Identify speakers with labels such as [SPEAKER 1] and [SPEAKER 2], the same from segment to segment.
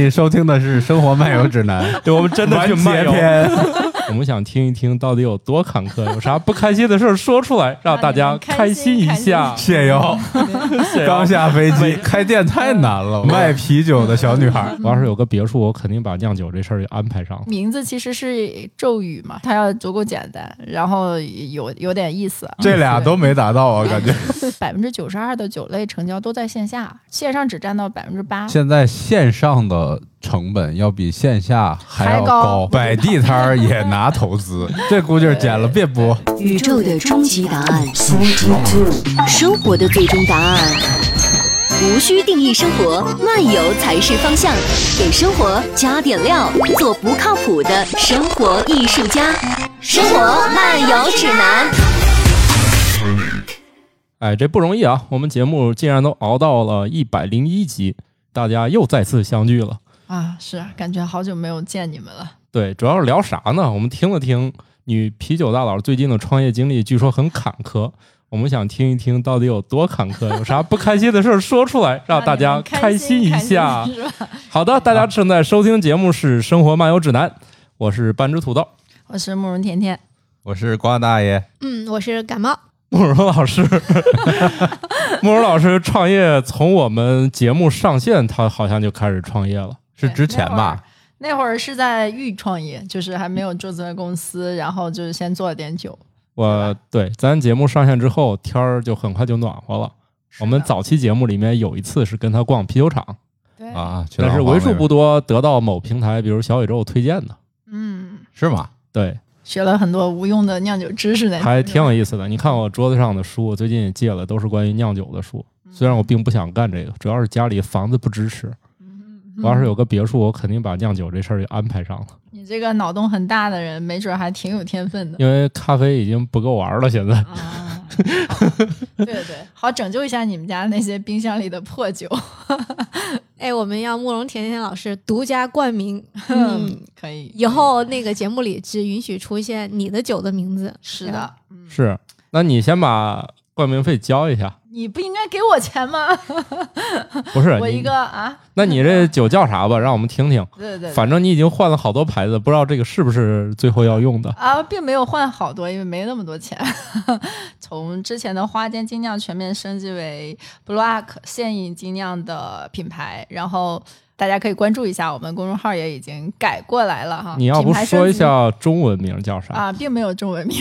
[SPEAKER 1] 你收听的是《生活漫游指南》
[SPEAKER 2] 对，我们真的去漫游，
[SPEAKER 1] 篇，
[SPEAKER 2] 我们想听一听到底有多坎坷，有啥不开心的事儿说出来，让大家开心一下。
[SPEAKER 1] 谢 优
[SPEAKER 2] 谢谢
[SPEAKER 1] 刚下飞机，开店太难了，卖啤酒的小女孩。
[SPEAKER 2] 我要是有个别墅，我肯定把酿酒这事儿就安排上了。
[SPEAKER 3] 名字其实是咒语嘛，它要足够简单，然后有有点意思。啊
[SPEAKER 1] 这俩都没达到啊，感 觉。
[SPEAKER 3] 百分之九十二的酒类成交都在线下，线上只占到百分之八。
[SPEAKER 4] 现在线上的成本要比线下还要
[SPEAKER 3] 还高
[SPEAKER 1] 摆地摊儿也拿投 资，这估计是捡了，别播。
[SPEAKER 5] 宇宙的终极答案，生活的最终答案。无需定义生活，漫游才是方向。给生活加点料，做不靠谱的生活艺术家。生活漫游指南。
[SPEAKER 2] 哎，这不容易啊！我们节目竟然都熬到了一百零一集，大家又再次相聚了。
[SPEAKER 3] 啊，是感觉好久没有见你们了。
[SPEAKER 2] 对，主要是聊啥呢？我们听了听女啤酒大佬最近的创业经历，据说很坎坷。我们想听一听到底有多坎坷，有啥不开心的事儿说出来，
[SPEAKER 3] 啊
[SPEAKER 2] 让大家开心一下。
[SPEAKER 3] 是吧？
[SPEAKER 2] 好的，大家正在收听的节目是《生活漫游指南》，我是半只土豆，
[SPEAKER 3] 我是慕容甜甜，
[SPEAKER 1] 我是瓜大爷，
[SPEAKER 6] 嗯，我是感冒，
[SPEAKER 2] 慕容老 师。慕容老师创业从我们节目上线，他好像就开始创业了。
[SPEAKER 1] 是之前吧？
[SPEAKER 3] 那会儿是在预创业，就是还没有注册公司，然后就是先做了点酒。
[SPEAKER 2] 我对咱节目上线之后，天儿就很快就暖和了。我们早期节目里面有一次是跟他逛啤酒厂，
[SPEAKER 3] 对，
[SPEAKER 1] 啊，去
[SPEAKER 2] 那
[SPEAKER 1] 廊
[SPEAKER 2] 是
[SPEAKER 1] 坊
[SPEAKER 2] 为
[SPEAKER 1] 那
[SPEAKER 2] 数
[SPEAKER 1] 边
[SPEAKER 2] 不多得到某平台，比如小宇宙推荐的。
[SPEAKER 3] 嗯，
[SPEAKER 1] 是吗？
[SPEAKER 2] 对，
[SPEAKER 3] 学了很多无用的酿酒知识呢。
[SPEAKER 2] 还挺有意思的。你看我桌子上的书，我最近也借了，都是关于酿酒的书。
[SPEAKER 3] 嗯
[SPEAKER 2] 虽然我并不想干这个，主要是家里房子不支持。
[SPEAKER 3] 嗯
[SPEAKER 2] 我要是有个别墅，我肯定把酿酒这事儿就安排上了。
[SPEAKER 3] 你这个脑洞很大的人，没准还挺有天分的。
[SPEAKER 2] 因为咖啡已经不够玩了，现在
[SPEAKER 3] 啊，对对，好拯救一下你们家那些冰箱里的破酒。
[SPEAKER 6] 哎，我们要慕容甜甜老师独家 冠名，嗯
[SPEAKER 3] 嗯，，可以，
[SPEAKER 6] 以后那个节目里只允许出现你的酒的名字。
[SPEAKER 3] 是的，嗯，
[SPEAKER 2] 是。那你先把冠名费交一下，
[SPEAKER 3] 你不应该给我 钱吗？
[SPEAKER 2] 不是
[SPEAKER 3] 我
[SPEAKER 2] 你
[SPEAKER 3] 一个啊，
[SPEAKER 2] 那你这酒叫啥吧？让我们听听。
[SPEAKER 3] 对 对对，
[SPEAKER 2] 反正你已经换了好多牌子，不知道这个是不是最后要用的。
[SPEAKER 3] 啊，并没有换好多，因为没那么多钱。 从之前的花间精酿全面升级为 Block 现饮精酿的品牌，然后大家可以关注一下，我们公众号也已经改过来了哈。
[SPEAKER 2] 你要不
[SPEAKER 3] 啊品牌升
[SPEAKER 2] 说一
[SPEAKER 3] 级
[SPEAKER 2] 下中文名叫啥？
[SPEAKER 3] 啊，并没有中文名，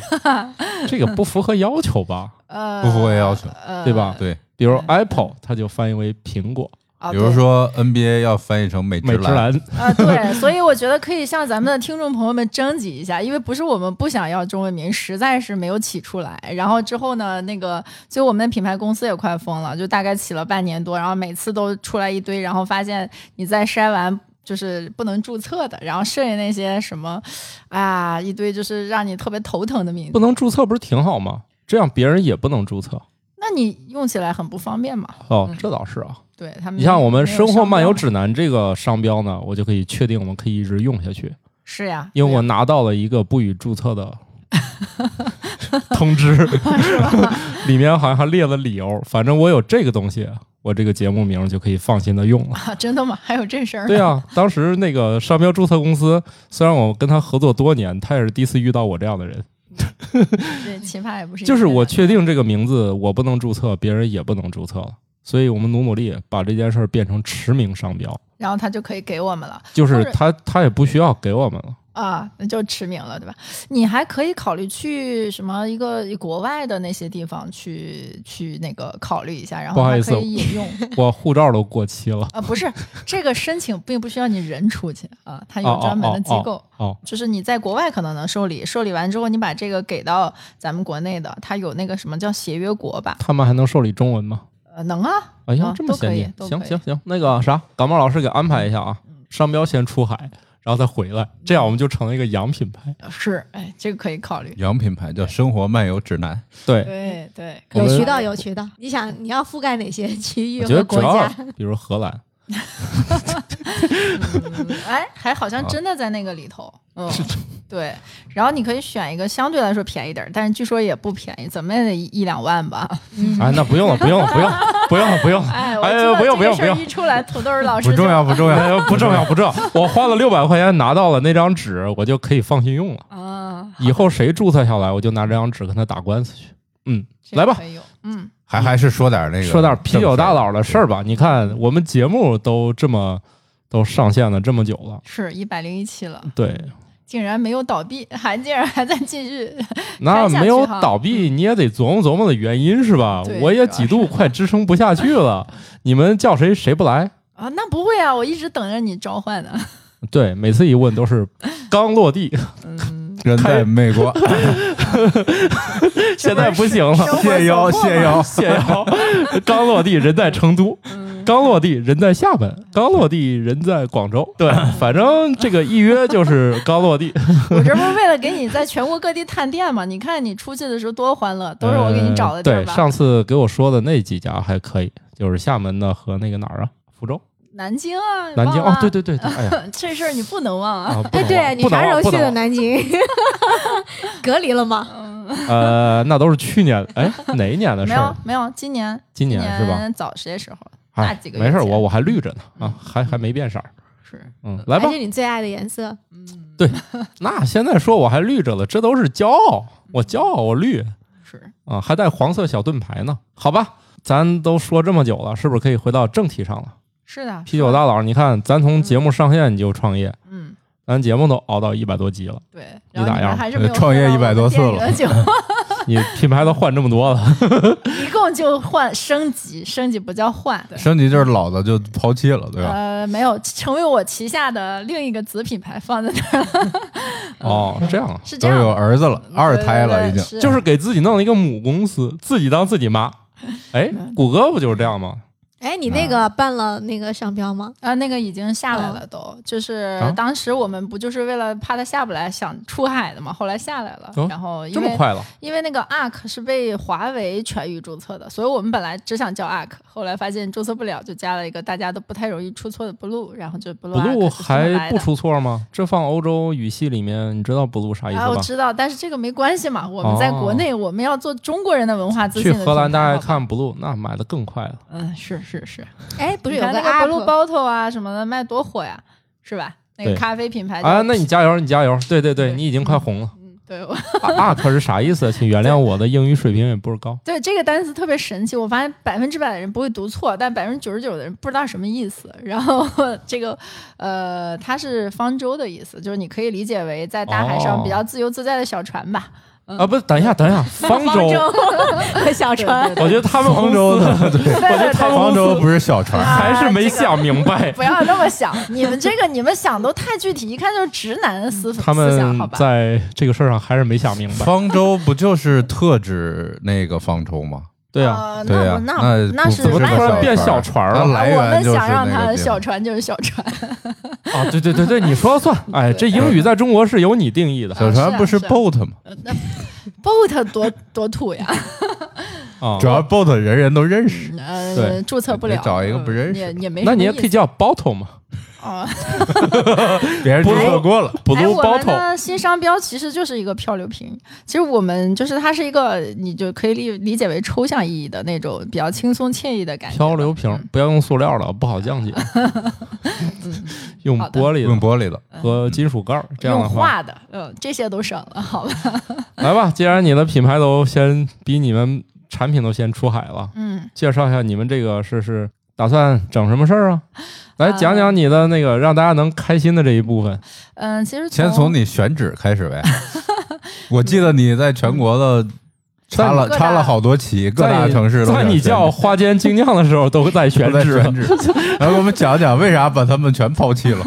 [SPEAKER 2] 这个不符合要求吧？
[SPEAKER 3] 呃，
[SPEAKER 1] 不符合要求，
[SPEAKER 3] 呃，
[SPEAKER 2] 对吧？
[SPEAKER 4] 对，
[SPEAKER 2] 比如 Apple，它就翻译为苹果、
[SPEAKER 3] 啊？
[SPEAKER 4] 比如
[SPEAKER 3] 对
[SPEAKER 4] 说 NBA 要翻译成美职
[SPEAKER 2] 美之
[SPEAKER 4] 篮，
[SPEAKER 2] 蓝。
[SPEAKER 3] 啊，对，所以我觉得可以向咱们的听众朋友们征集一下，因为不是我们不想要中文名，实在是没有起出来。然后之后呢，那个就我们的品牌公司也快疯了，就大概起了半年多，然后每次都出来一堆，然后发现你在筛完。就是不能注册的，然后剩下那些什么，啊，一堆就是让你特别头疼的名
[SPEAKER 2] 不
[SPEAKER 3] 字，
[SPEAKER 2] 能注册不是挺好吗？这样别人也不能注册。
[SPEAKER 3] 那你用起来很不方便嘛？
[SPEAKER 2] 哦
[SPEAKER 3] 嗯，
[SPEAKER 2] 这倒是啊。
[SPEAKER 3] 对他们，
[SPEAKER 2] 你像我们《生活漫游
[SPEAKER 3] 指
[SPEAKER 2] 指南》这个商标呢，我就可以确定我们可以一直用下去，
[SPEAKER 3] 是呀，
[SPEAKER 2] 因为我拿到了一个不予注册 的通知， 里面好像还列了理由。反正我有这个东西，我这个节目名就可以放心的用了。
[SPEAKER 3] 啊， 真的吗？还有这事儿？
[SPEAKER 2] 对啊，当时那个商标注册公司，虽然我跟他合作多年，他也是第一次遇到我这样的人。
[SPEAKER 3] 对，奇葩也不是一天
[SPEAKER 2] 就
[SPEAKER 3] 两天，
[SPEAKER 2] 是我确定这个名字我不能注册，别人也不能注册了，所以我们努努力把这件事儿变成驰名商标，
[SPEAKER 3] 然后他就可以给我们了。
[SPEAKER 2] 就是
[SPEAKER 3] 或者
[SPEAKER 2] 他他也不需要给我们了。
[SPEAKER 3] 啊，那就驰名了，对吧？你还可以考虑去什么一个国外的那些地方去去那个考虑一下，然
[SPEAKER 2] 不
[SPEAKER 3] 后
[SPEAKER 2] 好
[SPEAKER 3] 还
[SPEAKER 2] 意思
[SPEAKER 3] 可以引用。
[SPEAKER 2] 我护照都过期了
[SPEAKER 3] 啊，不是这个申请并不需要你人出去啊，它有专门的机构。
[SPEAKER 2] 哦，
[SPEAKER 3] 就是你在国外可能能受理，受理完之后你把这个给到咱们国内的，它有那个什么叫协约国吧？
[SPEAKER 2] 他们还能受理中文吗？
[SPEAKER 3] 呃，能啊，
[SPEAKER 2] 哎呀
[SPEAKER 3] 啊，
[SPEAKER 2] 这么
[SPEAKER 3] 都可
[SPEAKER 2] 先
[SPEAKER 3] 以
[SPEAKER 2] 进！
[SPEAKER 3] 都
[SPEAKER 2] 行
[SPEAKER 3] 可以嗯
[SPEAKER 2] 行行，那个啥，感冒老师给安排一下啊，商标先出海，然后再回来，这样我们就成了一个洋品牌。
[SPEAKER 3] 是，哎，这个可以考虑。
[SPEAKER 4] 洋品牌叫《生活漫游指南》。
[SPEAKER 2] 对，
[SPEAKER 3] 对对，
[SPEAKER 2] 我
[SPEAKER 6] 有
[SPEAKER 2] 们
[SPEAKER 6] 渠道，有渠道。你想，你要覆盖哪些 区域
[SPEAKER 2] 我觉得
[SPEAKER 6] 和
[SPEAKER 2] 主
[SPEAKER 6] 国
[SPEAKER 2] 要
[SPEAKER 6] 家？
[SPEAKER 2] 比如荷兰，啊
[SPEAKER 3] 哎，还好像真的在那个里头，嗯，对，然后你可以选一个相对来说便宜点儿，但是据说也不便宜，怎么也得一一两万吧。
[SPEAKER 2] 哎，那不用了，不用了，不用了，不用了，不用了。
[SPEAKER 3] 哎，我
[SPEAKER 2] 哎
[SPEAKER 3] 知
[SPEAKER 2] 呦
[SPEAKER 3] 道
[SPEAKER 2] 不用
[SPEAKER 3] 这个
[SPEAKER 2] 不用
[SPEAKER 3] 事
[SPEAKER 2] 不
[SPEAKER 3] 儿
[SPEAKER 2] 用
[SPEAKER 3] 一出来，土豆儿老师
[SPEAKER 1] 不重
[SPEAKER 3] 就
[SPEAKER 1] 要，不重
[SPEAKER 2] 哎
[SPEAKER 1] 要。
[SPEAKER 2] 呦 不重要，不重要。我花了六百块钱拿到了那张纸，我就可以放心用了。
[SPEAKER 3] 啊，
[SPEAKER 2] 以后谁注册下来，我就拿这张纸跟他打官司去。嗯，
[SPEAKER 3] 这
[SPEAKER 2] 来吧
[SPEAKER 3] 可，以有，嗯，
[SPEAKER 7] 还还是说点那个，
[SPEAKER 2] 说点啤酒大佬的事儿吧。你看，我们节目都这么都上线了这么久了，
[SPEAKER 3] 是一百零一期了，
[SPEAKER 2] 对，
[SPEAKER 3] 竟然没有倒闭，还竟然还在继续。
[SPEAKER 2] 那
[SPEAKER 3] 看下去
[SPEAKER 2] 没有
[SPEAKER 3] 哈
[SPEAKER 2] 倒闭，你也得琢磨琢磨的原因是吧
[SPEAKER 3] 对？
[SPEAKER 2] 我也
[SPEAKER 3] 主要
[SPEAKER 2] 几度
[SPEAKER 3] 是
[SPEAKER 2] 快支撑不下去了，你们叫谁谁不来？
[SPEAKER 3] 啊，那不会啊，我一直等着你召唤呢。
[SPEAKER 2] 对，每次一问都是刚落地，
[SPEAKER 3] 嗯，
[SPEAKER 4] 人在美国，
[SPEAKER 2] 现在不行
[SPEAKER 3] 生
[SPEAKER 2] 了，
[SPEAKER 3] 活所
[SPEAKER 1] 谢邀
[SPEAKER 3] 迫
[SPEAKER 1] 谢
[SPEAKER 3] 嘛。
[SPEAKER 1] 邀，
[SPEAKER 2] 谢瑶，刚落地人在成都，
[SPEAKER 3] 嗯
[SPEAKER 2] 刚落地人在厦门，刚落地人在广州。对，反正这个一约就是刚落地。
[SPEAKER 3] 我这不是为了给你在全国各地探店嘛？你看你出去的时候多欢乐，都是我给你找的地
[SPEAKER 2] 呃
[SPEAKER 3] 儿
[SPEAKER 2] 对，
[SPEAKER 3] 吧？
[SPEAKER 2] 上次给我说的那几家还可以，就是厦门的和那个哪儿啊，福州、
[SPEAKER 3] 南京啊，
[SPEAKER 2] 南京。
[SPEAKER 3] 忘
[SPEAKER 2] 哦
[SPEAKER 3] 了，
[SPEAKER 2] 对对对，对哎呀，
[SPEAKER 3] 这事儿你不能忘啊。
[SPEAKER 2] 啊，不
[SPEAKER 6] 哎，
[SPEAKER 2] 能
[SPEAKER 6] 对
[SPEAKER 2] 忘
[SPEAKER 6] 你
[SPEAKER 2] 不能
[SPEAKER 6] 啥时候
[SPEAKER 2] 忘不
[SPEAKER 6] 去
[SPEAKER 2] 能
[SPEAKER 6] 的
[SPEAKER 2] 忘
[SPEAKER 6] 南京？ 隔离了吗？
[SPEAKER 2] 呃，那都是去年，哎，哪一年的
[SPEAKER 3] 没
[SPEAKER 2] 事
[SPEAKER 3] 有
[SPEAKER 2] 儿？
[SPEAKER 3] 没有，今年
[SPEAKER 2] 今
[SPEAKER 3] 今
[SPEAKER 2] 年是吧？
[SPEAKER 3] 年早些时候，大
[SPEAKER 2] 哎
[SPEAKER 3] 几，个月
[SPEAKER 2] 没事儿，
[SPEAKER 3] 前
[SPEAKER 2] 我我还绿着呢啊，还还没变色儿。
[SPEAKER 3] 是
[SPEAKER 2] 嗯，来吧
[SPEAKER 6] 还。是你最爱的颜色？
[SPEAKER 3] 哎
[SPEAKER 2] 那现在说我还绿着了，这都是骄傲，我骄傲，我绿
[SPEAKER 3] 是，
[SPEAKER 2] 啊，还带黄色小盾牌呢。好吧，咱都说这么久了，是不是可以回到正题上了？
[SPEAKER 3] 是的，
[SPEAKER 2] 啤酒大佬，你看，咱从节目上线你就创业，
[SPEAKER 3] 嗯，
[SPEAKER 2] 咱节目都熬到一百多集了，
[SPEAKER 3] 对。
[SPEAKER 2] 你
[SPEAKER 3] 然后
[SPEAKER 2] 咋
[SPEAKER 3] 你们
[SPEAKER 2] 样
[SPEAKER 3] 还是没有
[SPEAKER 1] 创业
[SPEAKER 3] 看到我
[SPEAKER 1] 100
[SPEAKER 3] 们
[SPEAKER 1] 多次
[SPEAKER 3] 店里
[SPEAKER 1] 了
[SPEAKER 3] 的酒
[SPEAKER 2] 你品牌都换这么多了，
[SPEAKER 3] 一共就换升级，升级不叫换，
[SPEAKER 4] 升级就是老的就抛弃了，
[SPEAKER 2] 啊
[SPEAKER 4] 对吧？
[SPEAKER 3] 呃，没有成为我旗下的另一个子品牌放在那儿了，
[SPEAKER 2] 哦，这样啊，
[SPEAKER 3] 是这
[SPEAKER 4] 都
[SPEAKER 3] 样
[SPEAKER 4] 有
[SPEAKER 3] 的。
[SPEAKER 4] 儿子了，二胎了已经。
[SPEAKER 3] 经
[SPEAKER 2] 就是给自己弄了一个母公司，自己当自己妈。哎，
[SPEAKER 3] 嗯
[SPEAKER 2] 谷歌不就是这样吗？
[SPEAKER 6] 哎，你
[SPEAKER 2] 啊
[SPEAKER 6] 那个办了那个商标吗？
[SPEAKER 3] 啊，那个已经下来了都，就是
[SPEAKER 2] 啊
[SPEAKER 3] 当时我们不就是为了怕它下不来，想出海的嘛，后来下来了，
[SPEAKER 2] 哦
[SPEAKER 3] 然后因
[SPEAKER 2] 这
[SPEAKER 3] 为
[SPEAKER 2] 么快了？
[SPEAKER 3] 因为那个 ARK 是被华为全域注册的，所以我们本来只想叫 ARK，后来发现注册不了，就加了一个大家都不太容易出错的 Blue，然后就 Blue
[SPEAKER 2] Blue
[SPEAKER 3] Arc 是这么
[SPEAKER 2] 还
[SPEAKER 3] 来
[SPEAKER 2] 不
[SPEAKER 3] 的。
[SPEAKER 2] 出啊错吗？这放欧洲语系里面，你知道 Blue 啥意思
[SPEAKER 3] 啊，我
[SPEAKER 2] 吧？哦
[SPEAKER 3] 知道，但是这个没关系嘛。我们在国内，我们要做中国人的文化自
[SPEAKER 2] 去
[SPEAKER 3] 信的
[SPEAKER 2] 荷兰
[SPEAKER 3] 品牌
[SPEAKER 2] 大家，
[SPEAKER 3] 好吧
[SPEAKER 2] 看 Blue，那买的更快了。
[SPEAKER 3] 嗯，是是是，
[SPEAKER 6] 哎，不是
[SPEAKER 3] 你
[SPEAKER 6] 有
[SPEAKER 3] 看
[SPEAKER 6] 个
[SPEAKER 3] 那个
[SPEAKER 6] app
[SPEAKER 3] Blue Bottle 啊什么的卖多火呀，是吧？那个
[SPEAKER 2] 对
[SPEAKER 3] 咖啡品牌
[SPEAKER 2] 啊，
[SPEAKER 3] 叫
[SPEAKER 2] 那你加油，你加油！对对对，
[SPEAKER 3] 对
[SPEAKER 2] 你已经快红了。
[SPEAKER 3] 嗯对我
[SPEAKER 2] 啊 up 是啥意思？请原谅我的英语水平也不是高。
[SPEAKER 3] 对这个单词特别神奇，我发现百分之百的人不会读错，但百分之九十九的人不知道什么意思。然后这个呃，它是方舟的意思，就是你可以理解为在大海上
[SPEAKER 2] 哦
[SPEAKER 3] 比较自由自在的小船吧。
[SPEAKER 2] 啊，不，等一下， 等一下，方舟，
[SPEAKER 6] 和小船，
[SPEAKER 2] 我觉得他们
[SPEAKER 4] 方
[SPEAKER 2] 公
[SPEAKER 4] 舟
[SPEAKER 2] 司
[SPEAKER 4] 的，对，
[SPEAKER 3] 对对对，
[SPEAKER 4] 方舟不是小船，
[SPEAKER 3] 啊
[SPEAKER 2] 还是没想明白。
[SPEAKER 3] 不要那么想，你们这个你们想都太具体，一看就是直男
[SPEAKER 4] 嗯
[SPEAKER 3] 思
[SPEAKER 2] 他
[SPEAKER 3] 思想，好
[SPEAKER 2] 们
[SPEAKER 3] 吧？
[SPEAKER 2] 在这个事儿上还是没想明白。
[SPEAKER 4] 方舟不就是特指那个方舟吗？
[SPEAKER 2] 对啊，
[SPEAKER 3] 呃，
[SPEAKER 4] 对
[SPEAKER 3] 那
[SPEAKER 4] 呀
[SPEAKER 3] 我，
[SPEAKER 4] 那
[SPEAKER 3] 那
[SPEAKER 4] 不
[SPEAKER 3] 是啊
[SPEAKER 4] 不
[SPEAKER 2] 怎么
[SPEAKER 4] 是
[SPEAKER 2] 突
[SPEAKER 4] 个
[SPEAKER 2] 然变小
[SPEAKER 4] 小
[SPEAKER 2] 船
[SPEAKER 4] 它
[SPEAKER 2] 了
[SPEAKER 4] 来
[SPEAKER 3] 我
[SPEAKER 4] 源
[SPEAKER 3] 们
[SPEAKER 4] 就是
[SPEAKER 3] 想
[SPEAKER 4] 那
[SPEAKER 3] 让
[SPEAKER 4] 个
[SPEAKER 3] 它的
[SPEAKER 4] 地
[SPEAKER 3] 小
[SPEAKER 4] 方
[SPEAKER 3] 船就是小船， 哦
[SPEAKER 2] 啊？对对对对，你说了算。哎，这英语在中国是由你定义的
[SPEAKER 4] 小船不
[SPEAKER 3] 是
[SPEAKER 4] 是
[SPEAKER 3] 啊是啊
[SPEAKER 4] boat 吗？
[SPEAKER 3] 那 boat 多多土呀。
[SPEAKER 2] 啊
[SPEAKER 4] 主。要 boat 人人都认识，
[SPEAKER 3] 呃
[SPEAKER 2] 对，
[SPEAKER 3] 注册不
[SPEAKER 4] 得
[SPEAKER 3] 了，嗯
[SPEAKER 4] 找一个不认识
[SPEAKER 3] 也
[SPEAKER 4] 的
[SPEAKER 3] 也没什
[SPEAKER 2] 那
[SPEAKER 3] 么
[SPEAKER 2] 你也
[SPEAKER 3] 意
[SPEAKER 2] 可以
[SPEAKER 3] 思
[SPEAKER 2] 叫 bottle 嘛
[SPEAKER 3] 哦。
[SPEAKER 4] 别人
[SPEAKER 2] 不
[SPEAKER 4] 注
[SPEAKER 2] 是
[SPEAKER 4] 册过了。
[SPEAKER 3] 哎，
[SPEAKER 2] ，blue
[SPEAKER 3] 我们
[SPEAKER 2] bottle。
[SPEAKER 3] 的新商标其实就是一个漂流瓶。其实我们就是它是一个，你就可以理理解为抽象意义的那种比较轻松惬意的感觉吧。
[SPEAKER 2] 漂流瓶
[SPEAKER 3] 嗯
[SPEAKER 2] 不要用塑料了，不好降解，用
[SPEAKER 3] 好的
[SPEAKER 2] 玻璃的
[SPEAKER 4] 用玻璃的，
[SPEAKER 2] 和金属盖儿，这样的
[SPEAKER 3] 用
[SPEAKER 2] 话，
[SPEAKER 3] 画的，嗯，这些都省了，好吧？
[SPEAKER 2] 来吧，既然你的品牌都先比你们产品都先出海了，
[SPEAKER 3] 嗯，
[SPEAKER 2] 介绍一下你们这个是是打算整什么事儿啊？来讲讲你的那个让大家能开心的这一部分。
[SPEAKER 3] 嗯，其实
[SPEAKER 4] 先从你选址开始呗。我记得你在全 国的插了
[SPEAKER 3] 各大
[SPEAKER 4] 插了好多旗，各
[SPEAKER 2] 在
[SPEAKER 4] 大
[SPEAKER 2] 你
[SPEAKER 4] 城市都
[SPEAKER 2] 在
[SPEAKER 4] 有
[SPEAKER 2] 你
[SPEAKER 4] 选址
[SPEAKER 2] 叫花间精酿的时候，都在选
[SPEAKER 4] 都在
[SPEAKER 2] 址。
[SPEAKER 4] 选址， 来给我们讲讲为啥把他们全抛弃了。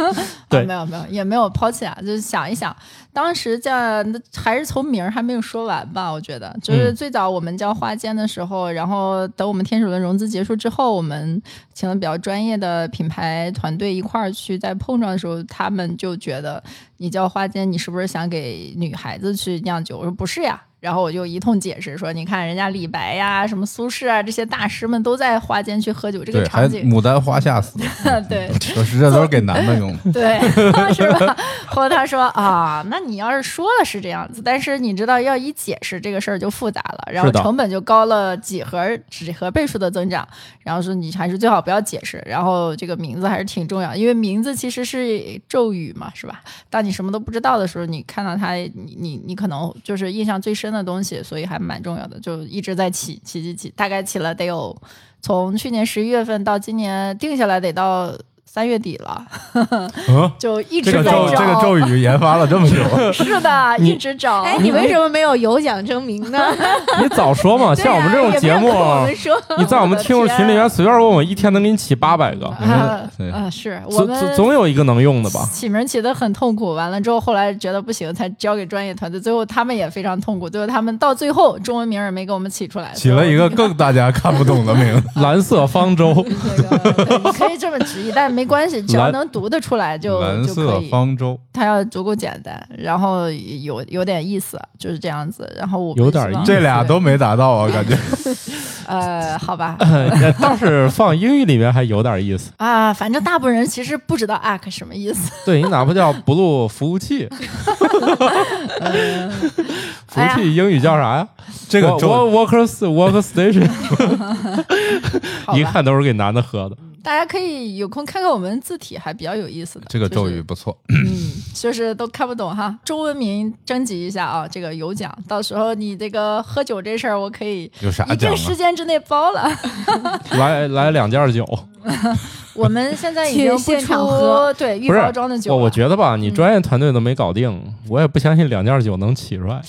[SPEAKER 2] 对
[SPEAKER 3] 啊没有没有也没有抛弃啊，就是想一想，当时叫那还是从名儿还没有说完吧，我觉得就是
[SPEAKER 2] 嗯
[SPEAKER 3] 最早我们叫花间的时候，然后等我们天使轮融资结束之后，我们请了比较专业的品牌团队一块儿去在碰撞的时候，他们就觉得你叫花间，你是不是想给女孩子去酿酒？我说不是呀。然后我就一通解释说，你看人家李白呀、什么苏轼啊这些大师们都在花间去喝酒，这个
[SPEAKER 4] 对，还
[SPEAKER 3] 场景，
[SPEAKER 4] 牡丹花下死，
[SPEAKER 3] 对
[SPEAKER 4] 都是这都是给男的用的。
[SPEAKER 3] 对， 是吧？后来他说啊，那你要是说了是这样子，但是你知道要一解释这个事儿就复杂了，然后
[SPEAKER 2] 是的
[SPEAKER 3] 成本就高了几何几何倍数的增长，然后说你还是最好不要解释，然后这个名字还是挺重要，因为名字其实是咒语嘛，是吧？当你什么都不知道的时候，你看到它，你你你可能就是印象最深的东西，所以还蛮重要的，就一直在起起起起，大概起了得有从去年十一月份到今年定下来得到。三月底了，
[SPEAKER 2] 嗯，
[SPEAKER 3] 就一直
[SPEAKER 1] 这
[SPEAKER 3] 在
[SPEAKER 1] 个
[SPEAKER 3] 找，
[SPEAKER 1] 咒这个咒语研发了这么 久，
[SPEAKER 3] 是的，一直找。
[SPEAKER 2] 嗯
[SPEAKER 6] 哎，你为什么没有有奖征名呢？
[SPEAKER 2] 你早说嘛！像我们这种节目啊
[SPEAKER 6] 也没有，跟我们说，
[SPEAKER 2] 你在我们听众群里面
[SPEAKER 4] 啊
[SPEAKER 2] 随便问我，一天能给你起八百个，
[SPEAKER 3] 啊
[SPEAKER 4] 对
[SPEAKER 3] 啊，是我
[SPEAKER 2] 总
[SPEAKER 3] 们
[SPEAKER 2] 总总有一个能 用的吧？
[SPEAKER 3] 起名起的很痛苦，完了之后后来觉得不行，才交给专业团队，最后他们也非常痛苦，最后他们到最后中文名也没给我们起出来，
[SPEAKER 1] 起了一个更大家看不懂的名字。
[SPEAKER 2] 蓝色方舟，
[SPEAKER 3] 所以这个对你可以这么直译，但没关系，只要
[SPEAKER 2] 蓝
[SPEAKER 3] 能读得出来就
[SPEAKER 4] 蓝
[SPEAKER 3] 就可
[SPEAKER 4] 色
[SPEAKER 3] 以。
[SPEAKER 4] 方舟，
[SPEAKER 3] 它要足够简单，然后有有点意思，就是这样子。然后我们
[SPEAKER 2] 有点
[SPEAKER 3] 希望
[SPEAKER 2] 意思
[SPEAKER 1] 这俩都没达到啊，感觉
[SPEAKER 3] 呃，好吧，
[SPEAKER 2] 呃倒是放英语里面还有点意思。
[SPEAKER 3] 啊，反正大部分人其实不知道 ACK 什么意思。
[SPEAKER 2] 对你哪怕叫 Blue 服务 器，服务器英语叫啥呀？
[SPEAKER 1] 这个咒
[SPEAKER 2] 我 Worker Work Station，
[SPEAKER 3] 好
[SPEAKER 2] 一
[SPEAKER 3] 吧。
[SPEAKER 2] 看都是给男的喝的。
[SPEAKER 3] 大家可以有空看看我们字体，还比较有意思的。
[SPEAKER 4] 这个
[SPEAKER 3] 就
[SPEAKER 4] 咒
[SPEAKER 3] 是嗯
[SPEAKER 4] 语不错。
[SPEAKER 3] 就是都看不懂哈，中文名征集一下啊，这个有奖，到时候你这个喝酒这事儿，我可以
[SPEAKER 4] 有啥
[SPEAKER 3] 一
[SPEAKER 4] 讲
[SPEAKER 3] 定
[SPEAKER 4] 啊？
[SPEAKER 3] 时间之内包了。
[SPEAKER 2] 来来两件酒，
[SPEAKER 3] 我们 现在已经
[SPEAKER 6] 去现
[SPEAKER 3] 不
[SPEAKER 6] 场
[SPEAKER 3] 出
[SPEAKER 6] 喝
[SPEAKER 3] 对预
[SPEAKER 2] 不是
[SPEAKER 3] 包装的酒嗯
[SPEAKER 2] 我
[SPEAKER 3] 了，
[SPEAKER 2] 我觉得吧，你专业团队都没搞定，我也不相信两件酒能起出来。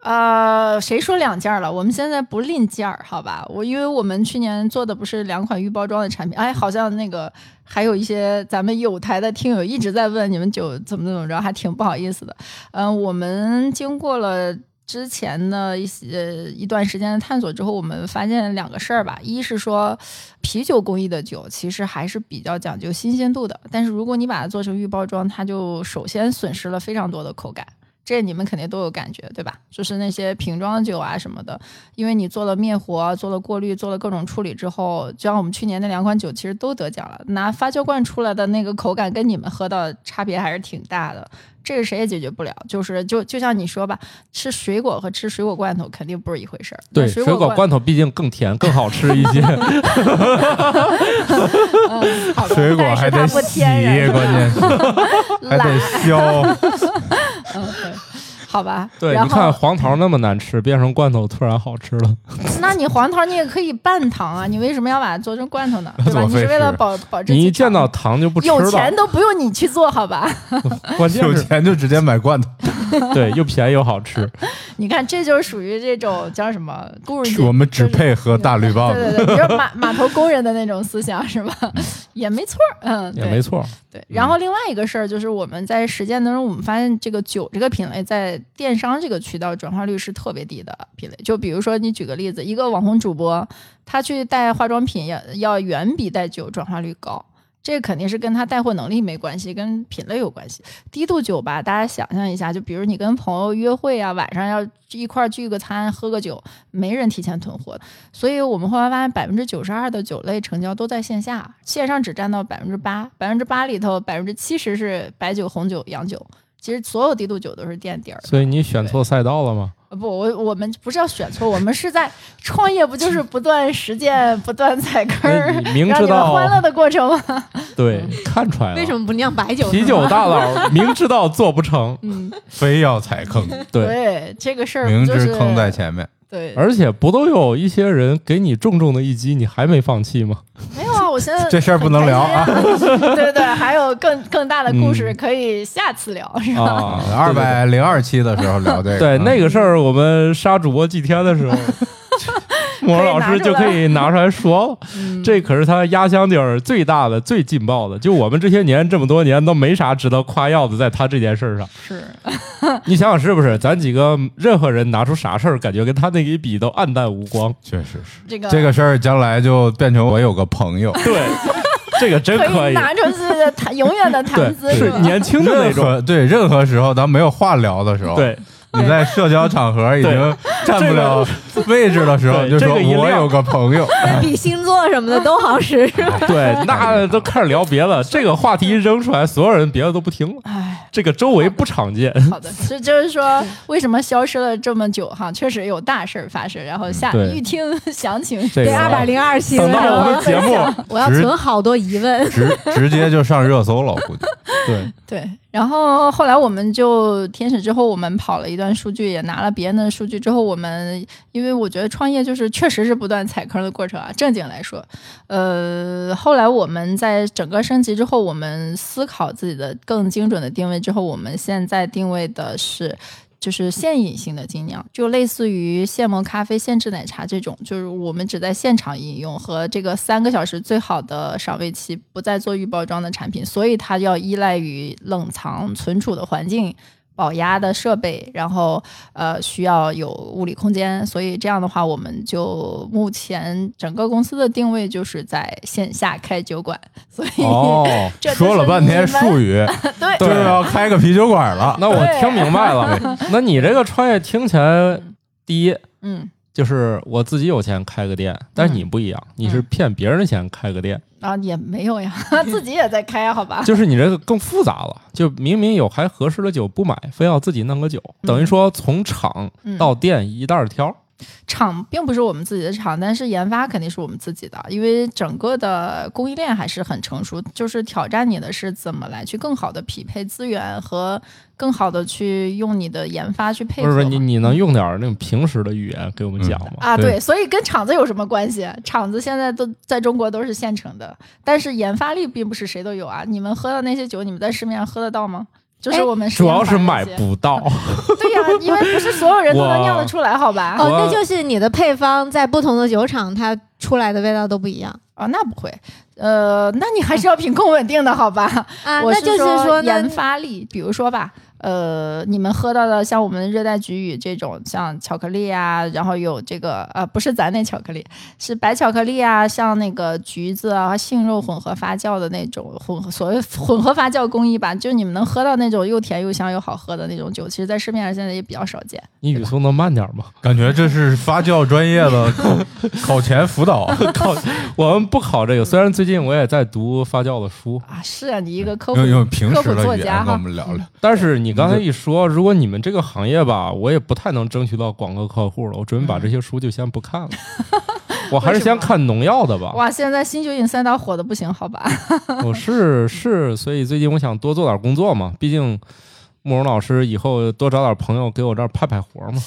[SPEAKER 3] 呃，谁说两件儿了？我们现在不吝件儿，好吧？我因为我们去年做的不是两款预包装的产品，哎，好像那个还有一些咱们有台的听友一直在问你们酒怎么怎么着，还挺不好意思的。嗯、我们经过了。之前的一些呃一段时间的探索之后，我们发现两个事儿吧，一是说啤酒工艺的酒其实还是比较讲究新鲜度的，但是如果你把它做成预包装，它就首先损失了非常多的口感。这你们肯定都有感觉，对吧？就是那些瓶装酒啊什么的，因为你做了灭活、做了过滤、做了各种处理之后，就像我们去年那两款酒其实都得奖了，拿发酵罐出来的那个口感跟你们喝到的差别还是挺大的，这个谁也解决不了。就是就就像你说吧，吃水果和吃水果罐头肯定不是一回事儿。
[SPEAKER 2] 对，
[SPEAKER 3] 水
[SPEAKER 2] 水
[SPEAKER 3] 果
[SPEAKER 2] 果罐头毕竟更甜更好吃一 些。
[SPEAKER 3] 嗯好吧
[SPEAKER 1] 水果
[SPEAKER 3] 但是
[SPEAKER 1] 还
[SPEAKER 3] 它
[SPEAKER 1] 得
[SPEAKER 3] 不
[SPEAKER 1] 洗，
[SPEAKER 3] 天然
[SPEAKER 1] 关键 是还得削。
[SPEAKER 3] 嗯对好吧，
[SPEAKER 2] 对，
[SPEAKER 3] 然
[SPEAKER 2] 你
[SPEAKER 3] 后嗯
[SPEAKER 2] 看黄桃那么难吃，变成罐头突然好吃了。
[SPEAKER 3] 那你黄桃你也可以半糖啊，你为什么要把它做成 罐头呢？对吧？
[SPEAKER 1] 么
[SPEAKER 3] 你是
[SPEAKER 1] 费
[SPEAKER 3] 为了
[SPEAKER 1] 事
[SPEAKER 3] 保保质期长。
[SPEAKER 2] 你一见到糖就不吃
[SPEAKER 3] 有钱
[SPEAKER 2] 了，
[SPEAKER 3] 都不用你去做好吧？
[SPEAKER 2] 关键
[SPEAKER 1] 有
[SPEAKER 2] 是
[SPEAKER 1] 钱就直接买罐头，
[SPEAKER 2] 对又便宜又好吃。
[SPEAKER 3] 你看，这就是属于这种叫什么工 人阶级，
[SPEAKER 1] 我们只
[SPEAKER 3] 就是
[SPEAKER 1] 配喝大绿棒
[SPEAKER 3] 对
[SPEAKER 1] 子。
[SPEAKER 2] 啊
[SPEAKER 3] 对对，就是码码头工人的那种思想 是吧？ 也没错儿，嗯，
[SPEAKER 2] 嗯也
[SPEAKER 3] 对
[SPEAKER 2] 没错，嗯
[SPEAKER 3] 对。然后另外一个事儿就是我们在实践当中，我们发现这个酒这个品类在电商这个渠道转化率是特别低的品类。就比如说，你举个例子，一个网红主播，他去带化妆品要要远比带酒转化率高。这肯定是跟他带货能力没关系，跟品类有关系。低度酒吧，大家想象一下，就比如你跟朋友约会啊，晚上要一块儿聚个餐、喝个酒，没人提前囤货，所以我们后来发现百分之九十二的酒类成交都在线下，线上只占到百分之八，百分之八里头百分之七十是白酒、红酒、洋酒。其实所有低度酒都是垫底儿的，
[SPEAKER 2] 所以你选错赛道了吗？
[SPEAKER 3] 呃不，我我们不是要选错，我们是在创业，不就是不断实践、不断踩坑儿，
[SPEAKER 2] 你明
[SPEAKER 3] 让
[SPEAKER 2] 知
[SPEAKER 3] 你们欢乐
[SPEAKER 2] 道
[SPEAKER 3] 的过程吗？
[SPEAKER 2] 对，
[SPEAKER 3] 嗯
[SPEAKER 2] 看出来了。
[SPEAKER 6] 为什么不酿白酒呢？
[SPEAKER 2] 啤酒大佬明知道做不成？
[SPEAKER 3] 嗯，
[SPEAKER 4] 非要踩坑，
[SPEAKER 2] 对，
[SPEAKER 3] 这个事儿
[SPEAKER 4] 明
[SPEAKER 3] 就是
[SPEAKER 4] 知坑在前面，
[SPEAKER 3] 对，
[SPEAKER 2] 而且不都有一些人给你重重的一击，你还没放弃 吗？
[SPEAKER 3] 没有啊，我现在
[SPEAKER 1] 这事儿不能聊啊
[SPEAKER 3] 很开心啊， 对对，还有更更大的故事
[SPEAKER 2] 嗯
[SPEAKER 3] 可以下次聊，是吧？
[SPEAKER 2] 啊，
[SPEAKER 4] 二百零二期的时候聊这个，
[SPEAKER 2] 对
[SPEAKER 4] 嗯
[SPEAKER 2] 那个事儿，我们杀主播祭天的 时候，莫老师就可以拿出来嗯说了。这可是他压箱底儿最大的、最劲爆的。就我们这些年这么多年都没啥值得夸耀的，在他这件事儿 上，
[SPEAKER 3] 是，
[SPEAKER 2] 你想想是不是？咱几个任何人拿出啥事儿，感觉跟他那一比都黯淡无光。
[SPEAKER 4] 确实是
[SPEAKER 3] 这个
[SPEAKER 4] 这个事儿，将来就变成我有个朋友，
[SPEAKER 2] 对， 这个真
[SPEAKER 3] 可
[SPEAKER 2] 可
[SPEAKER 3] 以
[SPEAKER 2] 以。
[SPEAKER 3] 拿出去谈永远的谈资
[SPEAKER 2] 对，
[SPEAKER 3] 是
[SPEAKER 2] 是
[SPEAKER 3] 吧？
[SPEAKER 2] 年轻的那
[SPEAKER 4] 任
[SPEAKER 2] 种。
[SPEAKER 4] 何对任何时候咱没有话聊的时候，，
[SPEAKER 2] 对，
[SPEAKER 4] 你在社交场合已经 占不了位置的时候，
[SPEAKER 2] 对
[SPEAKER 4] 就
[SPEAKER 2] 这
[SPEAKER 4] 说
[SPEAKER 2] 个一
[SPEAKER 4] 我
[SPEAKER 2] 亮
[SPEAKER 4] 有个朋 友，
[SPEAKER 6] 比星座什么的都好使，是吧？
[SPEAKER 2] 对，那都开始聊别的，这个话题一扔出来，所有人别的都不听了。
[SPEAKER 3] 哎，
[SPEAKER 2] 这个周围不常见，
[SPEAKER 3] 好的，这就是说为什么消失了这么久哈，确实有大事儿发生。然后下
[SPEAKER 2] 对
[SPEAKER 3] 一听 详情，
[SPEAKER 2] 这个
[SPEAKER 6] 二百零二星，
[SPEAKER 2] 哎等到我们节目，
[SPEAKER 6] 我要
[SPEAKER 4] 直
[SPEAKER 6] 存好多疑问。
[SPEAKER 4] 直直接就上热搜了，我估计。
[SPEAKER 2] 对，
[SPEAKER 3] 对，然后后来我们就天使之后，我们跑了一段数据，也拿了别人的数据之后，我们因为我觉得创业就是确实是不断踩坑的过程啊。正经来说，呃，后来我们在整个升级之后，我们思考自己的更精准的定位之后，我们现在定位的是。就是现饮性的精酿，就类似于现磨咖啡、现制奶茶这种，就是我们只在现场饮用和这个三个小时最好的赏味期，不再做预包装的产品，所以它要依赖于冷藏存储的环境。保压的设备，然后呃需要有物理空间，所以这样的话，我们就目前整个公司的定位就是在线下开酒馆，所以、
[SPEAKER 4] 哦
[SPEAKER 3] 这就是
[SPEAKER 4] 说了半天
[SPEAKER 3] 你们
[SPEAKER 4] 术语，
[SPEAKER 3] 对
[SPEAKER 4] 就要开个啤酒馆了。
[SPEAKER 2] 那我听明白了。那你这个创业听起来，第一
[SPEAKER 3] 嗯
[SPEAKER 2] 就是我自己有钱开个店，但是你不一样，你是骗别人的钱开个店，
[SPEAKER 3] 啊也没有呀， 自己也在开，啊好吧？
[SPEAKER 2] 就是你这个更复杂了。就明明有还合适的酒不买，非要自己弄个酒，等于说从厂
[SPEAKER 3] 嗯
[SPEAKER 2] 到店一袋儿挑。
[SPEAKER 3] 厂并不是我们自己的厂，但是研发肯定是我们自己的，因为整个的供应链还是很成熟。就是挑战你的是怎么来去更好的匹配资源和更好的去用你的研发去配
[SPEAKER 2] 不
[SPEAKER 3] 合
[SPEAKER 2] 是不
[SPEAKER 3] 嘛。
[SPEAKER 2] 是你，你能用点儿那种平时的语言给我们讲吗？
[SPEAKER 3] 啊，
[SPEAKER 4] 对
[SPEAKER 3] 对，所以跟厂子有什么关系？厂子现在都在中国都是现成的，但是研发力并不是谁都有啊。你们喝的那些酒，你们在市面上喝得到吗？就是
[SPEAKER 6] 哎
[SPEAKER 3] 我们
[SPEAKER 2] 主要是买
[SPEAKER 3] 不
[SPEAKER 2] 不到，
[SPEAKER 3] 对呀、因为不是所有人都能酿得出来，好吧？
[SPEAKER 6] 哦，
[SPEAKER 2] 我
[SPEAKER 6] 那就是你的配方在不同的酒厂，它出来的味道都不一样
[SPEAKER 3] 啊，那不会，呃，那你还是要品控稳定的好吧？
[SPEAKER 6] 啊。
[SPEAKER 3] 我
[SPEAKER 6] 那就是
[SPEAKER 3] 说
[SPEAKER 6] 说，那
[SPEAKER 3] 研发力，比如说吧，呃，你们喝到的像我们热带菊雨这种，像巧克力啊，然后有这个呃，不是咱那巧克力，是白巧克力啊，像那个橘子啊、杏肉混合发酵的那种混合所谓混合发酵工艺吧，就是你们能喝到那种又甜又香又好喝的那种酒，其实，在市面上现在也比较少见。
[SPEAKER 2] 你语速能慢点吗？
[SPEAKER 4] 感觉这是发酵专业 的考考前辅导，
[SPEAKER 2] 考我们不考这个，虽然最近我也在读发酵的书，
[SPEAKER 3] 啊，是啊，你一个科普
[SPEAKER 4] 用用平
[SPEAKER 3] 科
[SPEAKER 4] 时
[SPEAKER 3] 普
[SPEAKER 4] 的
[SPEAKER 3] 作
[SPEAKER 4] 语言
[SPEAKER 3] 家
[SPEAKER 4] 跟我
[SPEAKER 3] 哈，
[SPEAKER 4] 们聊聊。
[SPEAKER 2] 但是你刚才一说，
[SPEAKER 3] 嗯
[SPEAKER 2] 如果你们这个行业吧，我也不太能争取到广告客户了，
[SPEAKER 3] 嗯
[SPEAKER 2] 我准备把这些书就先不 看了，我还是先看农药的吧。
[SPEAKER 3] 哇，现在新酒饮赛道火的不行，好吧？
[SPEAKER 2] 我是是，所以最近我想多做点工作嘛，毕竟慕容老师以后多找点朋友给我这儿派派活嘛。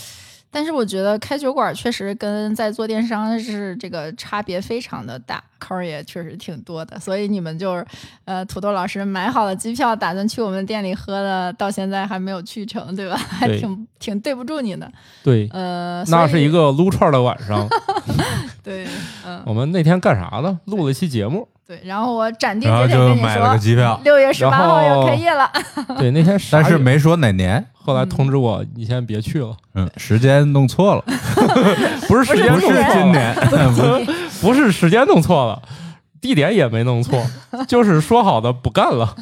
[SPEAKER 3] 但是我觉得开酒馆确实跟在做电商是这个差别非常的大，坑儿也确实挺多的。所以你们就是，呃，土豆老师买好了机票，打算去我们店里喝的，到现在还没有去成，对吧？ 还
[SPEAKER 2] 对
[SPEAKER 3] 挺挺对不住你的。
[SPEAKER 2] 对，
[SPEAKER 3] 呃，所
[SPEAKER 2] 那
[SPEAKER 3] 以
[SPEAKER 2] 是一个撸串的晚 上，
[SPEAKER 3] 对，嗯
[SPEAKER 2] 我们那天干啥呢？录了一期节目。
[SPEAKER 3] 对。然后我斩钉
[SPEAKER 4] 然后
[SPEAKER 3] 截铁
[SPEAKER 4] 就
[SPEAKER 3] 跟你
[SPEAKER 4] 买了个
[SPEAKER 3] 说，
[SPEAKER 4] 机票，
[SPEAKER 3] 六月十八号
[SPEAKER 2] 然后
[SPEAKER 3] 要开业了。
[SPEAKER 2] 对，那天啥
[SPEAKER 4] 但是
[SPEAKER 2] 也
[SPEAKER 4] 没说哪年，
[SPEAKER 2] 后来通知我，你先别去了，
[SPEAKER 4] 嗯，时间弄错了，
[SPEAKER 2] 不是时间
[SPEAKER 4] 不
[SPEAKER 2] 弄
[SPEAKER 4] 是
[SPEAKER 2] 错了
[SPEAKER 4] 今 年，
[SPEAKER 2] 不是时间弄错了，地点也没弄错，就是说好的不干了。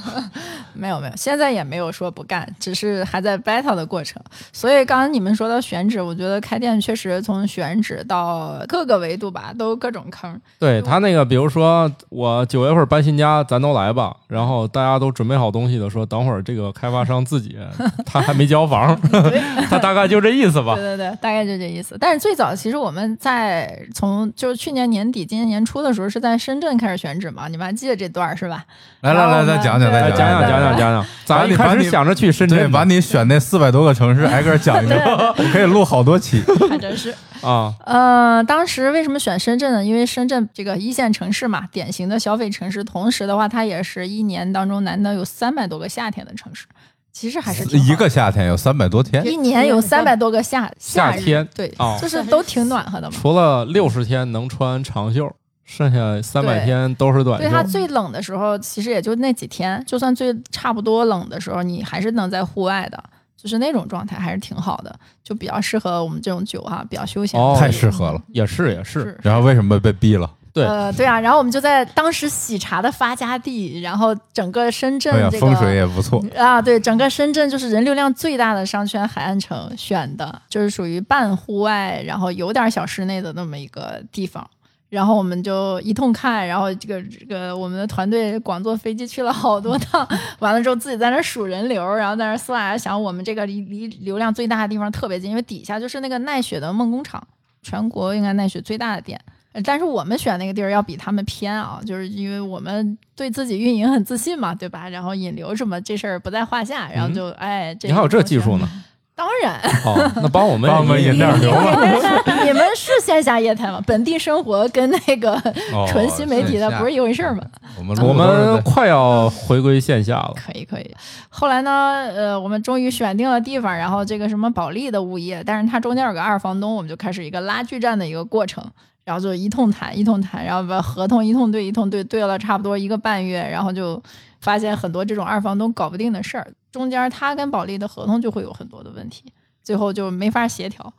[SPEAKER 3] 没有没有，现在也没有说不干，只是还在 battle 的过程。所以刚刚你们说到选址，我觉得开店确实从选址到各个维度吧，都各种坑。
[SPEAKER 2] 对他那个，比如说我九月份搬新家，咱都来吧。然后大家都准备好东西的，说等会儿这个开发商自己他还没交房， 他大概就这意思吧
[SPEAKER 3] 对。对对，大概就这意思。但是最早其实我们在从就是去年年底、今年年初的时候是在深圳开始选址嘛，你们还记得这段儿是吧？
[SPEAKER 4] 来来来，再讲讲，
[SPEAKER 3] 对
[SPEAKER 2] 来
[SPEAKER 4] 再
[SPEAKER 2] 哎讲讲讲讲讲讲，咱一开始想着去深
[SPEAKER 4] 对，
[SPEAKER 2] 圳
[SPEAKER 4] 把你选那四百多个 城市挨个讲一遍，我可以录好多期。
[SPEAKER 3] 还真是。
[SPEAKER 2] 啊，
[SPEAKER 3] 呃，当时为什么选深圳呢？因为深圳这个一线城市嘛，典型的消费城市，同时的话，它也是一年当中难得有三百多个夏天的城市，其实还是挺好的
[SPEAKER 4] 一个夏天有三百多天，
[SPEAKER 3] 一年有三百多个夏
[SPEAKER 2] 夏
[SPEAKER 3] 日
[SPEAKER 2] 天
[SPEAKER 3] 对，
[SPEAKER 2] 哦
[SPEAKER 3] 就是都挺暖和的嘛。
[SPEAKER 2] 除了六十天能穿长袖，剩下三百
[SPEAKER 3] 对
[SPEAKER 2] 天都是短
[SPEAKER 3] 对它
[SPEAKER 2] 袖。
[SPEAKER 3] 最冷的时候，其实也就那几天，就算最差不多冷的时候，你还是能在户外的，就是那种状态还是挺好的，就比较适合我们这种酒哈、比较休闲。
[SPEAKER 2] 哦
[SPEAKER 4] 太适合了。
[SPEAKER 2] 也是也是，
[SPEAKER 3] 是
[SPEAKER 4] 然后为什么被毙了？
[SPEAKER 2] 对
[SPEAKER 3] 呃，对啊，然后我们就在当时喜茶的发家地，然后整个深圳
[SPEAKER 4] 哎呀，
[SPEAKER 3] 这个、
[SPEAKER 4] 风水也不错，
[SPEAKER 3] 啊，对，整个深圳就是人流量最大的商圈海岸城选的，就是属于半户外，然后有点小室内的那么一个地方。然后我们就一通看，然后这个这个我们的团队广坐飞机去了好 多趟，完了之后自己在那儿数人流，然后在那儿算，想我们这个离离流量最大的地方特别近，因为底下就是那个奈雪的梦工厂，全国应该奈雪最大的店。呃但是我们选那个地儿要比他们偏啊，就是因为我们对自己运营很自信嘛，对吧？然后引流什么这事儿不在话下，然后就、哎，这
[SPEAKER 2] 你还有这
[SPEAKER 3] 个
[SPEAKER 2] 技术呢？
[SPEAKER 3] 当 然，
[SPEAKER 2] 哦，那 帮我们
[SPEAKER 4] 帮我们
[SPEAKER 2] 也
[SPEAKER 4] 引点流吧。
[SPEAKER 3] 你们是线下业态吗？本地生活跟那个
[SPEAKER 4] 哦
[SPEAKER 3] 纯新媒体的不是一回事儿吗？？
[SPEAKER 4] 我们
[SPEAKER 2] 我
[SPEAKER 4] 录的都
[SPEAKER 2] 们
[SPEAKER 4] 是
[SPEAKER 2] 快要回归线下了。
[SPEAKER 3] 可以可以。后来呢，呃，我们终于选定了地方，然后这个什么保利的物业，但是它中间有个二房东，我们就开始一个拉锯战的一个过程。然后就一通谈一通谈，然后把合同一通对一通对，对了差不多一个半月，然后就发现很多这种二房东搞不定的事儿，中间他跟保利的合同就会有很多的问题，最后就没法协调。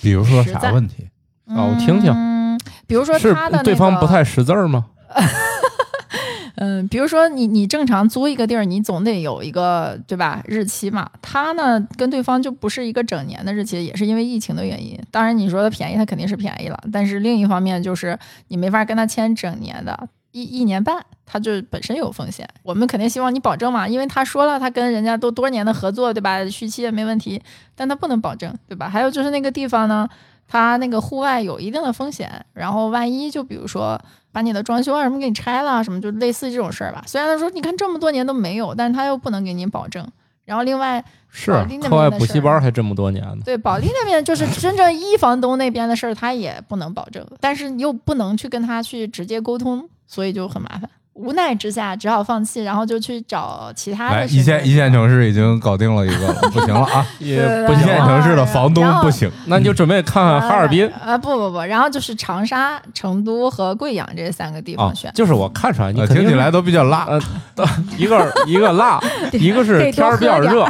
[SPEAKER 4] 比如说
[SPEAKER 3] 实在
[SPEAKER 4] 啥问题？
[SPEAKER 2] 啊我听听
[SPEAKER 3] 嗯，比如说
[SPEAKER 2] 是
[SPEAKER 3] 他的、那个、
[SPEAKER 2] 对方不太识字儿吗？
[SPEAKER 3] 嗯，比如说你你正常租一个地儿，你总得有一个对吧日期嘛。他呢跟对方就不是一个整年的日期，也是因为疫情的原因。当然你说他便宜，他肯定是便宜了，但是另一方面就是你没法跟他签整年的。一一年半，他就本身有风险，我们肯定希望你保证嘛，因为他说了，他跟人家都多年的合作，对吧？续期也没问题，但他不能保证，对吧？还有就是那个地方呢，它那个户外有一定的风险，然后万一就比如说把你的装修啊什么给你拆了，什么就类似这种事儿吧。虽然他说你看这么多年都没有，但是他又不能给你保证。然后另外呃
[SPEAKER 2] 是
[SPEAKER 3] 保利那边的
[SPEAKER 2] 课外补习班还这么多年呢。
[SPEAKER 3] 对保利那边就是真正一房东那边的事儿，他也不能保证，但是你又不能去跟他去直接沟通，所以就很麻烦。无奈之下只好放弃，然后就去找其他
[SPEAKER 4] 来，
[SPEAKER 3] 的
[SPEAKER 4] 一
[SPEAKER 3] 身份
[SPEAKER 4] 线一线城市已经搞定了一个了，不行了啊！
[SPEAKER 2] 也
[SPEAKER 3] 对
[SPEAKER 2] 不
[SPEAKER 4] 一
[SPEAKER 2] 行
[SPEAKER 4] 线
[SPEAKER 3] 然后
[SPEAKER 2] 了，
[SPEAKER 4] 城市的房东不行，
[SPEAKER 2] 那你就准备看看哈尔滨
[SPEAKER 3] 啊、不不不，然后就是长沙、成都和贵阳这三个地
[SPEAKER 2] 啊
[SPEAKER 3] 方选。，
[SPEAKER 2] 就是我看出来你
[SPEAKER 4] 呃
[SPEAKER 2] 肯
[SPEAKER 4] 听
[SPEAKER 2] 定
[SPEAKER 4] 起来都比较辣。
[SPEAKER 2] 呃，一 个一个 辣，一个是天儿比较热，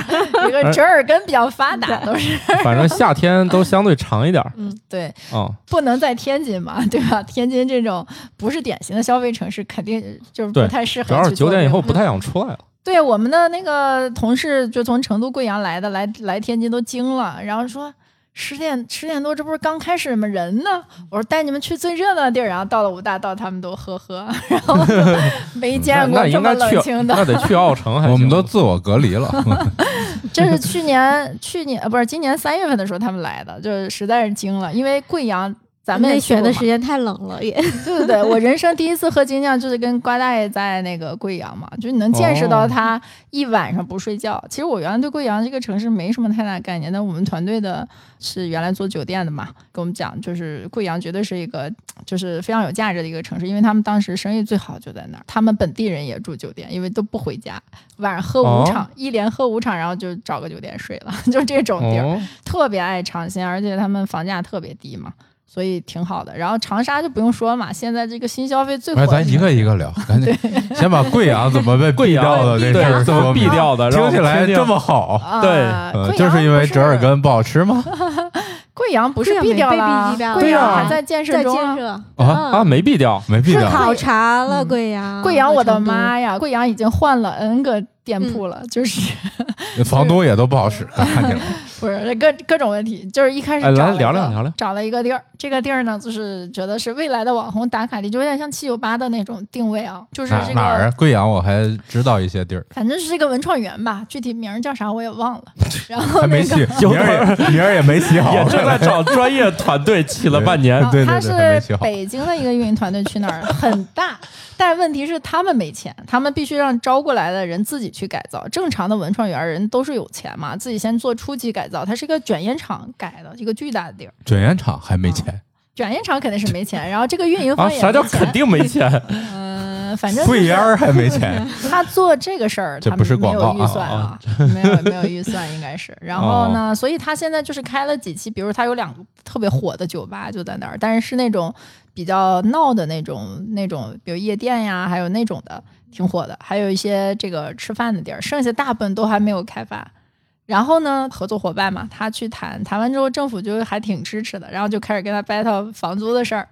[SPEAKER 3] 一个折耳根比较发达，都是
[SPEAKER 2] 反正夏天都相对长一点
[SPEAKER 3] 嗯
[SPEAKER 2] 儿
[SPEAKER 3] 对，
[SPEAKER 2] 啊。
[SPEAKER 3] 不能在天津嘛，对吧？天津这种不是典型的消费城市，肯定就是
[SPEAKER 2] 对
[SPEAKER 3] 不太适合。
[SPEAKER 2] 主要是九点以后
[SPEAKER 3] 嗯
[SPEAKER 2] 不。太想出来了。
[SPEAKER 3] 对，我们的那个同事就从成都、贵阳来的，来来天津都惊了，然后说。十点十点多，这不是刚开始吗？人呢？我说带你们去最热闹的地儿，然后到了五大道，他们都呵呵， 然后就
[SPEAKER 2] 嗯
[SPEAKER 3] 没
[SPEAKER 2] 那
[SPEAKER 3] 见过
[SPEAKER 2] 那
[SPEAKER 3] 这
[SPEAKER 2] 应
[SPEAKER 3] 么
[SPEAKER 2] 该
[SPEAKER 3] 冷
[SPEAKER 2] 去，
[SPEAKER 3] 清 的。
[SPEAKER 2] 那得去奥城还 行。
[SPEAKER 4] 我们都自我隔 离了，
[SPEAKER 3] 这是去年去年呃不是今年三月份的时候他们来的，就是实在是惊了，因为贵阳咱们也
[SPEAKER 6] 那
[SPEAKER 3] 去
[SPEAKER 6] 选
[SPEAKER 3] 过
[SPEAKER 6] 的
[SPEAKER 3] 嘛
[SPEAKER 6] 时间太冷了，也
[SPEAKER 3] 对 对对，我人生第一次喝精酿就是跟瓜大爷在那个贵阳嘛，就你能见识到他一晚上不睡觉。其实我原来对贵阳这个城市没什么太大概念，但我们团队的是原来做酒店的嘛，跟我们讲就是贵阳绝对是一个就是非常有价值的一个城市，因为他们当时生意最好就在那儿，他们本地人也住酒店，因为都不回家，晚上喝五场，一连喝五场，然后就找个酒店睡了， 就这种地儿。
[SPEAKER 2] 哦，
[SPEAKER 3] 特别爱尝鲜，而且他们房价特别低嘛，所以挺好的。然后长沙就不用说嘛，现在这个新消费最火
[SPEAKER 4] 哎，
[SPEAKER 3] 的
[SPEAKER 4] 咱一个一个聊，赶紧 先把贵阳怎么被
[SPEAKER 2] 贵
[SPEAKER 4] 毙
[SPEAKER 2] 阳
[SPEAKER 4] 掉的这事
[SPEAKER 2] 嗯对
[SPEAKER 4] 儿
[SPEAKER 2] 怎么
[SPEAKER 4] 说明啊
[SPEAKER 2] 毙掉的，让
[SPEAKER 4] 听起
[SPEAKER 2] 我
[SPEAKER 4] 来
[SPEAKER 2] 听
[SPEAKER 4] 这么好，
[SPEAKER 3] 啊，
[SPEAKER 2] 对
[SPEAKER 4] 呃
[SPEAKER 3] 贵阳
[SPEAKER 4] 就是因为折耳
[SPEAKER 3] 不是
[SPEAKER 4] 根不好吃 吗？
[SPEAKER 3] 贵阳不是
[SPEAKER 6] 贵阳
[SPEAKER 3] 毙掉
[SPEAKER 6] 没被
[SPEAKER 3] 了
[SPEAKER 6] 毙掉，
[SPEAKER 3] 贵
[SPEAKER 2] 对
[SPEAKER 3] 阳
[SPEAKER 2] 啊
[SPEAKER 3] 还在建设
[SPEAKER 6] 在
[SPEAKER 3] 中啊。
[SPEAKER 6] 建设
[SPEAKER 4] 啊
[SPEAKER 2] 啊，，没毙掉，
[SPEAKER 4] 没毙
[SPEAKER 6] 是
[SPEAKER 4] 掉，
[SPEAKER 6] 考察了
[SPEAKER 3] 嗯
[SPEAKER 6] 贵阳，
[SPEAKER 3] 贵阳，我的
[SPEAKER 6] 成都！
[SPEAKER 3] 妈呀！贵阳已经换了 N 个店铺
[SPEAKER 6] 嗯
[SPEAKER 3] 了，就是
[SPEAKER 4] 房东也都不好使，看起来
[SPEAKER 3] 不是各各种问题，就是一开始
[SPEAKER 2] 哎
[SPEAKER 3] 找
[SPEAKER 2] 来
[SPEAKER 3] 了一
[SPEAKER 2] 聊
[SPEAKER 3] 个
[SPEAKER 2] 聊聊聊
[SPEAKER 3] 找了一个地儿，这个地儿呢，就是觉得是未来的网红打卡地，就有点像七九八的那种定位啊，就是
[SPEAKER 4] 哪
[SPEAKER 3] 这
[SPEAKER 4] 哪
[SPEAKER 3] 个
[SPEAKER 4] 儿？贵阳我还知道一些地儿，
[SPEAKER 3] 反正是一个文创园吧，具体名儿叫啥我也 忘了。然后
[SPEAKER 4] 还
[SPEAKER 3] 那
[SPEAKER 4] 没
[SPEAKER 3] 个
[SPEAKER 4] 洗，名儿也名儿也没洗好，
[SPEAKER 2] 也 正在找专业团 队，起了半年
[SPEAKER 3] 啊，
[SPEAKER 4] 嗯对对
[SPEAKER 3] 他
[SPEAKER 4] 对还没
[SPEAKER 3] 是
[SPEAKER 4] 起好
[SPEAKER 3] 北京的一个运营团队去那儿 很大，但问题是他们没钱，他们必须让招过来的人自己去改造。正常的文创园人都是有钱嘛，自己先做初级改造。它是一个卷烟厂改的，一个巨大的地儿。
[SPEAKER 4] 卷烟厂还没钱，
[SPEAKER 3] 卷烟厂肯定是没钱，然后这个运营
[SPEAKER 2] 啊，
[SPEAKER 3] 方也
[SPEAKER 2] 啥
[SPEAKER 3] 没
[SPEAKER 2] 叫
[SPEAKER 3] 钱。
[SPEAKER 2] 肯定没 钱？
[SPEAKER 3] 嗯、反正
[SPEAKER 4] 贵烟
[SPEAKER 3] 就是
[SPEAKER 4] 儿还没钱，
[SPEAKER 3] 他做这个事儿，
[SPEAKER 4] 这
[SPEAKER 3] 他
[SPEAKER 4] 不是
[SPEAKER 3] 没有
[SPEAKER 4] 广告
[SPEAKER 3] 预
[SPEAKER 4] 啊
[SPEAKER 3] 算啊，没有没有预算应该是。然后呢，所以他现在就是开了几期，比如他有两个特别火的酒吧就在那儿，但是是那种比较闹的那种那种，比如夜店呀，还有那种的挺火的，还有一些这个吃饭的地儿，剩下大部分都还没有开发。然后呢，合作伙伴嘛，他去谈，谈完之后政府就还挺支持的，然后就开始跟他 battle 房租的事儿。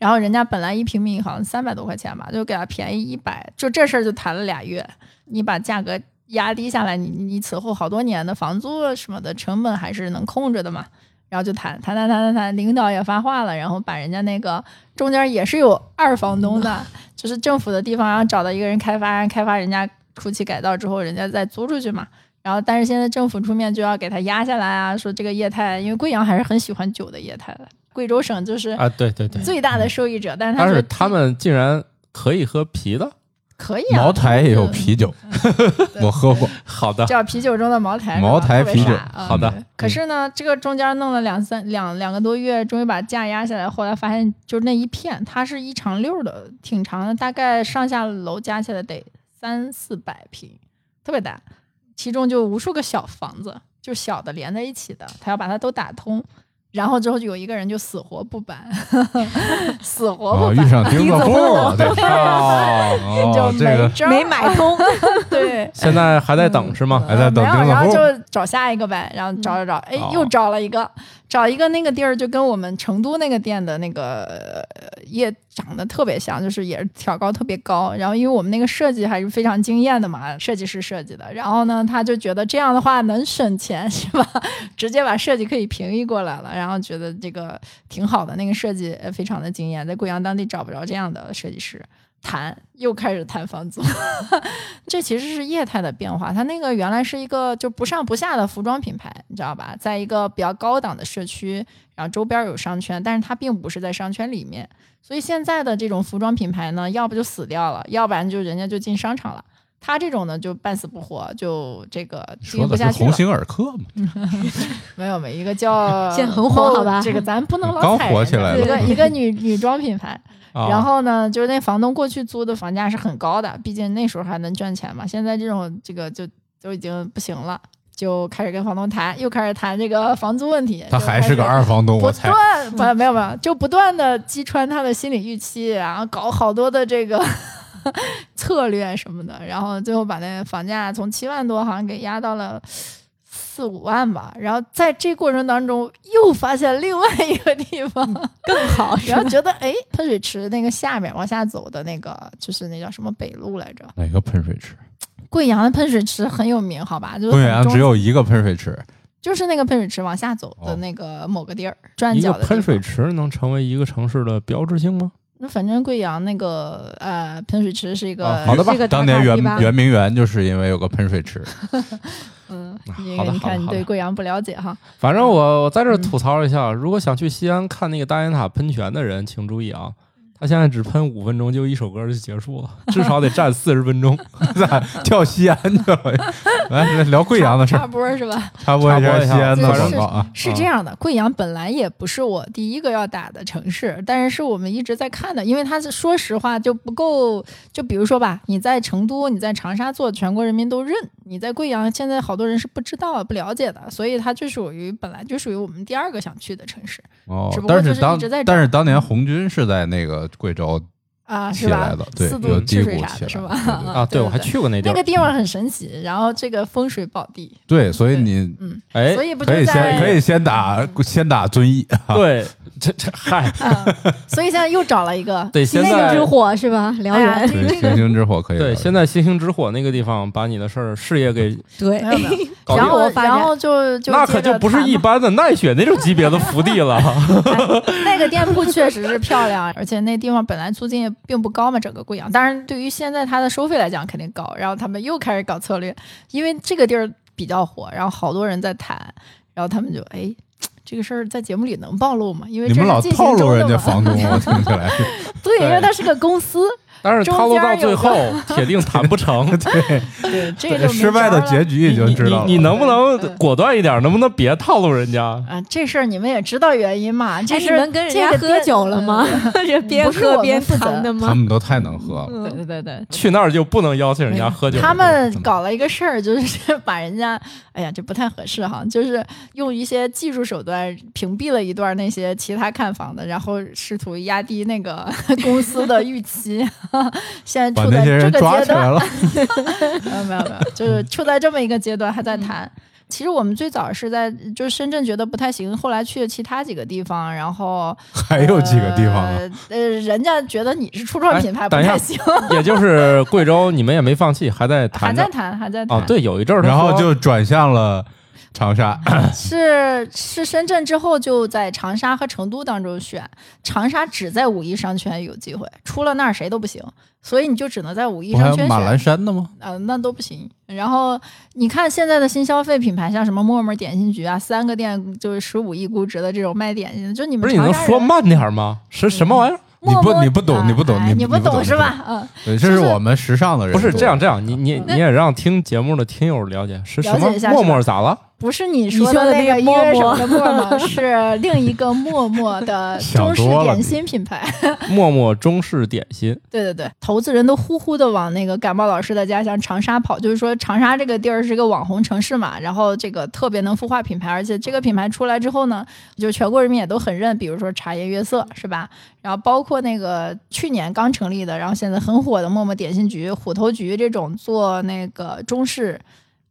[SPEAKER 3] 然后人家本来一平米好像三百多块钱吧，就给他便宜一百，就这事儿就谈了俩月。你把价格压低下来，你你此后好多年的房租啊什么的成本还是能控制的嘛。然后就谈谈谈谈谈谈，领导也发话了，然后把人家那个中间也是有二房东的，就是政府的地方，然后找到一个人开发，开发人家初期改造之后，人家再租出去嘛。然后，但是现在政府出面就要给他压下来啊，说这个业态，因为贵阳还是很喜欢酒的业态的，贵州省就是
[SPEAKER 2] 啊，对对对，
[SPEAKER 3] 最大的受益者。但是他
[SPEAKER 2] 但
[SPEAKER 3] 说
[SPEAKER 2] 是他们竟然可以喝啤的，
[SPEAKER 3] 可以啊，
[SPEAKER 4] 茅台也有啤酒，
[SPEAKER 3] 嗯
[SPEAKER 4] 我喝过。
[SPEAKER 2] 好的，
[SPEAKER 3] 叫啤酒中的茅台，
[SPEAKER 4] 茅台啤酒
[SPEAKER 2] 好
[SPEAKER 3] 好
[SPEAKER 2] 的
[SPEAKER 3] 嗯可是呢，这个中间弄了两三两两个多月，终于把价压下来。后来发现，就是那一片，它是一长溜儿的，挺长的，大概上下楼加起来得三四百平，特别大。其中就无数个小房子，就小的连在一起的，他要把它都打通。然后之后就有一个人就死活不搬， 死活
[SPEAKER 4] 哦，
[SPEAKER 3] 不
[SPEAKER 4] 遇
[SPEAKER 3] 搬，
[SPEAKER 4] 上钉子户了，对，
[SPEAKER 3] 就
[SPEAKER 4] 哦，这
[SPEAKER 3] 没
[SPEAKER 4] 个
[SPEAKER 3] 招儿，
[SPEAKER 6] 没买通，
[SPEAKER 3] 对。
[SPEAKER 2] 现在还在等是吗？
[SPEAKER 4] 还在等
[SPEAKER 3] 嗯没
[SPEAKER 4] 钉
[SPEAKER 3] 有，
[SPEAKER 4] 子
[SPEAKER 3] 然后
[SPEAKER 4] 户
[SPEAKER 3] 就，找下一个呗，然后找找找，哎
[SPEAKER 2] 哦，
[SPEAKER 3] 又找了一个，找一个那个地儿就跟我们成都那个店的那个呃业长得特别像，就是也是挑高特别高。然后因为我们那个设计还是非常惊艳的嘛，设计师设计的。然后呢，他就觉得这样的话能省钱是吧？ 直接把设计可以平移过来了，然后觉得这个挺好的，那个设计呃非常的惊艳，在贵阳当地找不着这样的设计师。谈又开始谈房租， 这其实是业态的变化。它那个原来是一个就不上不下的服装品牌，你知道吧？在一个比较高档的社区，然后周边有商圈，但是它并不是在商圈里面。所以现在的这种服装品牌呢，要不就死掉了，要不然就人家就进商场了。它这种呢就半死不活，就这个经
[SPEAKER 4] 说
[SPEAKER 3] 营
[SPEAKER 4] 的
[SPEAKER 3] 不
[SPEAKER 4] 是
[SPEAKER 3] 下去
[SPEAKER 4] 鸿
[SPEAKER 3] 了。
[SPEAKER 4] 星尔克嘛，
[SPEAKER 3] 没有没有一个 叫
[SPEAKER 6] 现在很火好吧
[SPEAKER 3] 这个咱不能老
[SPEAKER 4] 刚
[SPEAKER 3] 踩
[SPEAKER 4] 火
[SPEAKER 3] 人
[SPEAKER 4] 起
[SPEAKER 3] 家
[SPEAKER 4] 来
[SPEAKER 3] 一个
[SPEAKER 4] 了
[SPEAKER 3] 一个女女装品牌，
[SPEAKER 2] 啊
[SPEAKER 3] 然后呢，就是那房东过去租的房价是很高的，毕竟那时候还能赚钱嘛。现在这种这个就都已经不行了，就开始跟房东谈，又开始谈这个房租问题。
[SPEAKER 4] 他
[SPEAKER 3] 就
[SPEAKER 4] 还
[SPEAKER 3] 开
[SPEAKER 4] 是个
[SPEAKER 3] 始
[SPEAKER 4] 二房东，
[SPEAKER 3] 不
[SPEAKER 4] 我猜。
[SPEAKER 3] 断不没有没有，就不断的击穿他的心理预期，然后搞好多的这个 策略什么的，然后最后把那房价从七万多好像给压到了。四五万吧，然后在这过程当中又发现另外一个地方，
[SPEAKER 6] 更好是
[SPEAKER 3] 然
[SPEAKER 6] 吧
[SPEAKER 3] 后？觉得哎，喷水池那个下面往下走的那个就是那叫什么北路来着？
[SPEAKER 4] 哪个喷水池？贵
[SPEAKER 3] 贵阳的喷水池很有名，好吧？就是
[SPEAKER 4] 贵
[SPEAKER 3] 很
[SPEAKER 4] 阳
[SPEAKER 3] 中
[SPEAKER 4] 只有一个喷水池，
[SPEAKER 3] 就是那个喷水池往下走的
[SPEAKER 4] 哦
[SPEAKER 3] 那个某个地儿，转
[SPEAKER 2] 一
[SPEAKER 3] 角
[SPEAKER 2] 个
[SPEAKER 3] 的地
[SPEAKER 2] 喷水
[SPEAKER 3] 方
[SPEAKER 2] 池能成为一个城市的标志性吗？
[SPEAKER 3] 那反正贵阳那个呃喷水池是一个、
[SPEAKER 2] 哦
[SPEAKER 4] 啊好的吧
[SPEAKER 6] 这个。打
[SPEAKER 4] 当年
[SPEAKER 6] 卡地
[SPEAKER 4] 圆
[SPEAKER 6] 吧
[SPEAKER 4] 圆明园就是因为有个喷水池，
[SPEAKER 3] 嗯，你
[SPEAKER 2] 啊好的好
[SPEAKER 3] 你
[SPEAKER 2] 的
[SPEAKER 3] 看你
[SPEAKER 2] 好
[SPEAKER 3] 对
[SPEAKER 2] 的
[SPEAKER 3] 贵阳不了 解哈，
[SPEAKER 2] 反正我我在这
[SPEAKER 3] 嗯
[SPEAKER 2] 儿吐槽一下，如果想去西安看那个大雁塔喷泉的人，请注意啊，
[SPEAKER 3] 嗯
[SPEAKER 2] 他现在只喷五分钟，就一首歌就结束了，至少得站四十分 钟。
[SPEAKER 4] 咋跳西安去 了？来哎来聊贵阳的事
[SPEAKER 3] 插
[SPEAKER 4] 儿，
[SPEAKER 3] 播是吧？
[SPEAKER 4] 插播一
[SPEAKER 2] 插
[SPEAKER 4] 下
[SPEAKER 2] 播
[SPEAKER 4] 西
[SPEAKER 2] 一下
[SPEAKER 4] 安的
[SPEAKER 3] 反
[SPEAKER 4] 广
[SPEAKER 3] 正
[SPEAKER 4] 告啊。
[SPEAKER 3] 是
[SPEAKER 2] 嗯
[SPEAKER 3] 这样的，贵阳本来也不是我第一个要打的城市，但是是我们一直在看的，因为它是说实话就不够。就比如说吧，你在成都、你在长沙做，全国人民都认；你在贵阳，现在好多人是不知道、不了解的，所以它就属于本来就属于我们第二个想去的城市
[SPEAKER 4] 哦
[SPEAKER 3] 只不，过
[SPEAKER 4] 但
[SPEAKER 3] 就是是
[SPEAKER 4] 当
[SPEAKER 3] 一直在
[SPEAKER 4] 但是当年红军是在那个贵州
[SPEAKER 3] 啊，
[SPEAKER 4] 起
[SPEAKER 3] 是
[SPEAKER 4] 来
[SPEAKER 3] 吧
[SPEAKER 4] 的？，对
[SPEAKER 3] 四，
[SPEAKER 4] 有
[SPEAKER 3] 渡
[SPEAKER 4] 低
[SPEAKER 3] 治水
[SPEAKER 4] 谷
[SPEAKER 3] 啥
[SPEAKER 4] 起
[SPEAKER 3] 的是
[SPEAKER 4] 来
[SPEAKER 3] 吧？
[SPEAKER 4] 对对
[SPEAKER 2] 啊，对，我还
[SPEAKER 3] 对
[SPEAKER 2] 去过那地
[SPEAKER 3] 那
[SPEAKER 2] 儿嗯
[SPEAKER 3] 个。地方很神奇，然后这个风水宝地，
[SPEAKER 4] 对，所以你
[SPEAKER 3] 嗯，
[SPEAKER 2] 哎
[SPEAKER 3] 所，以不就
[SPEAKER 4] 可以
[SPEAKER 3] 在
[SPEAKER 4] 先可以先打先打遵义，
[SPEAKER 2] 对，这这嗨，
[SPEAKER 3] 啊，所以现在又找了一个
[SPEAKER 2] 对，现
[SPEAKER 6] 星星
[SPEAKER 2] 在
[SPEAKER 6] 之火是吧？燎
[SPEAKER 3] 哎呀
[SPEAKER 6] 原，
[SPEAKER 4] 对，星星之火可以聊一
[SPEAKER 2] 对，
[SPEAKER 4] 聊。
[SPEAKER 2] 现在星星之火那个地方把你的事儿事业给
[SPEAKER 6] 对
[SPEAKER 3] 哎
[SPEAKER 6] 哎
[SPEAKER 3] 没有没有
[SPEAKER 2] 搞定
[SPEAKER 3] 然
[SPEAKER 6] 全
[SPEAKER 3] 后
[SPEAKER 6] 国发展
[SPEAKER 3] 然后就就
[SPEAKER 2] 那
[SPEAKER 3] 接
[SPEAKER 2] 可
[SPEAKER 3] 着
[SPEAKER 2] 就不是
[SPEAKER 3] 谈
[SPEAKER 2] 一
[SPEAKER 3] 嘛
[SPEAKER 2] 般的奈雪那种级别的福地 了。
[SPEAKER 3] 那个店铺确实是漂亮，而且那地方本来租金也并不高嘛，整个贵阳。当然，对于现在它的收费来讲肯定高。然后他们又开始搞策略，因为这个地儿比较火，然后好多人在谈，然后他们就哎，这个事儿在节目里能暴露吗？因为
[SPEAKER 4] 你
[SPEAKER 3] 这
[SPEAKER 4] 们
[SPEAKER 3] 是
[SPEAKER 4] 老
[SPEAKER 3] 进行
[SPEAKER 4] 套路
[SPEAKER 3] 中的
[SPEAKER 4] 人家
[SPEAKER 3] 嘛
[SPEAKER 4] 房东，我听起来是。
[SPEAKER 3] 对，因
[SPEAKER 2] 对
[SPEAKER 3] 为它是个公司，
[SPEAKER 2] 但是
[SPEAKER 3] 中
[SPEAKER 2] 套路
[SPEAKER 3] 间
[SPEAKER 2] 到
[SPEAKER 3] 有
[SPEAKER 2] 最
[SPEAKER 3] 个
[SPEAKER 2] 后， 铁定谈不成。
[SPEAKER 3] 对，这个就没
[SPEAKER 4] 失败
[SPEAKER 3] 招
[SPEAKER 4] 的
[SPEAKER 3] 了
[SPEAKER 4] 结局已经知道了。
[SPEAKER 2] 你你你能不
[SPEAKER 3] 对
[SPEAKER 2] 能
[SPEAKER 3] 对
[SPEAKER 2] 果断一点？能不能别套路人家？
[SPEAKER 3] 啊，这事儿你们也知道原因嘛？这
[SPEAKER 6] 哎，你
[SPEAKER 3] 事儿
[SPEAKER 6] 们跟人
[SPEAKER 3] 这
[SPEAKER 6] 家
[SPEAKER 3] 个
[SPEAKER 6] 喝
[SPEAKER 3] 店
[SPEAKER 6] 酒了吗？呃 这边
[SPEAKER 3] 不是我
[SPEAKER 6] 喝
[SPEAKER 3] 们
[SPEAKER 6] 边
[SPEAKER 3] 负责
[SPEAKER 6] 谈的
[SPEAKER 4] 他
[SPEAKER 6] 吗？
[SPEAKER 4] 们都太能喝了，
[SPEAKER 3] 对
[SPEAKER 6] 嗯，
[SPEAKER 3] 对对对，
[SPEAKER 2] 去那儿就不能邀请人家喝酒。
[SPEAKER 3] 他们搞了一个事儿，就是 把人家，哎呀，这不太合适哈，就是用一些技术手段屏蔽了一段那些其他看房的，然后试图压低那个 公司的预期。 现在
[SPEAKER 4] 把
[SPEAKER 3] 处
[SPEAKER 4] 那
[SPEAKER 3] 在
[SPEAKER 4] 些
[SPEAKER 3] 这
[SPEAKER 4] 人
[SPEAKER 3] 个
[SPEAKER 4] 抓
[SPEAKER 3] 阶
[SPEAKER 4] 起来
[SPEAKER 3] 段，
[SPEAKER 4] 了。
[SPEAKER 3] 没有没有没有，就是处在这么一个阶段还在谈。其实我们最早是在就是深圳觉得不太行，后来去了其他几个地方，然后
[SPEAKER 4] 还有几个地方啊？
[SPEAKER 3] 呃，呃人家觉得你是初创
[SPEAKER 2] 哎
[SPEAKER 3] 品牌不
[SPEAKER 2] 等一下
[SPEAKER 3] 太行，
[SPEAKER 2] 也就是贵州，你们也没放弃，还在
[SPEAKER 3] 还
[SPEAKER 2] 谈着
[SPEAKER 3] 在。谈，还在谈。
[SPEAKER 2] 哦，对，有一阵儿他
[SPEAKER 4] 然后
[SPEAKER 2] 说
[SPEAKER 4] 就转向了长沙，
[SPEAKER 3] 是是深圳之后就在长沙和成都当中选，长沙只在五一商圈有机会，出了那儿谁都不行，所以你就只能在五一
[SPEAKER 4] 不还
[SPEAKER 3] 商
[SPEAKER 4] 有
[SPEAKER 3] 圈
[SPEAKER 4] 马
[SPEAKER 3] 选。
[SPEAKER 4] 栏山的吗？
[SPEAKER 3] 啊、那都不行。然后你看现在的新消费品牌，像什么陌陌点心局啊，三个店就是十五亿估值的这种卖点心的，就你
[SPEAKER 2] 不
[SPEAKER 3] 们
[SPEAKER 2] 是你能
[SPEAKER 3] 长沙
[SPEAKER 2] 说
[SPEAKER 3] 人
[SPEAKER 2] 慢点儿吗？是什么玩意儿？
[SPEAKER 4] 你
[SPEAKER 3] 陌
[SPEAKER 4] 不
[SPEAKER 3] 陌
[SPEAKER 4] 你不懂
[SPEAKER 3] 啊
[SPEAKER 4] 你不懂
[SPEAKER 3] 哎
[SPEAKER 4] 你
[SPEAKER 3] 你
[SPEAKER 4] 不你不
[SPEAKER 3] 懂
[SPEAKER 4] 懂
[SPEAKER 3] 是吧？嗯，
[SPEAKER 4] 对，这是我们时尚的人。
[SPEAKER 2] 不是这样，这样，你你你也让听节目的听友了解是什
[SPEAKER 3] 了
[SPEAKER 2] 么
[SPEAKER 3] 解一下
[SPEAKER 2] 陌
[SPEAKER 3] 是吧
[SPEAKER 2] 陌咋了？
[SPEAKER 3] 不是你
[SPEAKER 6] 你
[SPEAKER 3] 说
[SPEAKER 6] 说
[SPEAKER 3] 的那
[SPEAKER 6] 的那
[SPEAKER 3] 个
[SPEAKER 6] 个
[SPEAKER 3] 音
[SPEAKER 6] 陌
[SPEAKER 3] 乐什
[SPEAKER 6] 陌
[SPEAKER 3] 么的陌陌，是另一个 陌陌的
[SPEAKER 4] 想
[SPEAKER 3] 中式
[SPEAKER 4] 多了
[SPEAKER 3] 点
[SPEAKER 4] 你
[SPEAKER 3] 心品牌。
[SPEAKER 2] 陌陌中式点心，
[SPEAKER 3] 对对对，投资人都呼呼的往那个感冒老师的家乡长沙跑，就是说长沙这个地儿是个网红城市嘛，然后这个特别能孵化品牌，而且这个品牌出来之后呢，就全国人民也都很认，比如说茶颜悦色是吧？然后包括那个去年刚成立的，然后现在很火的陌陌点心局、虎头局这种做那个中式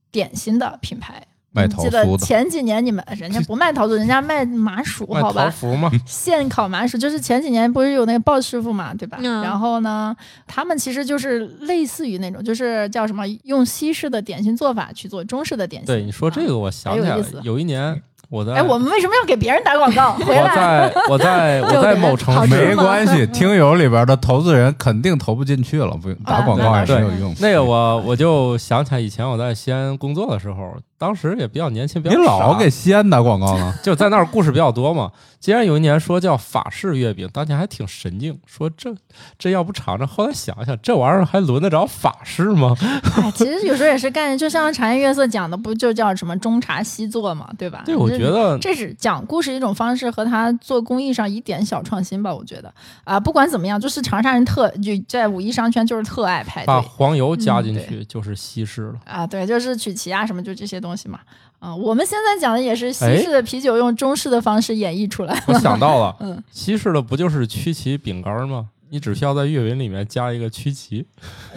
[SPEAKER 3] 点心的品牌。
[SPEAKER 4] 卖桃
[SPEAKER 3] 记得
[SPEAKER 4] 酥的，
[SPEAKER 3] 前几年你们人家不卖桃酥，人家卖麻薯，
[SPEAKER 2] 卖
[SPEAKER 3] 好吧
[SPEAKER 2] 桃？符吗？
[SPEAKER 3] 现烤麻薯，就是前几年不是有那个鲍师傅嘛，对吧？
[SPEAKER 6] 嗯
[SPEAKER 3] 然后呢，他们其实就是类似于那种，就是叫什么，用西式的点心做法去做中式的点心。
[SPEAKER 2] 对，你说这
[SPEAKER 3] 啊。
[SPEAKER 2] 个，我想
[SPEAKER 3] 有
[SPEAKER 2] 起来
[SPEAKER 3] 意
[SPEAKER 2] 了
[SPEAKER 3] 思，
[SPEAKER 2] 有一年我在
[SPEAKER 3] 哎，我们为什么要给别人打 广告？ 回
[SPEAKER 2] 我
[SPEAKER 3] 来，
[SPEAKER 2] 在我 在我在某城
[SPEAKER 6] 好吃
[SPEAKER 4] 没
[SPEAKER 2] 市，
[SPEAKER 6] 吗
[SPEAKER 4] 关系，听友里边的投资人肯定投不进去了，不
[SPEAKER 3] 啊
[SPEAKER 4] 用打广告也是有用。
[SPEAKER 2] 那个我我就想起来以前我在西安工作的时候，当时也比较年轻，比
[SPEAKER 4] 你
[SPEAKER 2] 较
[SPEAKER 4] 老
[SPEAKER 2] 傻
[SPEAKER 4] 给西安打广告呢？
[SPEAKER 2] 就在那儿故事比较多嘛。既然有一年说叫法式月饼，当年还挺神经，说这这要不尝尝。后来想一想，这玩意儿还轮得着法式 吗？
[SPEAKER 3] 哎，其实有时候也是干，就像茶颜悦色讲的，不就叫什么中茶西做嘛，对吧？
[SPEAKER 2] 对，我
[SPEAKER 3] 这
[SPEAKER 2] 觉得
[SPEAKER 3] 这是讲故事一种方式，和他做公益上一点小创新吧，我觉得啊，不管怎么样，就是长沙人特就在五一商圈就是特爱排队
[SPEAKER 2] 把，黄油加进
[SPEAKER 3] 嗯
[SPEAKER 2] 去就是西式 了。
[SPEAKER 3] 啊，对，就是曲奇啊，什么就这些东西嘛。啊、我们现在讲的也是
[SPEAKER 2] 哎
[SPEAKER 3] 西式的啤酒用中式的方式演绎出来。
[SPEAKER 2] 我想到了
[SPEAKER 3] 嗯，
[SPEAKER 2] 西式的不就是曲奇饼干吗？你只需要在月饼里面加一个曲奇，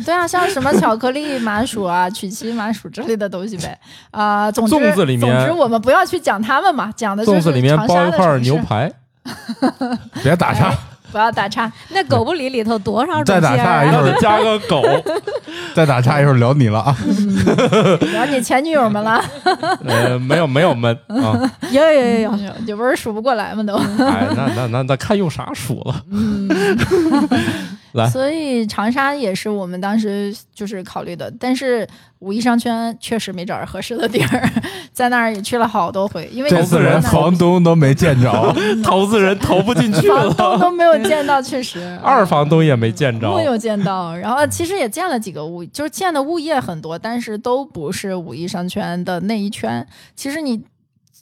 [SPEAKER 3] 对啊，像什么巧克力麻薯啊、 曲奇麻薯之类的东西呗。啊、总之，
[SPEAKER 2] 粽子里面
[SPEAKER 3] 总之我们不要去讲他们嘛，讲的就
[SPEAKER 2] 粽
[SPEAKER 3] 是
[SPEAKER 2] 子里面
[SPEAKER 3] 长
[SPEAKER 2] 包
[SPEAKER 3] 沙
[SPEAKER 2] 一
[SPEAKER 3] 的
[SPEAKER 2] 块
[SPEAKER 3] 城市
[SPEAKER 2] 牛。排，
[SPEAKER 4] 别打岔，
[SPEAKER 3] 不要打岔，
[SPEAKER 6] 那狗不理里头多少
[SPEAKER 4] 再
[SPEAKER 6] 种
[SPEAKER 4] 打
[SPEAKER 6] 馅
[SPEAKER 4] 岔
[SPEAKER 6] 儿
[SPEAKER 4] 一
[SPEAKER 6] 啊？
[SPEAKER 4] 会
[SPEAKER 2] 那
[SPEAKER 4] 儿
[SPEAKER 2] 得哎加个狗。
[SPEAKER 4] 再打岔一会儿聊你了啊！
[SPEAKER 3] 聊你前女友们 了，
[SPEAKER 2] 呃，没有没有焖啊，
[SPEAKER 6] 有有有有，
[SPEAKER 3] 就不是数不过来嘛都。
[SPEAKER 2] 哎，那那那那看用啥数了？ 来
[SPEAKER 3] 所以长沙也是我们当时就是考虑的，但是五一商圈确实没找着合适的地儿， 在那儿也去了好多回，因为
[SPEAKER 4] 这次人
[SPEAKER 3] 你说呢
[SPEAKER 4] 房东都没见 着，
[SPEAKER 2] 投资人投不进 去
[SPEAKER 3] 房东
[SPEAKER 2] 了，
[SPEAKER 3] 都没有见到，确实 嗯
[SPEAKER 2] 二房东也没见着。
[SPEAKER 3] 没有见到。然后呃其实也见了几个物，就是见的物业很多，但是都不是五一商圈的那一圈。其实你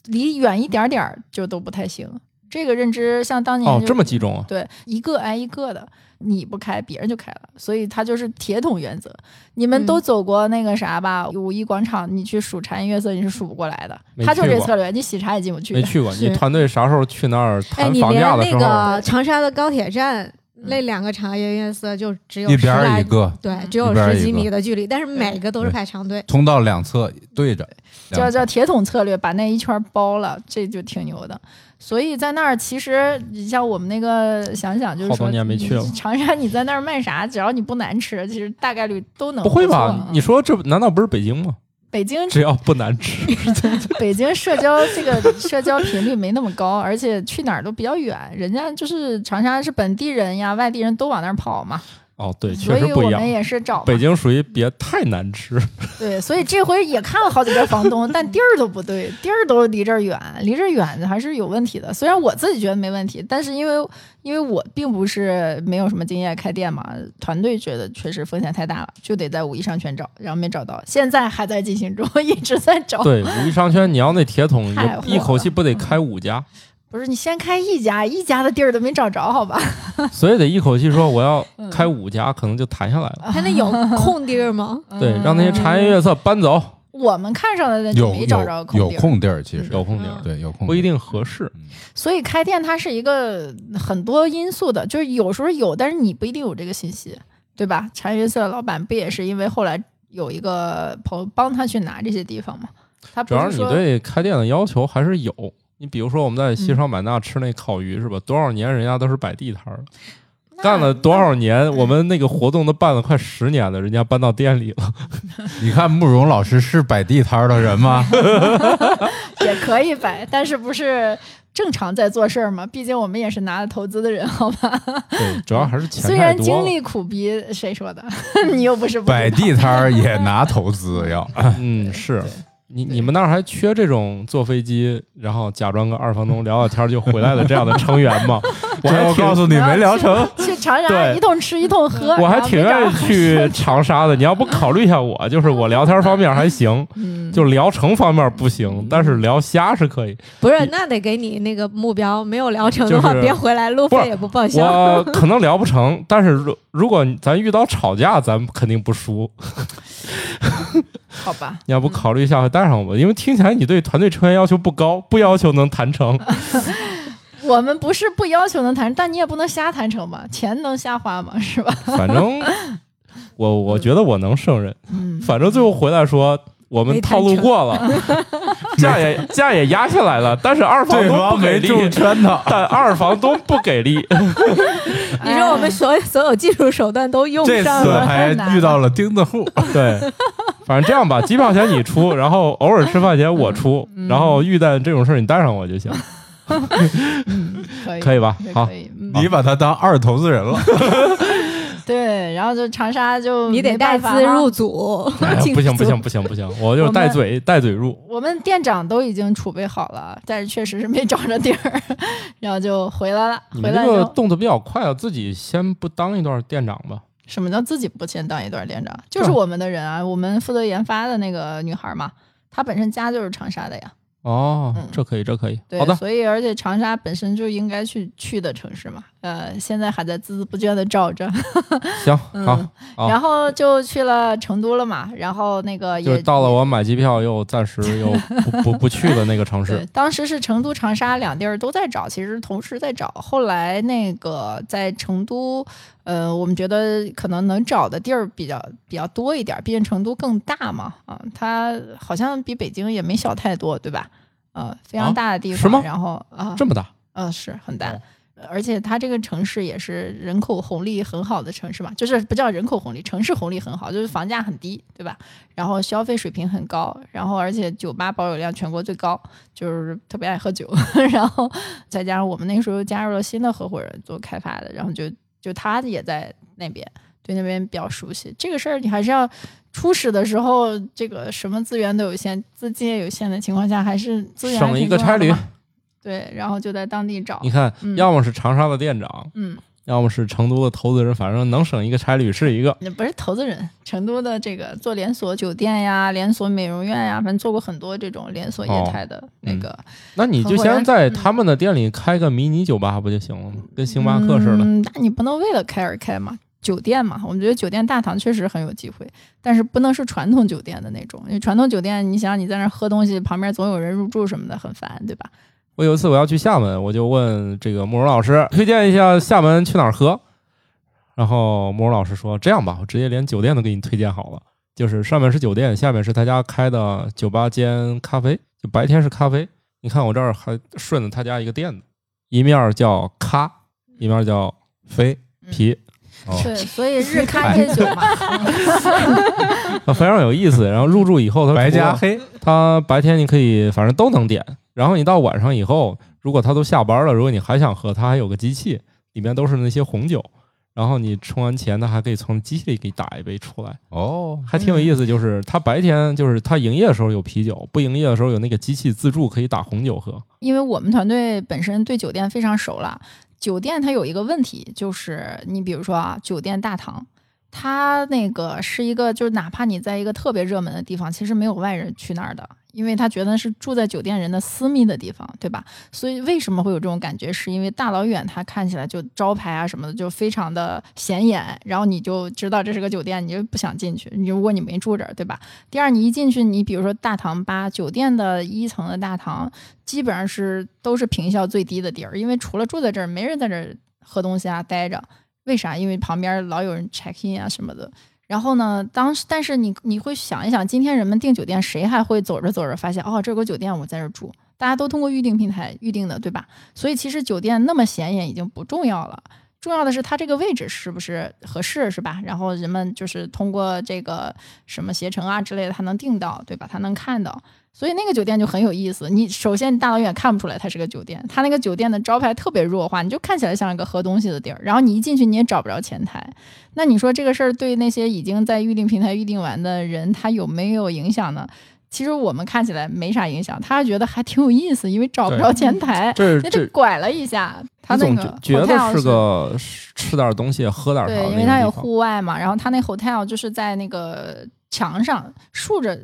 [SPEAKER 3] 离远一点点儿就都不太行。这个认知像当年
[SPEAKER 2] 哦
[SPEAKER 3] 就，
[SPEAKER 2] 这么集中啊？
[SPEAKER 3] 对，一个挨一个的，你不开，别人就开了，所以它就是铁桶原则。你们都
[SPEAKER 6] 嗯
[SPEAKER 3] 走过那个啥吧，五一广场，你去数茶颜悦色，你是数不过来的
[SPEAKER 2] 没，
[SPEAKER 3] 它就
[SPEAKER 2] 去
[SPEAKER 3] 这
[SPEAKER 2] 过
[SPEAKER 3] 策略，你喜茶也进不去
[SPEAKER 2] 没。去过，
[SPEAKER 6] 是
[SPEAKER 2] 你团队啥时候去那儿
[SPEAKER 6] 哎，
[SPEAKER 2] 谈
[SPEAKER 6] 你
[SPEAKER 2] 房价
[SPEAKER 6] 连
[SPEAKER 2] 的时
[SPEAKER 6] 那
[SPEAKER 2] 候？
[SPEAKER 6] 个长沙的高铁站那两个茶颜悦色就只有
[SPEAKER 4] 一
[SPEAKER 6] 十
[SPEAKER 4] 边儿
[SPEAKER 6] 来
[SPEAKER 4] 一，个，
[SPEAKER 3] 嗯
[SPEAKER 6] 对，只有
[SPEAKER 4] 一边儿
[SPEAKER 6] 十
[SPEAKER 4] 一
[SPEAKER 6] 几
[SPEAKER 4] 个
[SPEAKER 6] 米的距离，但是每个都是排 长队。
[SPEAKER 4] 通道两侧对着，
[SPEAKER 3] 叫叫铁桶策略，把那一圈包了，这就挺牛的。所以在那儿，其实你像我们那个想想，就是
[SPEAKER 2] 好
[SPEAKER 3] 说
[SPEAKER 2] 多年没去了
[SPEAKER 3] 你长沙你在那儿卖啥，只要你不难吃，其实大概率都 能
[SPEAKER 2] 不会
[SPEAKER 3] 错啊
[SPEAKER 2] 吧？你说这难道不是北京吗？
[SPEAKER 3] 北京
[SPEAKER 2] 只要不难吃，
[SPEAKER 3] 北京社交 这个社交频率没那么高，而且去哪儿都比较远，人家就是长沙是本地人呀，外地人都往那儿跑嘛，
[SPEAKER 2] 哦，对，
[SPEAKER 3] 所
[SPEAKER 2] 确
[SPEAKER 3] 以
[SPEAKER 2] 实不
[SPEAKER 3] 我
[SPEAKER 2] 一样
[SPEAKER 3] 们。也是找嘛
[SPEAKER 2] 北京属于别太难吃，
[SPEAKER 3] 对，所以这回也看了好几个房东，但地儿都不对，地儿都离这儿远，离这儿远还是有问题的。虽然我自己觉得没问题，但是因为因为我并不是没有什么经验开店嘛，团队觉得确实风险太大了，就得在五一商圈找，然后没找到，现在还在进行中， 一直在找。
[SPEAKER 2] 对，五一商圈你要那铁桶，
[SPEAKER 3] 太火了
[SPEAKER 2] 一口气不得开五 家，
[SPEAKER 3] 不是你先开一家，一家的地儿都没找着，好吧？
[SPEAKER 2] 所以得一口气说我
[SPEAKER 3] 嗯
[SPEAKER 2] 要开五家，可能就谈下来了。
[SPEAKER 6] 它那有空地儿吗？
[SPEAKER 3] 嗯
[SPEAKER 2] 对，让那些茶颜悦色搬走，
[SPEAKER 3] 我们看上的就
[SPEAKER 4] 有
[SPEAKER 3] 没找着
[SPEAKER 4] 有
[SPEAKER 3] 空
[SPEAKER 4] 有
[SPEAKER 3] 地儿。嗯
[SPEAKER 4] 空地儿，其实
[SPEAKER 2] 有空点儿
[SPEAKER 4] 对有空地儿
[SPEAKER 2] 不一定合适。
[SPEAKER 3] 所以开店它是一个嗯很多因素的，就是有时候有，但是你不一定有这个信息，对吧？茶颜悦色的老板不也是因为后来有一个朋友帮他去拿这些地方吗？他
[SPEAKER 2] 主
[SPEAKER 3] 不
[SPEAKER 2] 要
[SPEAKER 3] 是
[SPEAKER 2] 是
[SPEAKER 3] 说
[SPEAKER 2] 你对开店的要求还是有。你比如说我们
[SPEAKER 3] 嗯
[SPEAKER 2] 在西双版纳吃那烤鱼是吧？多少年人家都是摆地摊儿，干了多少年？
[SPEAKER 3] 嗯
[SPEAKER 2] 我们那个活动都办了快十年了，人家搬到店里 了。
[SPEAKER 4] 你看慕容老师是摆地摊儿的人 吗？
[SPEAKER 3] 也可以摆，但是不是正常在做事儿嘛？毕竟我们也是拿了投资的人，好吧？
[SPEAKER 2] 对，主要还是钱
[SPEAKER 3] 虽
[SPEAKER 2] 太
[SPEAKER 3] 然
[SPEAKER 2] 多
[SPEAKER 3] 经
[SPEAKER 2] 了。
[SPEAKER 3] 历苦逼，谁说的？ 你又不是不知道
[SPEAKER 4] 摆地摊儿也拿投资要，
[SPEAKER 2] 嗯，是你你们那儿还缺这种坐飞机，然后假装跟二房 东聊聊天就回来的这样的成员吗？我
[SPEAKER 4] 最
[SPEAKER 2] 还
[SPEAKER 4] 后
[SPEAKER 2] 挺
[SPEAKER 4] 告诉你
[SPEAKER 3] 然后
[SPEAKER 4] 没聊
[SPEAKER 3] 去
[SPEAKER 4] 成，
[SPEAKER 3] 去长沙
[SPEAKER 2] 对
[SPEAKER 3] 一通吃一通喝，
[SPEAKER 2] 我还
[SPEAKER 3] 然后
[SPEAKER 2] 挺
[SPEAKER 3] 没
[SPEAKER 2] 愿
[SPEAKER 3] 找
[SPEAKER 2] 意去长沙的。你要不考虑一下我，就是我聊天方面还行，就聊城方面不行，但是聊虾是可以。
[SPEAKER 6] 不是，那得给你那个目标，没有聊成的
[SPEAKER 2] 就
[SPEAKER 6] 话，
[SPEAKER 2] 是
[SPEAKER 6] 别回来，路
[SPEAKER 2] 不是
[SPEAKER 6] 费也不报销。
[SPEAKER 2] 我可能聊不成，但是如如果咱遇到吵架，咱肯定不输。
[SPEAKER 3] 好吧？
[SPEAKER 2] 你要不考虑一下回带上我吧，因为听起来你对团队成员要求不高，不要求能谈成。
[SPEAKER 3] 我们不是不要求能谈，但你也不能瞎谈成吧？钱能瞎花吗？是吧？
[SPEAKER 2] 反正我我觉得我能胜任，反正最后回来说。我们
[SPEAKER 6] 没
[SPEAKER 2] 套
[SPEAKER 6] 谈
[SPEAKER 2] 路
[SPEAKER 6] 成
[SPEAKER 2] 过了，价也价也压下来了，但是二房
[SPEAKER 4] 对
[SPEAKER 2] 东不
[SPEAKER 4] 方
[SPEAKER 2] 给
[SPEAKER 4] 没
[SPEAKER 2] 力，
[SPEAKER 4] 中圈呢。
[SPEAKER 2] 但二房东不给力。
[SPEAKER 6] 你说我们所有所有技术手段都用
[SPEAKER 4] 这
[SPEAKER 6] 上
[SPEAKER 4] 次
[SPEAKER 6] 了，
[SPEAKER 4] 还遇到了钉子户，
[SPEAKER 2] 对，反正这 样吧，机票钱你出，然后偶尔吃饭钱我出，
[SPEAKER 3] 嗯
[SPEAKER 2] 然后遇到这种事儿你带上我就行，
[SPEAKER 3] 嗯可以，
[SPEAKER 2] 可以吧
[SPEAKER 3] 也？
[SPEAKER 2] 好
[SPEAKER 3] 可，以，嗯，
[SPEAKER 4] 你把他当二投资 人了。
[SPEAKER 3] 对。然后就长沙就
[SPEAKER 6] 你得
[SPEAKER 3] 没
[SPEAKER 6] 带
[SPEAKER 3] 办法
[SPEAKER 6] 资
[SPEAKER 3] 了
[SPEAKER 6] 入组
[SPEAKER 2] 哎呀，
[SPEAKER 6] 进
[SPEAKER 2] 不行
[SPEAKER 6] 组
[SPEAKER 2] 不行，不行不行，我就是带嘴带嘴入，
[SPEAKER 3] 我们店长都已经储备好了，但是确实是没找着地儿，然后就回来了。
[SPEAKER 2] 你
[SPEAKER 3] 回
[SPEAKER 2] 们
[SPEAKER 3] 来
[SPEAKER 2] 这
[SPEAKER 3] 就
[SPEAKER 2] 个动作比较快啊，自己先不当一段店长吧。
[SPEAKER 3] 什么叫自己不先当一段店长？就是我们的人啊，我们负责研发的那个女孩嘛，她本身家就是长沙的呀。
[SPEAKER 2] 哦
[SPEAKER 3] 嗯，
[SPEAKER 2] 这可以这可以，
[SPEAKER 3] 对，
[SPEAKER 2] 好的，
[SPEAKER 3] 所以而且长沙本身就应该去去的城市嘛。呃，现在还在孜孜不倦的找着，
[SPEAKER 2] 行
[SPEAKER 3] 嗯
[SPEAKER 2] 好，哦
[SPEAKER 3] 然后就去了成都了嘛。然后那个
[SPEAKER 2] 就
[SPEAKER 3] 也
[SPEAKER 2] 是到了我买机票又暂时又 不不不去的那个城市
[SPEAKER 3] 对，，当时是成都、长沙两地儿都在找，其实同时在找。后来那个在成都，呃，我们觉得可能能找的地儿比较比较多一点，毕竟成都更大嘛，啊、它好像比北京也没小太多，对吧？呃，非
[SPEAKER 2] 啊
[SPEAKER 3] 常大的地
[SPEAKER 2] 是
[SPEAKER 3] 方，
[SPEAKER 2] 吗
[SPEAKER 3] 然后啊，
[SPEAKER 2] 这么大，
[SPEAKER 3] 嗯、是很大
[SPEAKER 2] 哦。
[SPEAKER 3] 而且它这个城市也是人口红利很好的城市嘛，就是不叫人口红利，城市红利很好，就是房价很低，对吧？然后消费水平很高，然后而且酒吧保有量全国最高，就是特别爱喝酒。 然后再加上我们那时候加入了新的合伙人做开发的，然后就就他也在那边，对那边比较熟悉。这个事儿你还是要初始的时候，这个什么资源都有限，资金也有限的情况下，还是资源还
[SPEAKER 2] 省了
[SPEAKER 3] 挺
[SPEAKER 2] 一个
[SPEAKER 3] 重要
[SPEAKER 2] 差
[SPEAKER 3] 的
[SPEAKER 2] 旅
[SPEAKER 3] 嘛。对，然后就在当地找
[SPEAKER 2] 你。看，
[SPEAKER 3] 嗯
[SPEAKER 2] 要么是长沙的店长，
[SPEAKER 3] 嗯，
[SPEAKER 2] 要么是成都的投资人，反正能省一个差旅是一个。
[SPEAKER 3] 那不是投资人，成都的这个做连锁酒店呀、连锁美容院呀，反正做过很多这种连锁
[SPEAKER 2] 哦
[SPEAKER 3] 业态
[SPEAKER 2] 嗯
[SPEAKER 3] 的那个，
[SPEAKER 2] 那你就先在他们的店里开个迷你酒吧不就行了吗？跟星巴克似的。
[SPEAKER 3] 嗯，那你不能为了开而开嘛。酒店嘛，我们觉得酒店大堂确实很有机会，但是不能是传统酒店的那种，因为传统酒店，你想你在那儿喝东西，旁边总有人入住什么的，很烦，对吧？
[SPEAKER 2] 我有一次我要去厦门，我就问这个慕容老师推荐一下厦门去哪儿喝，然后慕容老师说这样吧，我直接连酒店都给你推荐好了，就是上面是酒店，下面是他家开的酒吧兼咖啡，就白天是咖啡。你看我这儿还顺着他家一个店子，一面儿叫咖，一面儿叫
[SPEAKER 4] 飞，
[SPEAKER 2] 皮。
[SPEAKER 4] 哦
[SPEAKER 3] 对，所以 日咖夜酒嘛，
[SPEAKER 2] 啊，非常有意思。然后入住以后，它
[SPEAKER 4] 白加
[SPEAKER 2] 黑，它白天你可以反正都能点。然后你到晚上以后，如果他都下班了，如果你还想喝，它还有个机器，里面都是那些红酒。然后你充完钱，它还可以从机器里给你打一杯出来，
[SPEAKER 4] 哦，
[SPEAKER 2] 还挺有意思。就是它白天就是它营业的时候有啤酒，不营业的时候有那个机器自助可以打红酒喝。
[SPEAKER 3] 因为我们团队本身对酒店非常熟了，酒店它有一个问题，就是你比如说啊，酒店大堂，它那个是一个，就是哪怕你在一个特别热门的地方，其实没有外人去那儿的，因为他觉得是住在酒店人的私密的地方，对吧？所以为什么会有这种感觉？是因为大老远它看起来就招牌啊什么的就非常的显眼，然后你就知道这是个酒店，你就不想进去。你如果你没住这儿，对吧？第二，你一进去，你比如说大堂吧，酒店的一层的大堂，基本上是都是评效最低的地儿，因为除了住在这儿，没人在这儿喝东西啊待着。为啥？因为旁边老有人 check in 啊什么的。然后呢，当时但是你你会想一想，今天人们订酒店，谁还会走着走着发现哦，这有个酒店我在这儿住？大家都通过预订平台预订的，对吧？所以其实酒店那么显眼已经不重要了。重要的是它这个位置是不是合适，是吧？然后人们就是通过这个什么携程啊之类的，他能订到，对吧？他能看到，所以那个酒店就很有意思。你首先你大老远看不出来它是个酒店，它那个酒店的招牌特别弱化，你就看起来像一个喝东西的地儿。然后你一进去你也找不着前台，那你说这个事儿对那些已经在预订平台预订完的人，他有没有影响呢？其实我们看起来没啥影响，他觉得还挺有意思，因为找不着前台，
[SPEAKER 2] 这
[SPEAKER 3] 那就
[SPEAKER 2] 这
[SPEAKER 3] 拐了一下。他那
[SPEAKER 2] 总
[SPEAKER 3] 个
[SPEAKER 2] 觉觉
[SPEAKER 3] hotel
[SPEAKER 2] 得是个吃点东西喝点
[SPEAKER 3] 对，
[SPEAKER 2] 糖，
[SPEAKER 3] 因为它有户外嘛，然后它那 hotel 就是在那个墙上竖着。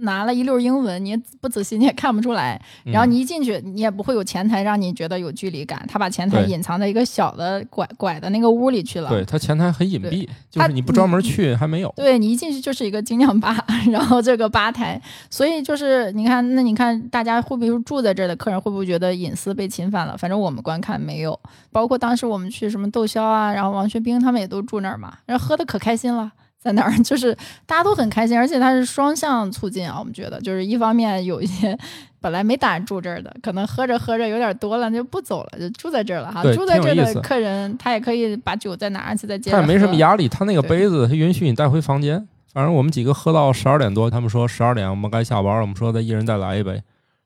[SPEAKER 3] 拿了一溜英文，你也不仔细你也看不出来。然
[SPEAKER 2] 嗯
[SPEAKER 3] 后你一进去，你也不会有前台让你觉得有距离感。他把前台
[SPEAKER 2] 对
[SPEAKER 3] 隐藏在一个小的拐拐的那个屋里去了。
[SPEAKER 2] 对它前台很隐
[SPEAKER 3] 对
[SPEAKER 2] 蔽，就
[SPEAKER 3] 它嗯
[SPEAKER 2] 是你不专门去还没有。
[SPEAKER 3] 对你一进去就是一个精酿吧， 然后这个吧台，所以就是你看，那你看大家会不会住在这儿的客人会不会觉得隐私被侵犯了？反正我们观看没有，包括当时我们去什么窦骁啊，然后王学兵他们也都住那儿嘛，然后喝的可开心了。在那儿 就是大家都很开心，而且它是双向促进啊。我们觉得就是一方面有一些本来没打算住这儿的，可能喝着喝着有点多了，就不走了，就住在这儿了哈。
[SPEAKER 2] 对
[SPEAKER 3] 住在这
[SPEAKER 2] 挺
[SPEAKER 3] 儿
[SPEAKER 2] 有意
[SPEAKER 3] 的
[SPEAKER 2] 思
[SPEAKER 3] 客人他也可以把酒再拿上去再接着
[SPEAKER 2] 他也没什
[SPEAKER 3] 喝
[SPEAKER 2] 么压力，他那个
[SPEAKER 3] 对
[SPEAKER 2] 杯子他允许你带回房间。反正我们几个喝到十二点多，他们说十二点我们该下班了，我们说再一人再来一杯，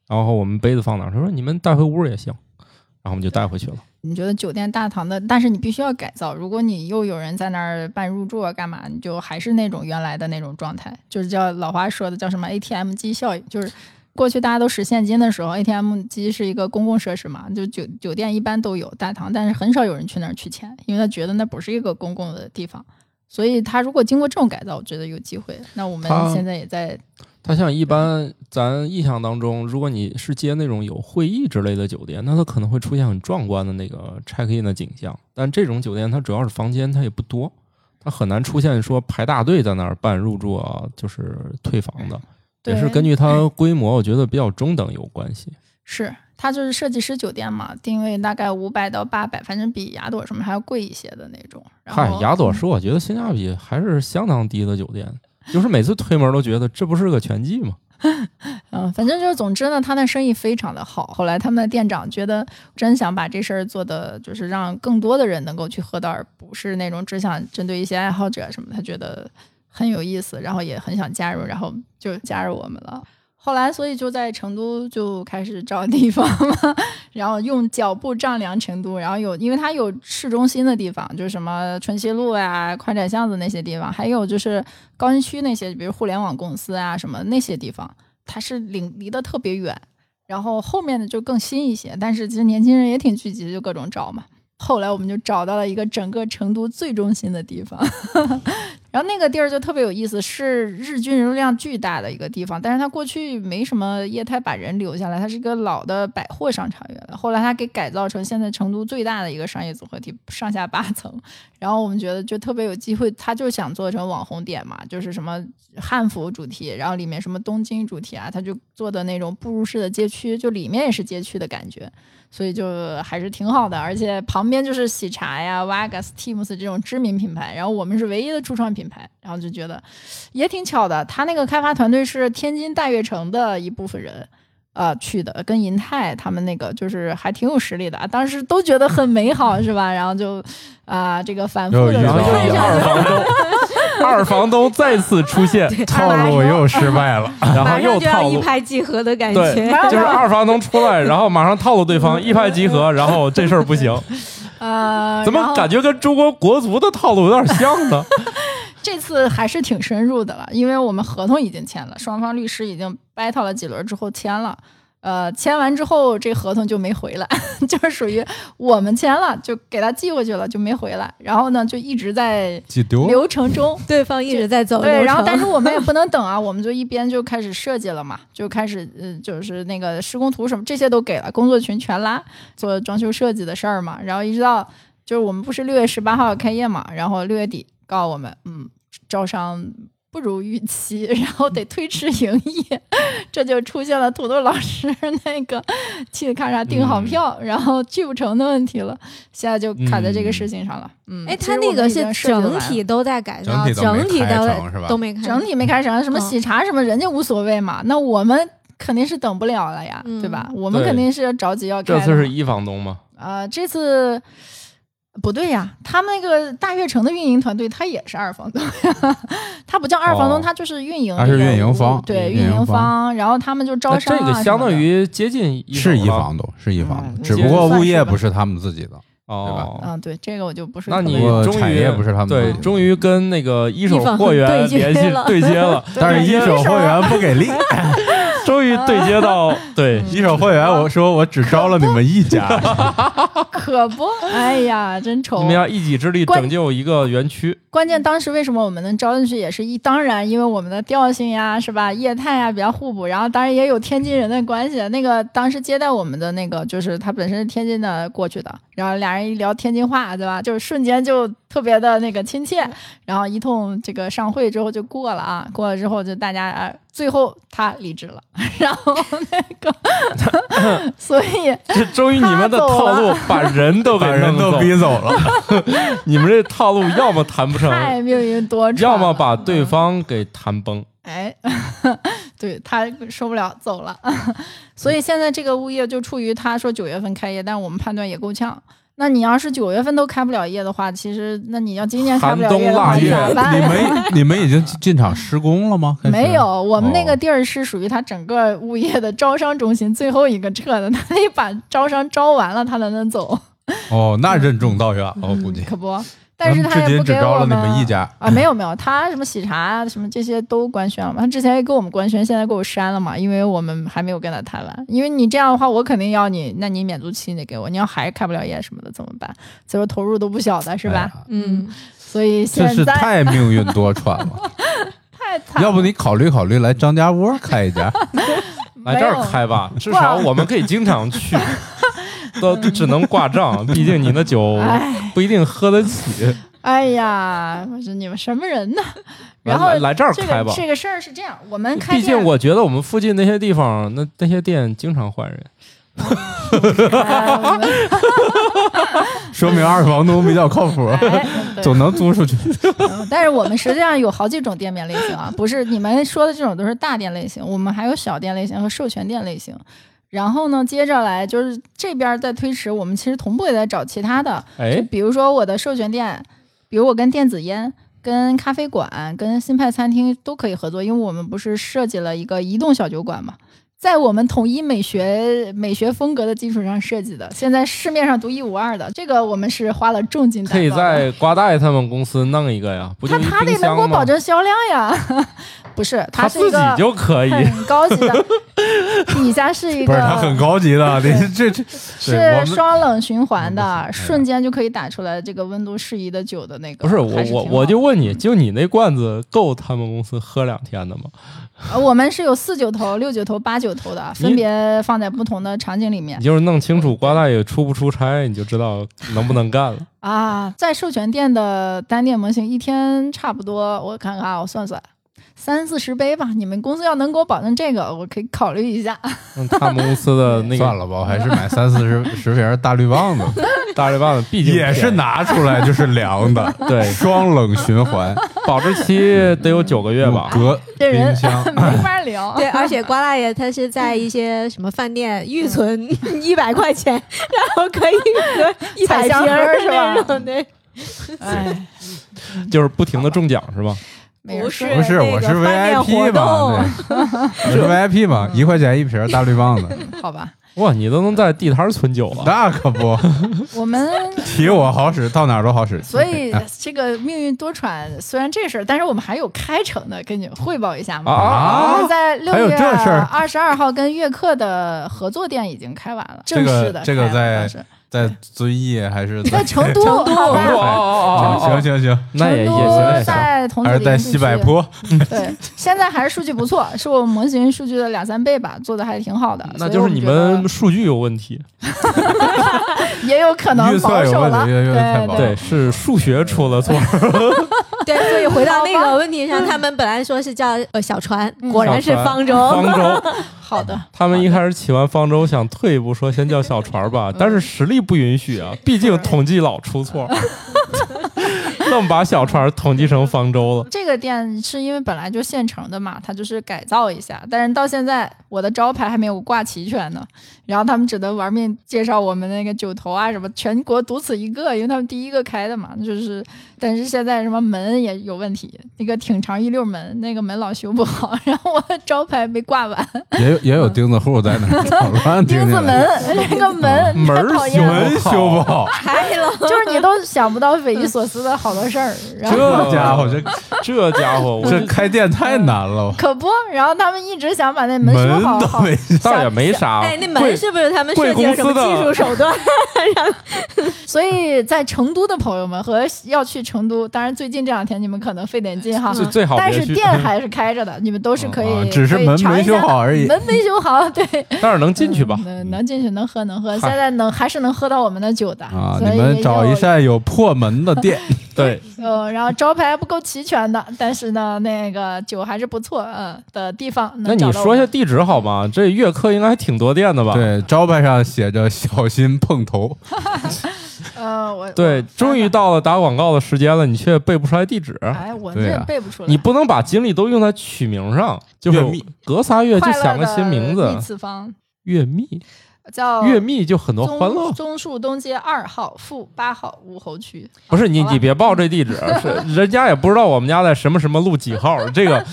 [SPEAKER 2] 然后我们杯子放哪儿？他说你们带回屋也行，然后我们就带回去了。
[SPEAKER 3] 你觉得酒店大堂的，但是你必须要改造。如果你又有人在那儿办入住啊，干嘛，你就还是那种原来的那种状态，就是叫老华说的叫什么 ATM 机效应，就是过去大家都使现金的时候，ATM 机是一个公共设施嘛，就酒酒店一般都有大堂，但是很少有人去那儿取钱，因为他觉得那不是一个公共的地方。所以他如果经过这种改造，我觉得有机会。那我们
[SPEAKER 2] 他
[SPEAKER 3] 现在也在
[SPEAKER 2] 它像一般咱印象当中，如果你是接那种有会议之类的酒店，那它可能会出现很壮观的那个 check in 的景象。但这种酒店它主要是房间，它也不多，它很难出现说排大队在那儿办入住啊，就是退房的。
[SPEAKER 3] 哎对
[SPEAKER 2] 也是根据它规模，我觉得比较中等有关系。
[SPEAKER 3] 是，它就是设计师酒店嘛，定位大概五百到八百，反正比雅朵什么还要贵一些的那种。然
[SPEAKER 2] 嗨
[SPEAKER 3] 后，
[SPEAKER 2] 雅朵是我觉得性价比还是相当低的酒店，就是每次推门都觉得这不是个全季吗？
[SPEAKER 3] 嗯，反正就是，总之呢，他那生意非常的好。后来他们的店长觉得真想把这事儿做的，就是让更多的人能够去喝到，而不是那种只想针对一些爱好者什么，他觉得很有意思，然后也很想加入，然后就加入我们了。后来，所以就在成都就开始找地方嘛， 然后用脚步丈量成都，然后有，因为它有市中心的地方，就是什么春熙路呀、宽窄巷子那些地方，还有就是高新区那些，比如互联网公司啊什么那些地方，它是离离得特别远，然后后面的就更新一些，但是其实年轻人也挺聚集，就各种找嘛。后来我们就找到了一个整个成都最中心的地方， 然后那个地儿就特别有意思，是日均人流量巨大的一个地方，但是它过去没什么业态把人留下来，它是一个老的百货商场原来，后来它给改造成现在成都最大的一个商业综合体，上下八层，然后我们觉得就特别有机会，他就想做成网红点嘛，就是什么汉服主题，然后里面什么东京主题啊，他就做的那种步入式的街区，就里面也是街区的感觉，所以就还是挺好的。而且旁边就是喜茶呀、Vegas、Teams 这种知名品牌，然后我们是唯一的初创品牌，然后就觉得也挺巧的。他那个开发团队是天津大悦城的一部分人。呃，去的跟银泰他们那个就是还挺有实力的啊，当时都觉得很美好，是吧？然后就啊、这个反复
[SPEAKER 4] 又
[SPEAKER 3] 的
[SPEAKER 4] 遇到
[SPEAKER 2] 然后又
[SPEAKER 4] 对
[SPEAKER 2] 以
[SPEAKER 4] 呀
[SPEAKER 2] 二房 东，二房东再次出现，
[SPEAKER 1] 套路又失败 了。
[SPEAKER 2] 然后
[SPEAKER 6] 马
[SPEAKER 2] 又
[SPEAKER 6] 上就要
[SPEAKER 2] 套
[SPEAKER 6] 一
[SPEAKER 2] 路。
[SPEAKER 6] 拍即合的感
[SPEAKER 2] 对
[SPEAKER 6] 觉。
[SPEAKER 2] 就是二房东出来，然后马上套路对方，一拍即合，然后这事儿不 行，
[SPEAKER 3] 呃，
[SPEAKER 2] 怎
[SPEAKER 3] 然
[SPEAKER 2] 么
[SPEAKER 3] 后
[SPEAKER 2] 感觉跟中国国足的套路有点像呢？
[SPEAKER 3] 这次还是挺深入的了，因为我们合同已经签了，双方律师已经 battle 了几轮之后签了。呃，签完之后这合同就没回来， 就是属于我们签了，就给他寄过去了，就没回来。然后呢，就一直在
[SPEAKER 4] 几丢
[SPEAKER 3] 流程中，
[SPEAKER 6] 对方一直在走流
[SPEAKER 3] 对，
[SPEAKER 6] 程，
[SPEAKER 3] 然后但是我们也不能等啊，我们就一边就开始设计了嘛，就开始呃，就是那个施工图什么这些都给了，工作群全拉做装修设计的事儿嘛，然后一直到就是我们不是六月十八号开业嘛，然后六月底告诉我们，嗯，招商。不如预期，然后得推迟营业， 这就出现了土豆老师 那个去咔嚓订好票，然后去不成的问题了。现在就卡在这个事情上了。嗯，
[SPEAKER 6] 哎，
[SPEAKER 3] 其实
[SPEAKER 6] 他
[SPEAKER 3] 我
[SPEAKER 6] 那
[SPEAKER 3] 们
[SPEAKER 6] 个
[SPEAKER 3] 已经设
[SPEAKER 6] 是
[SPEAKER 3] 计完
[SPEAKER 6] 整
[SPEAKER 3] 了
[SPEAKER 6] 体都在改造，
[SPEAKER 4] 整
[SPEAKER 6] 整
[SPEAKER 4] 体
[SPEAKER 6] 体
[SPEAKER 4] 都没开
[SPEAKER 6] 都
[SPEAKER 4] 成是吧
[SPEAKER 6] 都 没看，
[SPEAKER 3] 整体没开成，什么
[SPEAKER 6] 嗯
[SPEAKER 3] 喜茶什么人家无所谓嘛，那我们肯定是等不了了呀，
[SPEAKER 6] 嗯
[SPEAKER 3] 对吧？我们
[SPEAKER 2] 对
[SPEAKER 3] 肯定是着急要开
[SPEAKER 2] 这
[SPEAKER 3] 的
[SPEAKER 2] 次是
[SPEAKER 3] 嘛
[SPEAKER 2] 一房东吗？
[SPEAKER 3] 呃，这次不对呀，他们那个大悦城的运营团队，他也是二房东， 他不叫二房东，
[SPEAKER 2] 哦
[SPEAKER 3] 他就是运营，
[SPEAKER 4] 他是运营方
[SPEAKER 3] 对
[SPEAKER 4] 运营
[SPEAKER 3] 营
[SPEAKER 4] 方，
[SPEAKER 3] 然后他们就招
[SPEAKER 2] 那
[SPEAKER 3] 商
[SPEAKER 2] 这
[SPEAKER 3] 啊什么的，
[SPEAKER 2] 个相当于接近
[SPEAKER 4] 是一
[SPEAKER 2] 了
[SPEAKER 4] 房东，是一房
[SPEAKER 3] 嗯
[SPEAKER 4] 东，只
[SPEAKER 2] 其
[SPEAKER 4] 不
[SPEAKER 2] 实
[SPEAKER 4] 过
[SPEAKER 3] 算
[SPEAKER 4] 物
[SPEAKER 3] 是
[SPEAKER 4] 业
[SPEAKER 3] 吧
[SPEAKER 4] 不是他们自己的，
[SPEAKER 2] 哦。
[SPEAKER 3] 嗯，对，这个我就不是
[SPEAKER 2] 那
[SPEAKER 3] 特
[SPEAKER 2] 你
[SPEAKER 3] 别
[SPEAKER 4] 不过
[SPEAKER 2] 终于
[SPEAKER 4] 产业不是他们自
[SPEAKER 2] 对
[SPEAKER 3] 嗯
[SPEAKER 4] 己，的
[SPEAKER 2] 终于跟那个一手
[SPEAKER 6] 一房
[SPEAKER 2] 货源
[SPEAKER 6] 对接
[SPEAKER 2] 联系
[SPEAKER 6] 了
[SPEAKER 2] 对接 了，
[SPEAKER 4] 但是一手
[SPEAKER 3] 啊
[SPEAKER 4] 货源不给力，
[SPEAKER 2] 终于对接到对
[SPEAKER 4] 一手货源我说我只招了你们一 家，
[SPEAKER 3] 可不，哎呀，真
[SPEAKER 2] 你
[SPEAKER 3] 愁
[SPEAKER 2] 们。要一己之力
[SPEAKER 3] 关
[SPEAKER 2] 拯救一个园区，
[SPEAKER 3] 关键当时为什么我们能招进去，也是一当然因为我们的调性呀，是吧？业态呀比较互补，然后当然也有天津人的关系。那个当时接待我们的那个，就是他本身是天津的过去的，然后俩人一聊天津话，对吧？就是瞬间就特别的那个亲
[SPEAKER 2] 嗯
[SPEAKER 3] 切，然后一通这个上会之后就过了啊，过了之后就大家、呃最后他离职了， 然后那个， 所以
[SPEAKER 2] 这终于你们的
[SPEAKER 3] 他走
[SPEAKER 2] 套
[SPEAKER 3] 了
[SPEAKER 2] 路把人都给
[SPEAKER 4] 把人
[SPEAKER 2] 弄走
[SPEAKER 4] 都，逼走 了，
[SPEAKER 2] 你们这套路要么谈不成，
[SPEAKER 3] 太命运多舛了，
[SPEAKER 2] 要么把对方给谈崩。
[SPEAKER 3] 哎， 对他受不了走了， 所以现在这个物业就处于他说九月份开业，但我们判断也够呛。那你要是九月份都开不了业的话，其实那你要今年开不了业的话，
[SPEAKER 2] 寒
[SPEAKER 3] 你
[SPEAKER 2] 冬
[SPEAKER 3] 咋
[SPEAKER 2] 腊月
[SPEAKER 3] 办
[SPEAKER 4] 你
[SPEAKER 3] 哎呀？
[SPEAKER 4] 们 你们已经进场施工了吗？开始
[SPEAKER 3] 没有，我们那个
[SPEAKER 4] 哦
[SPEAKER 3] 地儿是属于他整个物业的招商中心最后一个撤的， 他得把招商招完了，他才能走，
[SPEAKER 4] 哦，那任重道远了，我估计。
[SPEAKER 3] 可不？但是他
[SPEAKER 4] 至
[SPEAKER 3] 也
[SPEAKER 4] 今
[SPEAKER 3] 不
[SPEAKER 4] 只
[SPEAKER 3] 给
[SPEAKER 4] 招
[SPEAKER 3] 我
[SPEAKER 4] 了你们一家，
[SPEAKER 3] 啊，没有没有，他什么喜茶啊什么这些都官宣了嘛，他之前也给我们官宣，现在给我删了嘛，因为我们还没有跟他谈完。因为你这样的话，我肯定要你，那你免租期你给我，你要还是开不了业什么的怎么办？最后投入都不小的是吧？
[SPEAKER 4] 哎呀？
[SPEAKER 6] 嗯，
[SPEAKER 3] 所以
[SPEAKER 4] 真
[SPEAKER 3] 现
[SPEAKER 4] 是
[SPEAKER 3] 在
[SPEAKER 4] 太命运多舛了，
[SPEAKER 3] 太 惨
[SPEAKER 4] 要不你考虑考虑来张家窝开一 家，
[SPEAKER 2] 来这儿开吧，至
[SPEAKER 3] 挂
[SPEAKER 2] 少我们可以经常 去，都只能挂账，毕竟你的酒
[SPEAKER 3] 哎
[SPEAKER 2] 不一定喝得起。
[SPEAKER 3] 哎呀，我说你们什么人呢？
[SPEAKER 2] 来
[SPEAKER 3] 然后
[SPEAKER 2] 来来这儿
[SPEAKER 3] 这
[SPEAKER 2] 开吧
[SPEAKER 3] 个，这个事儿是这样，我们开
[SPEAKER 2] 毕
[SPEAKER 3] 店
[SPEAKER 2] 竟我觉得我们附近那些地方，那那些店经常换人。
[SPEAKER 3] 哎 我们
[SPEAKER 4] 说明二房东比较靠谱，
[SPEAKER 3] 哎 对
[SPEAKER 4] 总能租出 去。
[SPEAKER 3] 嗯但是我们实际上有好几种店面类型啊，不是你们说的这种都是大店类型，我们还有小店类型和授权店类型。然后呢，接着来就是这边在推迟，我们其实同步也在找其他的，就
[SPEAKER 2] 哎，
[SPEAKER 3] 比如说我的授权店，比如我跟电子烟、跟咖啡馆、跟新派餐厅都可以合作，因为我们不是设计了一个移动小酒馆嘛，在我们统一美学美学风格的基础上设计的，现在市面上独一无二的，这个我们是花了重金打造
[SPEAKER 2] 可
[SPEAKER 3] 的。
[SPEAKER 2] 以在瓜大爷他们公司弄一个呀，不就
[SPEAKER 3] 他
[SPEAKER 2] 一
[SPEAKER 3] 他得
[SPEAKER 2] 冰
[SPEAKER 3] 能
[SPEAKER 2] 箱
[SPEAKER 3] 给我保
[SPEAKER 2] 吗？
[SPEAKER 3] 证销量呀， 不是，
[SPEAKER 2] 他
[SPEAKER 3] 是一
[SPEAKER 2] 自己
[SPEAKER 3] 个
[SPEAKER 2] 就可以。
[SPEAKER 3] 很高级 的，底下是一
[SPEAKER 4] 不是，他很
[SPEAKER 3] 个
[SPEAKER 4] 高级的，你这这对我们
[SPEAKER 3] 是双冷循环
[SPEAKER 4] 嗯不
[SPEAKER 3] 的，
[SPEAKER 4] 行
[SPEAKER 3] 瞬间就可以打出来这个温度适宜的酒的那
[SPEAKER 2] 不
[SPEAKER 3] 个。
[SPEAKER 2] 是我
[SPEAKER 3] 还是
[SPEAKER 2] 我
[SPEAKER 3] 挺好
[SPEAKER 2] 我就问你，就你那罐子够他们公司喝两天的吗？
[SPEAKER 3] 呃我们是有四九头、六九头、八九头的，
[SPEAKER 2] 你
[SPEAKER 3] 分别放在不同的场景里面
[SPEAKER 2] 你就是弄清楚瓜大爷出不出差，你就知道能不能干了。
[SPEAKER 3] 啊。在授权店的单店模型一天差不多，我看看啊，我算算。三四十杯吧，你们公司要能给我保证这个，我可以考虑一下。
[SPEAKER 2] 那他们公司的那
[SPEAKER 4] 算
[SPEAKER 2] 个
[SPEAKER 4] 了吧，我还是买三四十十瓶大绿棒子，
[SPEAKER 2] 大力棒子，毕竟
[SPEAKER 4] 也是
[SPEAKER 2] 便宜
[SPEAKER 4] 拿出来就是凉的，
[SPEAKER 2] 对
[SPEAKER 4] 双冷循环，
[SPEAKER 2] 保质期得有九个月吧。
[SPEAKER 4] 隔
[SPEAKER 3] 这人
[SPEAKER 4] 冰箱
[SPEAKER 3] 没法聊，
[SPEAKER 6] 对，而且瓜大爷他是在一些什么饭店预存一百块钱， 然后可以喝一百
[SPEAKER 3] 彩
[SPEAKER 6] 瓶
[SPEAKER 3] 箱
[SPEAKER 6] 儿
[SPEAKER 3] 盒是吧
[SPEAKER 6] 那种，对，
[SPEAKER 3] 哎，
[SPEAKER 2] 就是不停的中奖是吧？
[SPEAKER 3] 没人
[SPEAKER 6] 不
[SPEAKER 3] 说
[SPEAKER 4] 不
[SPEAKER 6] 是
[SPEAKER 4] 是，
[SPEAKER 6] 那个
[SPEAKER 4] 我是
[SPEAKER 6] 饭店活
[SPEAKER 4] VIP 嘛， 对我是 VIP 嘛，
[SPEAKER 3] 嗯
[SPEAKER 4] 一块钱一瓶大绿棒子，
[SPEAKER 3] 好吧？
[SPEAKER 2] 哇，你都能在地摊儿存酒了，
[SPEAKER 4] 那可不，
[SPEAKER 3] 我们
[SPEAKER 4] 提我好使，到哪儿都好使。
[SPEAKER 3] 所以
[SPEAKER 4] 哎
[SPEAKER 3] 这个命运多舛，虽然这事儿，但是我们还有开城的，跟你们汇报一下嘛。
[SPEAKER 2] 啊
[SPEAKER 3] 我们在六
[SPEAKER 4] 还有
[SPEAKER 3] 月
[SPEAKER 4] 这事儿
[SPEAKER 3] 二十二号跟悦客的合作店已经开完了，
[SPEAKER 4] 这
[SPEAKER 3] 正
[SPEAKER 4] 个
[SPEAKER 3] 式的
[SPEAKER 4] 这个
[SPEAKER 3] 开完
[SPEAKER 4] 在
[SPEAKER 3] 了当时
[SPEAKER 4] 在遵义还是
[SPEAKER 3] 在成都，好
[SPEAKER 2] 哦
[SPEAKER 3] 吧？
[SPEAKER 2] 哦
[SPEAKER 4] 行，行行，
[SPEAKER 2] 那也也
[SPEAKER 3] 成
[SPEAKER 2] 行也
[SPEAKER 3] 都
[SPEAKER 2] 行。
[SPEAKER 3] 在桐
[SPEAKER 4] 还
[SPEAKER 3] 梓
[SPEAKER 4] 是
[SPEAKER 3] 林
[SPEAKER 4] 在
[SPEAKER 3] 地
[SPEAKER 4] 西柏
[SPEAKER 3] 区
[SPEAKER 4] 坡，
[SPEAKER 3] 对，现在还是数据不错，是我们模型数据的两三倍吧，做的还挺好的。
[SPEAKER 2] 那
[SPEAKER 3] 所以
[SPEAKER 2] 就
[SPEAKER 3] 我
[SPEAKER 2] 是你
[SPEAKER 3] 觉得
[SPEAKER 2] 们数据有问题，
[SPEAKER 3] 也有可能
[SPEAKER 4] 预测
[SPEAKER 3] 保
[SPEAKER 4] 有
[SPEAKER 3] 守
[SPEAKER 4] 问题
[SPEAKER 3] 了，哦
[SPEAKER 4] 越越太保守
[SPEAKER 3] 对
[SPEAKER 2] 对，是数学出了错。
[SPEAKER 6] 对，所以回到那个问题上，他们本来说是叫呃小船，
[SPEAKER 3] 嗯
[SPEAKER 6] 果然是方舟。
[SPEAKER 2] 方舟，
[SPEAKER 3] 好的，
[SPEAKER 2] 他们一开始起完方舟，想退一步说先叫小船 吧，但是实力不允许啊，毕竟统计老出错， 愣把小船统计成方舟了。
[SPEAKER 3] 这个店是因为本来就现成的嘛，它就是改造一下，但是到现在我的招牌还没有挂齐全呢，然后他们只能玩命介绍我们那个九头啊什么，全国独此一个，因为他们第一个开的嘛，就是，但是现在什么门也有问题，那个挺长一溜门，那个门老修不好， 然后我的招牌没挂完，
[SPEAKER 4] 也有也有钉子户在那 儿捣乱，
[SPEAKER 3] 嗯钉
[SPEAKER 4] 听起
[SPEAKER 3] 子
[SPEAKER 4] 来啊
[SPEAKER 3] 门，那个门
[SPEAKER 2] 门
[SPEAKER 3] 太
[SPEAKER 2] 儿
[SPEAKER 3] 讨
[SPEAKER 2] 修
[SPEAKER 3] 厌了，
[SPEAKER 4] 门修不好，
[SPEAKER 6] 开了，
[SPEAKER 3] 就是你都想不到匪夷所思的好多事儿，然后。
[SPEAKER 4] 这家伙这
[SPEAKER 2] 这家伙，我
[SPEAKER 4] 这开店太难了，
[SPEAKER 3] 可不，然后他们一直想把那门
[SPEAKER 4] 门
[SPEAKER 3] 修好
[SPEAKER 4] 都
[SPEAKER 3] 好，
[SPEAKER 4] 没
[SPEAKER 2] 倒也没啥。
[SPEAKER 6] 哎，那
[SPEAKER 2] 贵
[SPEAKER 6] 门是不是他们设计了什么技术手段？
[SPEAKER 3] 所以在成都的朋友们和要去成都，当然最近这两天你们可能费点劲哈，
[SPEAKER 2] 最最好别
[SPEAKER 3] 但
[SPEAKER 2] 去，
[SPEAKER 3] 是店还是开 着的，你们都是可以，
[SPEAKER 4] 啊只是
[SPEAKER 3] 可以
[SPEAKER 4] 门
[SPEAKER 3] 尝
[SPEAKER 4] 没
[SPEAKER 3] 一下
[SPEAKER 4] 修好而已
[SPEAKER 3] 门没修 好，对，
[SPEAKER 2] 但是能进去吧？嗯
[SPEAKER 3] 能能进去能喝能喝，
[SPEAKER 2] 嗨
[SPEAKER 3] 现在能还是能喝到我们的酒的
[SPEAKER 4] 啊！
[SPEAKER 3] 所以
[SPEAKER 4] 你们
[SPEAKER 3] 也
[SPEAKER 4] 找一
[SPEAKER 3] 有
[SPEAKER 4] 扇有破门的 店，
[SPEAKER 2] 对，
[SPEAKER 3] 呃，然后招牌不够齐全的，但是呢，那个酒还是不错，嗯的地方
[SPEAKER 2] 那
[SPEAKER 3] 能找
[SPEAKER 2] 你
[SPEAKER 3] 到
[SPEAKER 2] 说
[SPEAKER 3] 我
[SPEAKER 2] 一下
[SPEAKER 3] 们
[SPEAKER 2] 地址好吗？这悦客应该还挺多店的
[SPEAKER 3] 啊
[SPEAKER 2] 吧？
[SPEAKER 4] 对，招牌上写着“小心碰 头
[SPEAKER 3] 呃，我
[SPEAKER 2] 对，
[SPEAKER 3] 我
[SPEAKER 2] 终于到了打广告的时间了，你却背不出来地址。
[SPEAKER 3] 哎，我这
[SPEAKER 4] 对
[SPEAKER 3] 也
[SPEAKER 4] 啊
[SPEAKER 3] 背不出来，
[SPEAKER 2] 你不能把精力都用在取名上，就是
[SPEAKER 4] 月蜜
[SPEAKER 2] 隔仨月就
[SPEAKER 3] 快乐
[SPEAKER 2] 想个
[SPEAKER 3] 的哦
[SPEAKER 2] 新名字
[SPEAKER 3] 蜜，次方
[SPEAKER 2] 月蜜，
[SPEAKER 3] 叫
[SPEAKER 2] 月蜜就很多
[SPEAKER 3] 棕
[SPEAKER 2] 欢乐。
[SPEAKER 3] 棕树东街二号负八号吴侯区，
[SPEAKER 2] 不是你，
[SPEAKER 3] 好吧
[SPEAKER 2] 你别报这地 址，是人家也不知道我们家在什么什么路几号，这 个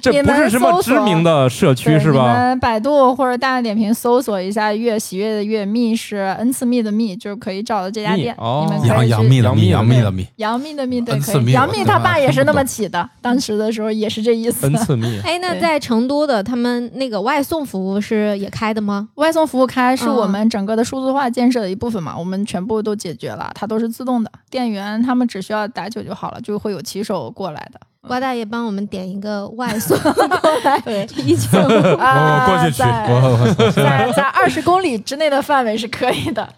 [SPEAKER 2] 这
[SPEAKER 3] 你
[SPEAKER 2] 不
[SPEAKER 3] 们
[SPEAKER 2] 是什么
[SPEAKER 3] 搜
[SPEAKER 2] 知
[SPEAKER 3] 索
[SPEAKER 2] 名的社区
[SPEAKER 3] 对
[SPEAKER 2] 是
[SPEAKER 3] 你
[SPEAKER 2] 吧？
[SPEAKER 3] 们百度或者大众点评搜索一下“月喜悦”的“月”，蜜是 n 次蜜的蜜，就是可以找到这家
[SPEAKER 2] 蜜
[SPEAKER 3] 店。
[SPEAKER 2] 哦
[SPEAKER 3] 你们”，可
[SPEAKER 4] 杨
[SPEAKER 3] 以
[SPEAKER 4] 杨
[SPEAKER 3] 去
[SPEAKER 4] 幂的
[SPEAKER 2] 杨
[SPEAKER 4] 幂，
[SPEAKER 2] 幂的
[SPEAKER 4] 杨幂的幂，
[SPEAKER 3] 杨幂的蜜对，
[SPEAKER 4] 恩
[SPEAKER 3] 可
[SPEAKER 4] 赐
[SPEAKER 3] 以。
[SPEAKER 4] 蜜
[SPEAKER 3] 杨
[SPEAKER 4] 我
[SPEAKER 3] 幂
[SPEAKER 4] 真
[SPEAKER 3] 她
[SPEAKER 4] 的
[SPEAKER 3] 爸也
[SPEAKER 4] 听
[SPEAKER 3] 是
[SPEAKER 4] 不
[SPEAKER 3] 那么
[SPEAKER 4] 懂
[SPEAKER 3] 起的，当时的时候也是这意思
[SPEAKER 2] 恩。赐 蜜
[SPEAKER 6] 哎，那
[SPEAKER 3] 对
[SPEAKER 6] 在成都的他们那个外送服务是也开的吗？
[SPEAKER 3] 外送服务开是
[SPEAKER 6] 嗯
[SPEAKER 3] 我们整个的数字化建设的一部分嘛，我们全部都解决了，它都是自动的，店员他们只需要打酒就好了，就会有骑手过来的。
[SPEAKER 6] 瓜大爷帮我们点一个外送嗯 过来，
[SPEAKER 3] 对，
[SPEAKER 6] 一千五。
[SPEAKER 3] 啊，
[SPEAKER 4] 哦我过去取，
[SPEAKER 3] 在
[SPEAKER 4] 我
[SPEAKER 3] 在在二十公里之内的范围是可以的，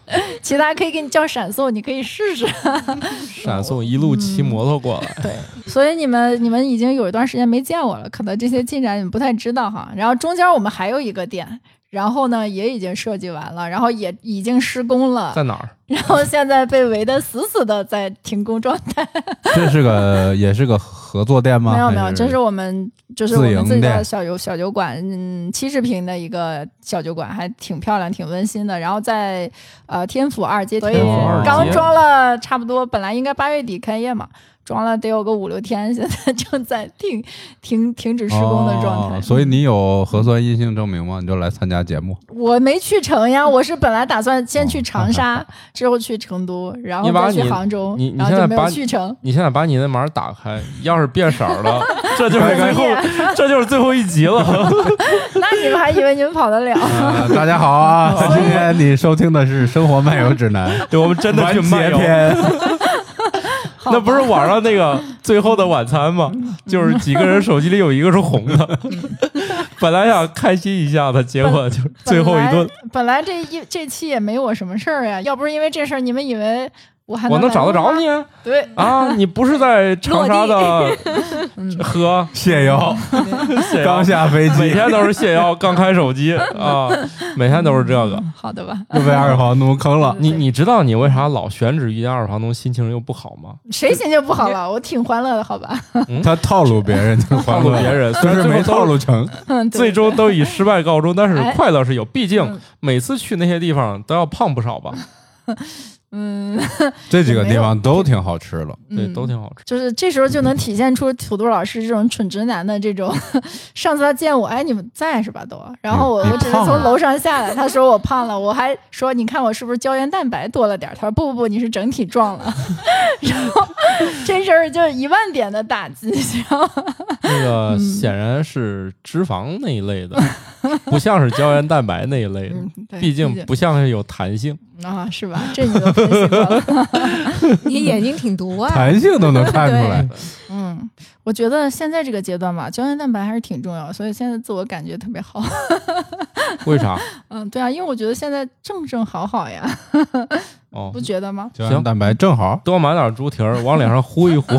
[SPEAKER 3] 其他可以给你叫闪送，你可以试试。
[SPEAKER 2] 闪送一路
[SPEAKER 3] 嗯
[SPEAKER 2] 骑摩托过来，
[SPEAKER 3] 对，所以你们你们已经有一段时间没见我了，可能这些进展你们不太知道哈。然后中间我们还有一个店，然后呢也已经设计完了，然后也已经施工了
[SPEAKER 2] 在，哪儿？
[SPEAKER 3] 然后现在被围得死死的，在停工状态。
[SPEAKER 4] 这是个也是个合作店吗？
[SPEAKER 3] 没有
[SPEAKER 4] 还
[SPEAKER 3] 没有，这是我们就是
[SPEAKER 4] 自
[SPEAKER 3] 我们自己
[SPEAKER 4] 营
[SPEAKER 3] 的
[SPEAKER 4] 店
[SPEAKER 3] 小酒小酒馆，嗯，七十平的一个小酒馆，还挺漂亮，挺温馨的。然后在呃天府二街，所以
[SPEAKER 2] 天府二街
[SPEAKER 3] 刚装了差不多，本来应该八月底开业嘛，装了得有个五六天，现在 正在停停停止施工的状态。嗯
[SPEAKER 4] 哦所以你有核酸阴性证明吗？你就来参加节 目。
[SPEAKER 3] 我没去成呀，我是本来打算先去长沙，之后去成都，然后
[SPEAKER 2] 你把
[SPEAKER 3] 再去
[SPEAKER 2] 你
[SPEAKER 3] 杭州
[SPEAKER 2] 你，你
[SPEAKER 3] 然后
[SPEAKER 2] 现在
[SPEAKER 3] 就没
[SPEAKER 2] 把
[SPEAKER 3] 有去成。
[SPEAKER 2] 你现在把你的码打开，要是变色儿了，这就是最后，这就是最后一集了。
[SPEAKER 3] 那你们还以为你们跑得了？
[SPEAKER 4] 啊大家好 啊！今天你收听的是《生活漫游指南
[SPEAKER 2] 对我们真》的去
[SPEAKER 4] 完
[SPEAKER 2] 漫
[SPEAKER 4] 结
[SPEAKER 2] 游，
[SPEAKER 4] 篇，
[SPEAKER 2] 那不是网上那 个《最后的晚餐》吗？就是几个人手机里有一个是红 的，本来想开心一下的，结果就是最后一顿。
[SPEAKER 3] 本来。本来这一这期也没我什么事儿呀，要不是因为这事儿，你们以为我还
[SPEAKER 2] 我能
[SPEAKER 3] 能
[SPEAKER 2] 找得着
[SPEAKER 3] 来
[SPEAKER 2] 你
[SPEAKER 3] 吗？对，
[SPEAKER 2] 啊！你不是在长沙的 喝
[SPEAKER 4] 谢啊邀
[SPEAKER 2] 泻药
[SPEAKER 4] 刚，下飞
[SPEAKER 2] 啊每
[SPEAKER 4] 机
[SPEAKER 2] 天都是泻药，刚开手 机啊，每天都是这个。
[SPEAKER 3] 好的吧？
[SPEAKER 4] 又被二房奴坑了。
[SPEAKER 2] 你你知道你为啥老选址遇见二房东心情又不好吗？
[SPEAKER 3] 谁心情不好 了？我挺欢乐的，好吧？
[SPEAKER 4] 他套路别人就
[SPEAKER 2] 套
[SPEAKER 4] 还
[SPEAKER 2] 路
[SPEAKER 4] 回来
[SPEAKER 2] 别，人，虽
[SPEAKER 4] 就
[SPEAKER 2] 然
[SPEAKER 4] 是
[SPEAKER 2] 最后
[SPEAKER 4] 没
[SPEAKER 2] 都
[SPEAKER 4] 套路成。
[SPEAKER 3] 嗯，对
[SPEAKER 2] 最终都以失败告终，但是
[SPEAKER 3] 哎
[SPEAKER 2] 快乐是有，毕竟
[SPEAKER 3] 嗯
[SPEAKER 2] 每次去那些地方都要胖不少吧？
[SPEAKER 3] 嗯
[SPEAKER 4] 这几个地方都挺好吃的，
[SPEAKER 2] 对，
[SPEAKER 3] 嗯
[SPEAKER 2] 都挺好吃。
[SPEAKER 3] 就是这时候就能体现出土豆老师这种蠢直男的这种。 上次他见我，哎，你们在是吧？都，然后我
[SPEAKER 4] 嗯
[SPEAKER 3] 我只是
[SPEAKER 4] 胖了
[SPEAKER 3] 从楼上下来，他说我胖了，我还说你看我是不是胶原蛋白多了点儿？他说不不不，你是整体壮了。 然后这事儿就是一万点的打击， 然后
[SPEAKER 2] 那个
[SPEAKER 3] 嗯
[SPEAKER 2] 显然是脂肪那一类的， 不像是胶原蛋白那一类的，
[SPEAKER 3] 嗯，对
[SPEAKER 2] 毕竟不像是有弹性。
[SPEAKER 3] 啊，是吧？这你都分析过了。
[SPEAKER 6] 你眼睛挺毒啊！
[SPEAKER 4] 弹性都能看出来。
[SPEAKER 3] 嗯，我觉得现在这个阶段吧，胶原蛋白还是挺重要，所以现在自我感觉特别好。
[SPEAKER 2] 为啥？
[SPEAKER 3] 嗯，对啊，因为我觉得现在正正好好呀。
[SPEAKER 2] 哦
[SPEAKER 3] 不，觉 得吗？
[SPEAKER 4] 胶原蛋白正好，
[SPEAKER 2] 多买点猪蹄儿往脸上糊一糊，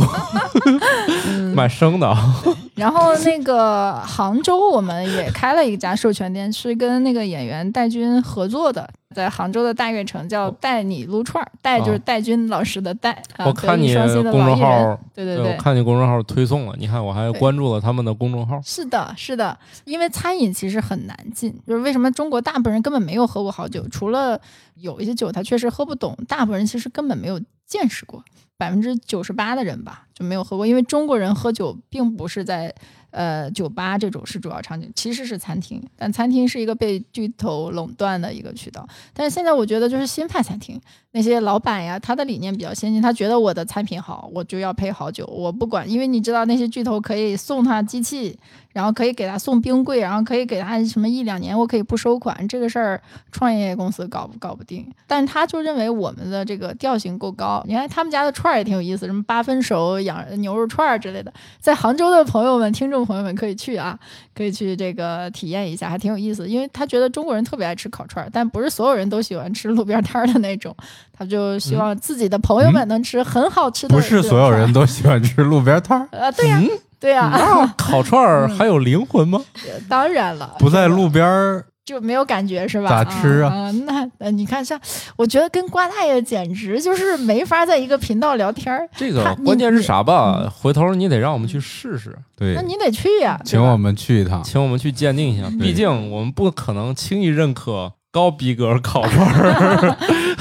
[SPEAKER 3] 嗯
[SPEAKER 2] 买生的。
[SPEAKER 3] 啊然后那个杭州我们也开了一家授权店，是跟那个演员戴军合作的，在杭州的大悦城叫“带你撸串儿”，戴就是戴军老师的戴。
[SPEAKER 2] 哦
[SPEAKER 3] 啊
[SPEAKER 2] 我看
[SPEAKER 3] 德艺
[SPEAKER 2] 你
[SPEAKER 3] 双馨的
[SPEAKER 2] 公
[SPEAKER 3] 老
[SPEAKER 2] 众
[SPEAKER 3] 艺人，
[SPEAKER 2] 号，呃
[SPEAKER 3] 对对
[SPEAKER 2] 我看你公众号推送了，你看我还
[SPEAKER 3] 对
[SPEAKER 2] 关注了他们的公众 号。
[SPEAKER 3] 是的，是的，因为餐饮其实很难进，就是为什么中国大部分人根本没有喝过好酒，除了有一些酒他确实喝不懂，大部分人其实根本没有见识过，百分之九十八的人吧就没有喝过，因为中国人喝酒并不是在呃酒吧这种是主要场景，其实是餐厅，但餐厅是一个被巨头垄断的一个渠道，但是现在我觉得就是新派餐厅那些老板呀，他的理念比较先进，他觉得我的餐品好，我就要配好酒，我不管，因为你知道那些巨头可以送他机器。然后可以给他送冰柜，然后可以给他什么一两年，我可以不收款，这个事儿创业公司搞不搞不定。但是他就认为我们的这个调性够高，你看他们家的串儿也挺有意思，什么八分熟羊牛肉串儿之类的，在杭州的朋友们、听众朋友们可以去啊，可以去这个体验一下，还挺有意思。因为他觉得中国人特别爱吃烤串儿，但不是所有人都喜欢吃路边摊儿的那种，他就希望自己的朋友们能吃很好吃
[SPEAKER 4] 嗯
[SPEAKER 3] 的、
[SPEAKER 4] 不是所有人。嗯都喜欢吃路边摊儿，
[SPEAKER 3] 呃，对呀、对呀、
[SPEAKER 2] 烤串儿
[SPEAKER 3] 嗯
[SPEAKER 2] 还有灵魂吗？
[SPEAKER 3] 当然了，
[SPEAKER 4] 不在路边儿
[SPEAKER 3] 就没有感觉是吧？
[SPEAKER 4] 咋吃啊
[SPEAKER 3] 啊？那呃你看像，我觉得跟瓜大爷简直就是没法在一个频道聊天儿。
[SPEAKER 2] 这
[SPEAKER 3] 他
[SPEAKER 2] 个
[SPEAKER 3] 你嗯
[SPEAKER 2] 关键是啥吧？回头你得让我们去试试，
[SPEAKER 4] 对啊
[SPEAKER 3] 那，你得去呀、对
[SPEAKER 4] 请
[SPEAKER 3] 吧
[SPEAKER 4] 我们去一趟。
[SPEAKER 2] 请我们去鉴定一
[SPEAKER 3] 嗯
[SPEAKER 2] 下。毕竟我们不可能轻易认可高逼格烤串儿。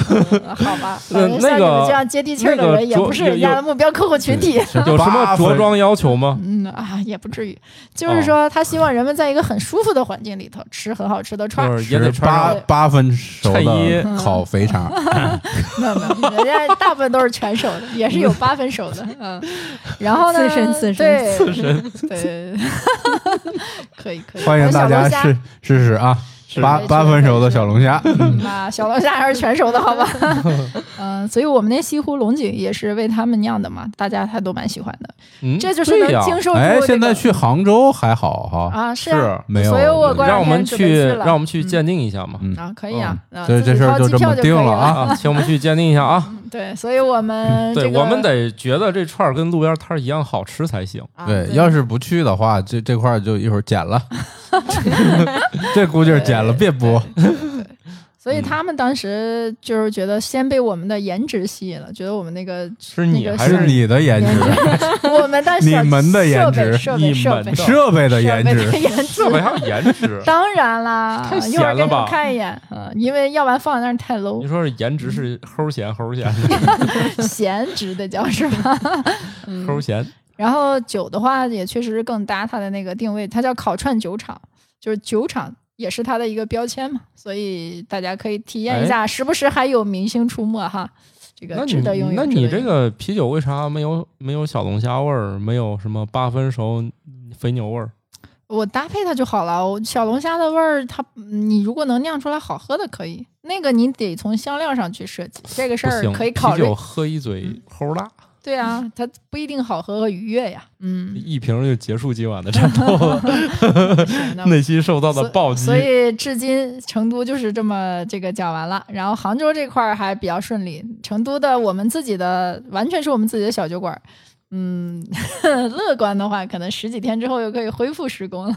[SPEAKER 3] 呃好吧？
[SPEAKER 2] 呃
[SPEAKER 3] 反正像
[SPEAKER 2] 那
[SPEAKER 3] 你
[SPEAKER 2] 个
[SPEAKER 3] 们这样接地气儿
[SPEAKER 2] 那
[SPEAKER 3] 的
[SPEAKER 2] 个
[SPEAKER 3] 人，也
[SPEAKER 2] 着
[SPEAKER 3] 不是人家
[SPEAKER 2] 有
[SPEAKER 3] 的目标客户群体。
[SPEAKER 2] 有什么着装要求吗？
[SPEAKER 3] 嗯啊，也不至于，就是说他希望人们在一个很舒服的环境里头吃很好吃的串儿。
[SPEAKER 2] 就是也得
[SPEAKER 4] 十
[SPEAKER 2] 穿
[SPEAKER 4] 八
[SPEAKER 2] 上
[SPEAKER 3] 上
[SPEAKER 4] 八分熟
[SPEAKER 2] 衬衣
[SPEAKER 4] 的烤肥肠，
[SPEAKER 3] 嗯没有没有，人家大部分都是全手的，也是有八分手的。嗯，然后呢？
[SPEAKER 6] 刺身刺身
[SPEAKER 3] 对，刺身，对对对， 可以可以。
[SPEAKER 4] 欢迎大
[SPEAKER 3] 还有
[SPEAKER 4] 家
[SPEAKER 3] 小龙虾
[SPEAKER 4] 试试试啊！
[SPEAKER 2] 是
[SPEAKER 4] 八
[SPEAKER 3] 对
[SPEAKER 4] 八分熟的小龙虾，嗯
[SPEAKER 3] 啊，小龙虾还是全熟的，好吧？嗯，所以我们那西湖龙井也是为他们酿的嘛，大家还都蛮喜欢的。
[SPEAKER 2] 嗯，
[SPEAKER 3] 这就是能
[SPEAKER 2] 对呀
[SPEAKER 3] 经受住、这
[SPEAKER 4] 哎，
[SPEAKER 3] 个。
[SPEAKER 4] 现在去杭州还好哈，
[SPEAKER 3] 啊，是啊，
[SPEAKER 4] 没有
[SPEAKER 3] 所以我过
[SPEAKER 2] 让
[SPEAKER 3] 两
[SPEAKER 2] 我们
[SPEAKER 3] 天准备
[SPEAKER 2] 去，
[SPEAKER 3] 了
[SPEAKER 2] 让我们去鉴定一下嘛。
[SPEAKER 4] 嗯
[SPEAKER 3] 啊，可以啊，啊
[SPEAKER 4] 这
[SPEAKER 3] 自己
[SPEAKER 4] 这事儿
[SPEAKER 3] 掏
[SPEAKER 4] 就
[SPEAKER 3] 机
[SPEAKER 4] 这
[SPEAKER 3] 票
[SPEAKER 4] 么
[SPEAKER 3] 就
[SPEAKER 4] 定
[SPEAKER 3] 可以
[SPEAKER 4] 了啊嗯
[SPEAKER 2] 啊，请我们去鉴定一下啊！
[SPEAKER 3] 嗯对，所以我们
[SPEAKER 2] 对，
[SPEAKER 3] 这个
[SPEAKER 2] 我们得觉得这串儿跟路边摊儿一样好吃才行。
[SPEAKER 3] 啊
[SPEAKER 4] 对，要是不去的话，这这块儿就一会儿剪 了， 这估计是剪了，别播。
[SPEAKER 3] 所
[SPEAKER 4] 嗯
[SPEAKER 3] 以他们当时就是觉得先被我们的颜值吸引了，觉得我们 那个
[SPEAKER 2] 是你
[SPEAKER 3] 那个
[SPEAKER 2] 还
[SPEAKER 4] 是你的颜
[SPEAKER 3] 颜
[SPEAKER 4] 值，
[SPEAKER 3] 值，我们当时
[SPEAKER 4] 你们的颜值
[SPEAKER 3] 设备
[SPEAKER 2] 你
[SPEAKER 3] 设
[SPEAKER 2] 们
[SPEAKER 3] 备
[SPEAKER 2] 的
[SPEAKER 3] 设备
[SPEAKER 4] 设备的颜
[SPEAKER 3] 设备
[SPEAKER 4] 值
[SPEAKER 3] 的，颜值？
[SPEAKER 2] 这，还要颜值
[SPEAKER 3] 当然啦，
[SPEAKER 2] 太
[SPEAKER 3] 一
[SPEAKER 2] 闲
[SPEAKER 3] 会儿给
[SPEAKER 2] 了
[SPEAKER 3] 你们
[SPEAKER 2] 吧
[SPEAKER 3] 看一眼，嗯，因为要不然放在那儿太 low
[SPEAKER 2] 你。说是颜值
[SPEAKER 3] 嗯
[SPEAKER 2] 是齁咸齁咸
[SPEAKER 3] 闲值得叫是吧？嗯
[SPEAKER 2] 齁咸，
[SPEAKER 3] 然后酒的话，也确实是更搭它的那个定位，它叫烤串酒厂，就是酒厂也是它的一个标签嘛，所以大家可以体验一下，时不时还有明星出没哈，这
[SPEAKER 2] 哎那
[SPEAKER 3] 个
[SPEAKER 2] 你
[SPEAKER 3] 值得拥有。
[SPEAKER 2] 那
[SPEAKER 3] 值
[SPEAKER 2] 你
[SPEAKER 3] 得
[SPEAKER 2] 这
[SPEAKER 3] 拥有
[SPEAKER 2] 个啤酒为啥没有没有小龙虾味儿，没有什么八分熟肥牛味儿？
[SPEAKER 3] 我搭配它就好了，我小龙虾的味儿，它嗯你如果能酿出来好喝的可以，那个你得从香料上去设计，这个事
[SPEAKER 2] 不
[SPEAKER 3] 儿
[SPEAKER 2] 行，
[SPEAKER 3] 可以考
[SPEAKER 2] 啤
[SPEAKER 3] 虑嗯
[SPEAKER 2] 酒。喝一嘴齁辣，
[SPEAKER 3] 对啊，它不一定好喝和愉悦呀。 嗯，
[SPEAKER 2] 一瓶就结束今晚的 战斗了，
[SPEAKER 3] 行那
[SPEAKER 2] 内心受到的暴击
[SPEAKER 3] 嗯所。以至今成都就是这么这个讲完了，然后杭州这块儿还比较顺利。成都的我们自己的完全是我们自己的小酒馆儿，嗯， 乐观的话，可能十几天之后又可以恢复施工了。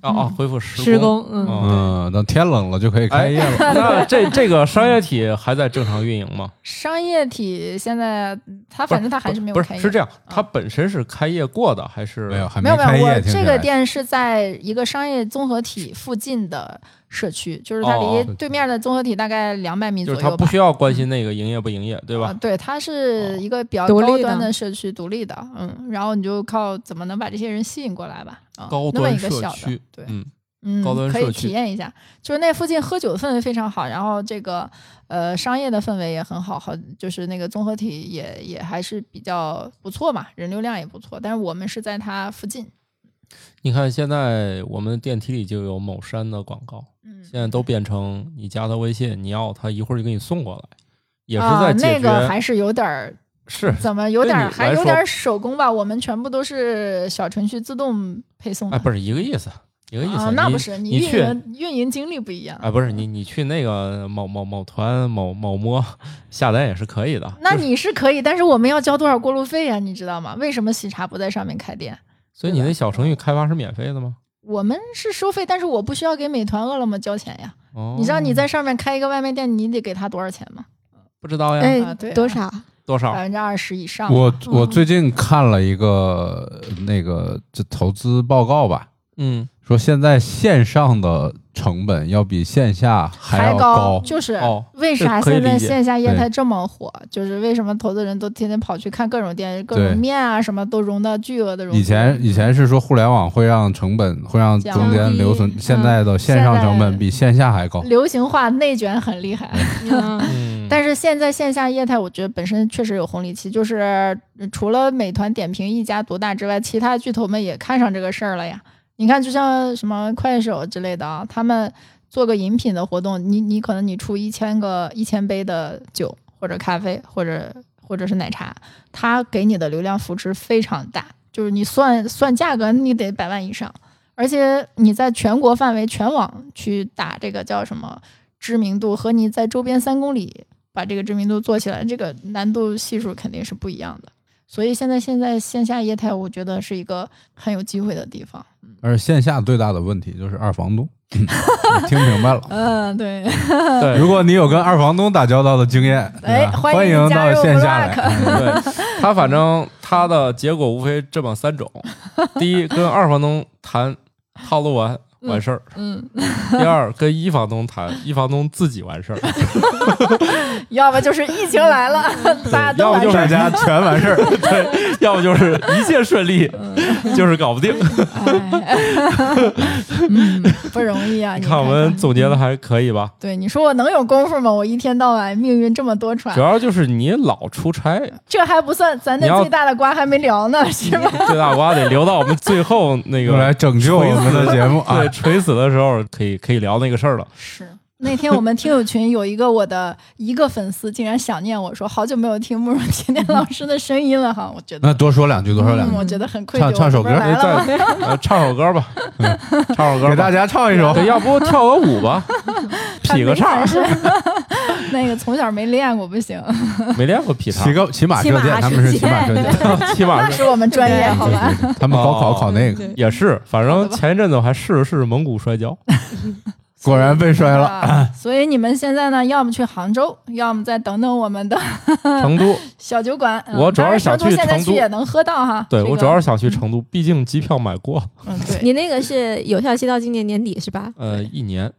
[SPEAKER 2] 啊啊！恢复施
[SPEAKER 6] 施工，嗯，
[SPEAKER 2] 嗯，
[SPEAKER 4] 嗯，等天冷了就可以开
[SPEAKER 2] 哎
[SPEAKER 4] 业
[SPEAKER 2] 呀
[SPEAKER 4] 了。，
[SPEAKER 2] 那这这个商业体还在正常运营吗？
[SPEAKER 3] 商业体现在它反正它还是没有
[SPEAKER 2] 不是
[SPEAKER 3] 开业，嗯
[SPEAKER 2] 是这样，它本身是开业过的还是
[SPEAKER 4] 没有，？还
[SPEAKER 3] 没有没
[SPEAKER 4] 开
[SPEAKER 3] 有，我
[SPEAKER 4] 业。听起
[SPEAKER 3] 这
[SPEAKER 4] 来
[SPEAKER 3] 个店是在一个商业综合体附近的社区，就是它
[SPEAKER 2] 哦
[SPEAKER 3] 离对面的综合体大概两百米
[SPEAKER 2] 就
[SPEAKER 3] 左
[SPEAKER 2] 是
[SPEAKER 3] 右
[SPEAKER 2] 它
[SPEAKER 3] 吧。嗯
[SPEAKER 2] 不需要关心那个营业不营业，对
[SPEAKER 3] 啊
[SPEAKER 2] 吧？哦
[SPEAKER 3] 对，它是一个比较
[SPEAKER 6] 独立
[SPEAKER 3] 高
[SPEAKER 6] 的
[SPEAKER 3] 端的社区，独立的，嗯，然后你就靠怎么能把这些人吸引过来吧，啊、
[SPEAKER 2] 高
[SPEAKER 3] 那么一
[SPEAKER 2] 端
[SPEAKER 3] 个
[SPEAKER 2] 社
[SPEAKER 3] 小的
[SPEAKER 2] 区，，
[SPEAKER 3] 对，
[SPEAKER 2] 嗯，
[SPEAKER 3] 嗯，
[SPEAKER 2] 高端
[SPEAKER 3] 可
[SPEAKER 2] 社
[SPEAKER 3] 以
[SPEAKER 2] 区
[SPEAKER 3] 体验一下，就是那附近喝酒的氛围非常好，然后这个呃商业的氛围也很好，好就是那个综合体也也还是比较不错嘛，人流量也不错，但是我们是在它附近，
[SPEAKER 2] 你看现在我们的电梯里就有某山的广告，
[SPEAKER 3] 嗯，
[SPEAKER 2] 现在都变成你加他微信，你要他一会儿就给你送过来，也是
[SPEAKER 3] 啊
[SPEAKER 2] 在解
[SPEAKER 3] 那
[SPEAKER 2] 决、
[SPEAKER 3] 个还是有点儿
[SPEAKER 2] 是
[SPEAKER 3] 怎么有
[SPEAKER 2] 对
[SPEAKER 3] 点
[SPEAKER 2] 你
[SPEAKER 3] 儿还
[SPEAKER 2] 来
[SPEAKER 3] 有
[SPEAKER 2] 说
[SPEAKER 3] 点儿手工吧，我们全部都是小程序自动配送的，
[SPEAKER 2] 啊哎，不是一个意思。一个意思。
[SPEAKER 3] 啊，那
[SPEAKER 2] 你
[SPEAKER 3] 不是
[SPEAKER 2] 你
[SPEAKER 3] 运
[SPEAKER 2] 去
[SPEAKER 3] 营运营经历不一样
[SPEAKER 2] 啊，不是你你去那个某某某团某某摸下单也是可以的。
[SPEAKER 3] 那
[SPEAKER 2] 就是
[SPEAKER 3] 你是可以，但是我们要交多少过路费呀、你知道吗？为什么喜茶不在上面开店？
[SPEAKER 2] 所以你那小程序开发是免费的吗？
[SPEAKER 3] 我们是收费，但是我不需要给美团、饿了么交钱呀。
[SPEAKER 2] 哦，
[SPEAKER 3] 你知道你在上面开一个外卖店，你得给他多少钱吗？
[SPEAKER 2] 不知道呀？
[SPEAKER 6] 哎
[SPEAKER 3] 啊对，啊
[SPEAKER 6] 多少？
[SPEAKER 2] 多少
[SPEAKER 3] 百？分之二十以上。
[SPEAKER 4] 我我最近看了一个那个这投资报告吧，
[SPEAKER 2] 嗯，
[SPEAKER 4] 说现在线上的成本要比线下还
[SPEAKER 3] 还
[SPEAKER 4] 要高，
[SPEAKER 3] 就是、
[SPEAKER 2] 哦
[SPEAKER 3] 为啥
[SPEAKER 2] 这可以
[SPEAKER 3] 现在
[SPEAKER 2] 理解
[SPEAKER 3] 线下业态这么火？就是为什么投资人都天天跑去看各种店、各
[SPEAKER 4] 对
[SPEAKER 3] 种面啊，什么都融到巨额的融资。
[SPEAKER 4] 以前以前是说互联网会让成本会让
[SPEAKER 3] 降
[SPEAKER 4] 中间
[SPEAKER 6] 低
[SPEAKER 4] 留存，
[SPEAKER 6] 嗯
[SPEAKER 4] 现在的线上成
[SPEAKER 3] 现
[SPEAKER 4] 本
[SPEAKER 3] 在
[SPEAKER 4] 比线下还高。
[SPEAKER 3] 流行化内卷很厉害，
[SPEAKER 6] 嗯，
[SPEAKER 2] 嗯
[SPEAKER 3] 但是现在线下业态，我觉得本身确实有红利期，就是呃除了美团点评一家独大之外，其他巨头们也看上这个事儿了呀。你看，就像什么快手之类的啊，他们做个饮品的活动，你你可能你出一千个一千杯的酒或者咖啡或者或者是奶茶，它给你的流量扶持非常大，就是你算算价格，你得百万以上，而且你在全国范围全网去打这个叫什么知名度，和你在周边三公里把这个知名度做起来，这个难度系数肯定是不一样的。所以现在现在线下业态，我觉得是一个很有机会的地方。
[SPEAKER 4] 而线下最大的问题就是二房 东，你听明白了。
[SPEAKER 3] 嗯，对，
[SPEAKER 2] 对
[SPEAKER 4] 如果你有跟二房东打交道的经验，
[SPEAKER 3] 哎
[SPEAKER 4] 对吧
[SPEAKER 3] 欢迎
[SPEAKER 4] 欢
[SPEAKER 3] 加
[SPEAKER 4] 到
[SPEAKER 3] 入
[SPEAKER 4] 线下
[SPEAKER 3] Block
[SPEAKER 4] 来。嗯
[SPEAKER 2] 对， 他反正他的结果无非这么三种：第一，跟二房东谈套路完完事儿；
[SPEAKER 3] 嗯，
[SPEAKER 2] 第二，跟一房东谈，一房东自己完事 儿；
[SPEAKER 3] 要不就是疫情来了， 大家都
[SPEAKER 2] 要不
[SPEAKER 4] 嗯
[SPEAKER 3] 完
[SPEAKER 2] 就
[SPEAKER 3] 事
[SPEAKER 2] 是家
[SPEAKER 3] 儿。
[SPEAKER 2] 全完 事儿，对，要不就是一切顺利，
[SPEAKER 3] 嗯
[SPEAKER 2] 就是搞不 定。
[SPEAKER 3] 哎 嗯，不容易啊！
[SPEAKER 2] 你
[SPEAKER 3] 你
[SPEAKER 2] 看我们总结的还可以吧？
[SPEAKER 3] 对你说我能有功夫吗？我一天到晚命运这么多
[SPEAKER 2] 主
[SPEAKER 3] 舛，
[SPEAKER 2] 要就是你老出差，
[SPEAKER 3] 这还不算，咱
[SPEAKER 2] 你
[SPEAKER 3] 那
[SPEAKER 2] 要
[SPEAKER 3] 最大的瓜还没聊呢，是吧？
[SPEAKER 2] 最大瓜得留到我们最后那
[SPEAKER 4] 用来
[SPEAKER 2] 个
[SPEAKER 4] 拯救我们的节目啊
[SPEAKER 2] 对！垂死的时候，可以可以聊那个事儿了。
[SPEAKER 3] 是。那天我们听友群有一个我的一个粉丝竟然想念我说好久没有听慕容甜甜老师的声音了哈，我觉得
[SPEAKER 4] 那多说两句，多说两
[SPEAKER 3] 嗯
[SPEAKER 4] 句，
[SPEAKER 3] 我觉得很愧疚。
[SPEAKER 4] 唱唱首歌
[SPEAKER 3] 我这不是
[SPEAKER 2] 哎，
[SPEAKER 3] 来了
[SPEAKER 2] 再
[SPEAKER 3] 吗？
[SPEAKER 2] 呃唱首歌 吧，唱首歌吧
[SPEAKER 4] 给大家唱一首。
[SPEAKER 2] 对，要不跳个舞 吧，劈个叉
[SPEAKER 3] 还，没反应那个从小没练过不行，
[SPEAKER 2] 没练过劈叉
[SPEAKER 4] 骑，个骑马射
[SPEAKER 6] 骑
[SPEAKER 4] 箭，
[SPEAKER 6] 马
[SPEAKER 4] 他们是
[SPEAKER 6] 射
[SPEAKER 4] 骑马射箭，
[SPEAKER 2] 起码
[SPEAKER 3] 那是我们专业好吧？
[SPEAKER 4] 对对对他们高考考那个，
[SPEAKER 2] 也是。反
[SPEAKER 3] 好
[SPEAKER 2] 正
[SPEAKER 3] 的吧
[SPEAKER 2] 前一阵子我还试了试蒙古摔 跤，
[SPEAKER 4] 果然被摔了。
[SPEAKER 3] 啊所以你们现在呢，要么去杭州，要么再等等我们的
[SPEAKER 2] 成都。
[SPEAKER 3] 小酒馆。嗯
[SPEAKER 2] 我主要是想去
[SPEAKER 3] 当然成都现在
[SPEAKER 2] 成都
[SPEAKER 3] 去也能喝到哈。
[SPEAKER 2] 对
[SPEAKER 3] 这个
[SPEAKER 2] 我主要是想去成都，毕竟机票买 过，
[SPEAKER 3] 嗯对，
[SPEAKER 6] 你那个是有效期到今年年底是吧？
[SPEAKER 2] 呃，一年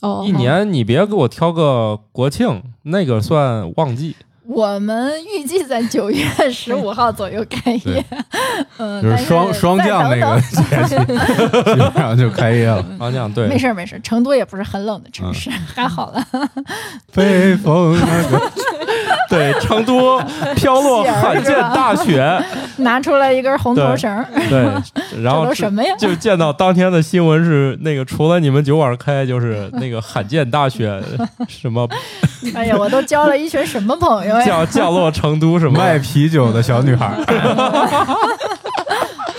[SPEAKER 6] 哦，
[SPEAKER 2] 一年，你别给我挑个国庆，那个算旺季。
[SPEAKER 3] 我们预计在九月十五号左右开业
[SPEAKER 4] 对。
[SPEAKER 3] 嗯，
[SPEAKER 4] 就是
[SPEAKER 3] 但
[SPEAKER 4] 霜霜
[SPEAKER 3] 再
[SPEAKER 4] 降那
[SPEAKER 3] 等等
[SPEAKER 4] 个节气，基
[SPEAKER 3] 啊
[SPEAKER 4] 本上就开业 了。
[SPEAKER 2] 方向对
[SPEAKER 3] 嗯没，事儿没事儿，成都也不是很冷的城市，还好了。
[SPEAKER 4] 北风那个，
[SPEAKER 2] 对，成 都飘落
[SPEAKER 3] 雪儿
[SPEAKER 2] 罕见
[SPEAKER 3] 是吧
[SPEAKER 2] 大雪，
[SPEAKER 3] 拿出来一根红头
[SPEAKER 2] 对
[SPEAKER 3] 绳儿，
[SPEAKER 2] 对，
[SPEAKER 3] 这
[SPEAKER 2] 然后
[SPEAKER 3] 都什么 呀？
[SPEAKER 2] 就见到当天的新闻是那个，除了你们酒馆开，就是那个罕见大 雪，什么
[SPEAKER 3] 哎呀，我都交了一群什么朋友呀？
[SPEAKER 2] 降降落成 都什么
[SPEAKER 4] 卖
[SPEAKER 2] 的
[SPEAKER 4] 啤酒的小女孩，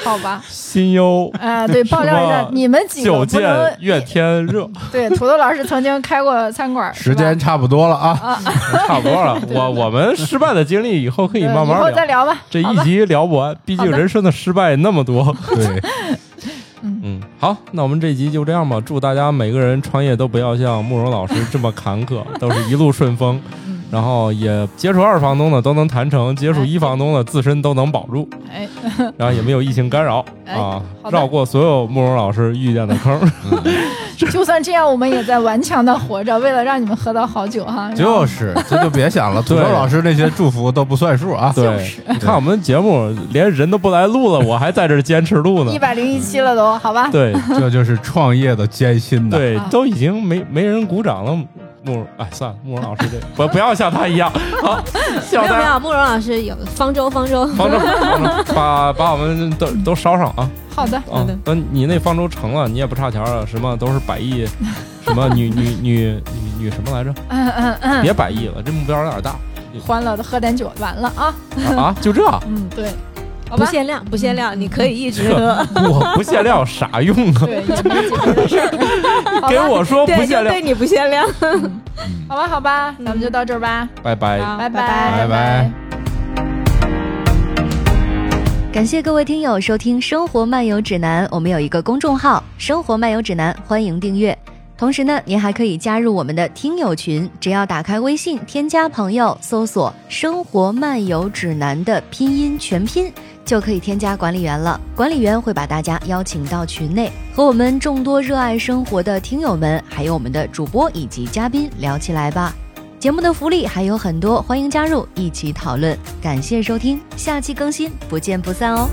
[SPEAKER 3] 好吧，
[SPEAKER 2] 新优
[SPEAKER 3] 啊，对，爆料一
[SPEAKER 2] 什
[SPEAKER 3] 下
[SPEAKER 2] 么，
[SPEAKER 3] 你们几个
[SPEAKER 2] 九
[SPEAKER 3] 不
[SPEAKER 2] 剑
[SPEAKER 3] 能
[SPEAKER 2] 怨天热，
[SPEAKER 3] 对土豆老师曾经开过餐馆儿，
[SPEAKER 4] 时
[SPEAKER 3] 是吧
[SPEAKER 4] 间差不多了啊。
[SPEAKER 2] 差不多了。 我我们失败的经历以后可以
[SPEAKER 3] 对
[SPEAKER 2] 慢
[SPEAKER 3] 以后
[SPEAKER 2] 慢
[SPEAKER 3] 再
[SPEAKER 2] 聊，
[SPEAKER 3] 聊吧。
[SPEAKER 2] 这
[SPEAKER 3] 好
[SPEAKER 2] 一
[SPEAKER 3] 吧，
[SPEAKER 2] 集聊不完，毕竟
[SPEAKER 3] 好的
[SPEAKER 2] 人生的失败那么 多。
[SPEAKER 4] 对，
[SPEAKER 2] 嗯，好，那我们这集就这样吧。祝大家每个人创业都不要像慕容老师这么坎 坷，都是一路顺风。
[SPEAKER 3] 嗯
[SPEAKER 2] 然后也接触二房东的都能谈成，接触一房东的自身都能保住。
[SPEAKER 3] 哎，
[SPEAKER 2] 然后也没有疫情干扰
[SPEAKER 3] 哎
[SPEAKER 2] 啊，
[SPEAKER 3] 好的
[SPEAKER 2] 绕过所有慕容老师遇见的 坑。
[SPEAKER 3] 就算这样，我们也在顽强的活着，为了让你们喝到好酒哈。然后
[SPEAKER 4] 就是这就别想了，土豆
[SPEAKER 2] 对
[SPEAKER 4] 老师那些祝福都不算数啊。
[SPEAKER 2] 对，你看我们节目连人都不来录了，我还在这儿坚持录呢
[SPEAKER 3] 一。百零一期了都，好吧？
[SPEAKER 2] 对
[SPEAKER 4] 这就是创业的艰辛呐。
[SPEAKER 2] 对
[SPEAKER 3] 啊，
[SPEAKER 2] 都已经没没人鼓掌了。慕容， 哎，算了，慕容老师这不不要像他一样， 好，希
[SPEAKER 6] 没
[SPEAKER 2] 望
[SPEAKER 6] 有
[SPEAKER 2] 大
[SPEAKER 6] 没
[SPEAKER 2] 家
[SPEAKER 6] 有，慕容老师有方舟方舟，
[SPEAKER 2] 方舟，方舟把把我们都都烧上啊！
[SPEAKER 3] 好的，
[SPEAKER 2] 啊，等你那方舟成了，你也不差钱了，什么都是百 亿，什么女女女女女什么来着？
[SPEAKER 3] 嗯嗯嗯，
[SPEAKER 2] 别百亿了，这目标有点大
[SPEAKER 3] 欢乐的喝点酒，完了啊。
[SPEAKER 2] 啊！就这，
[SPEAKER 3] 嗯，对，好
[SPEAKER 6] 不
[SPEAKER 3] 吧，
[SPEAKER 6] 限量，不限量，你可以一直喝。
[SPEAKER 2] 我不限量啥用啊？
[SPEAKER 3] 对，就是解决的 事儿好
[SPEAKER 2] 给
[SPEAKER 3] 吧
[SPEAKER 2] 我说不
[SPEAKER 6] 对，就
[SPEAKER 2] 限量
[SPEAKER 6] 对，你不限量。
[SPEAKER 3] 好吧，好吧，咱们就到这儿吧，
[SPEAKER 2] 拜拜。
[SPEAKER 6] 好
[SPEAKER 3] 拜
[SPEAKER 6] 拜
[SPEAKER 3] 拜
[SPEAKER 4] 拜。
[SPEAKER 5] 感谢各位听友收听《生活漫游指南》，我们有一个公众号《生活漫游指南》，欢迎订阅。同时呢，您还可以加入我们的听友群，只要打开微信添加朋友，搜索“生活漫游指南”的拼音全拼，就可以添加管理员了。管理员会把大家邀请到群内，和我们众多热爱生活的听友们，还有我们的主播以及嘉宾聊起来吧。节目的福利还有很多，欢迎加入一起讨论。感谢收听，下期更新，不见不散哦。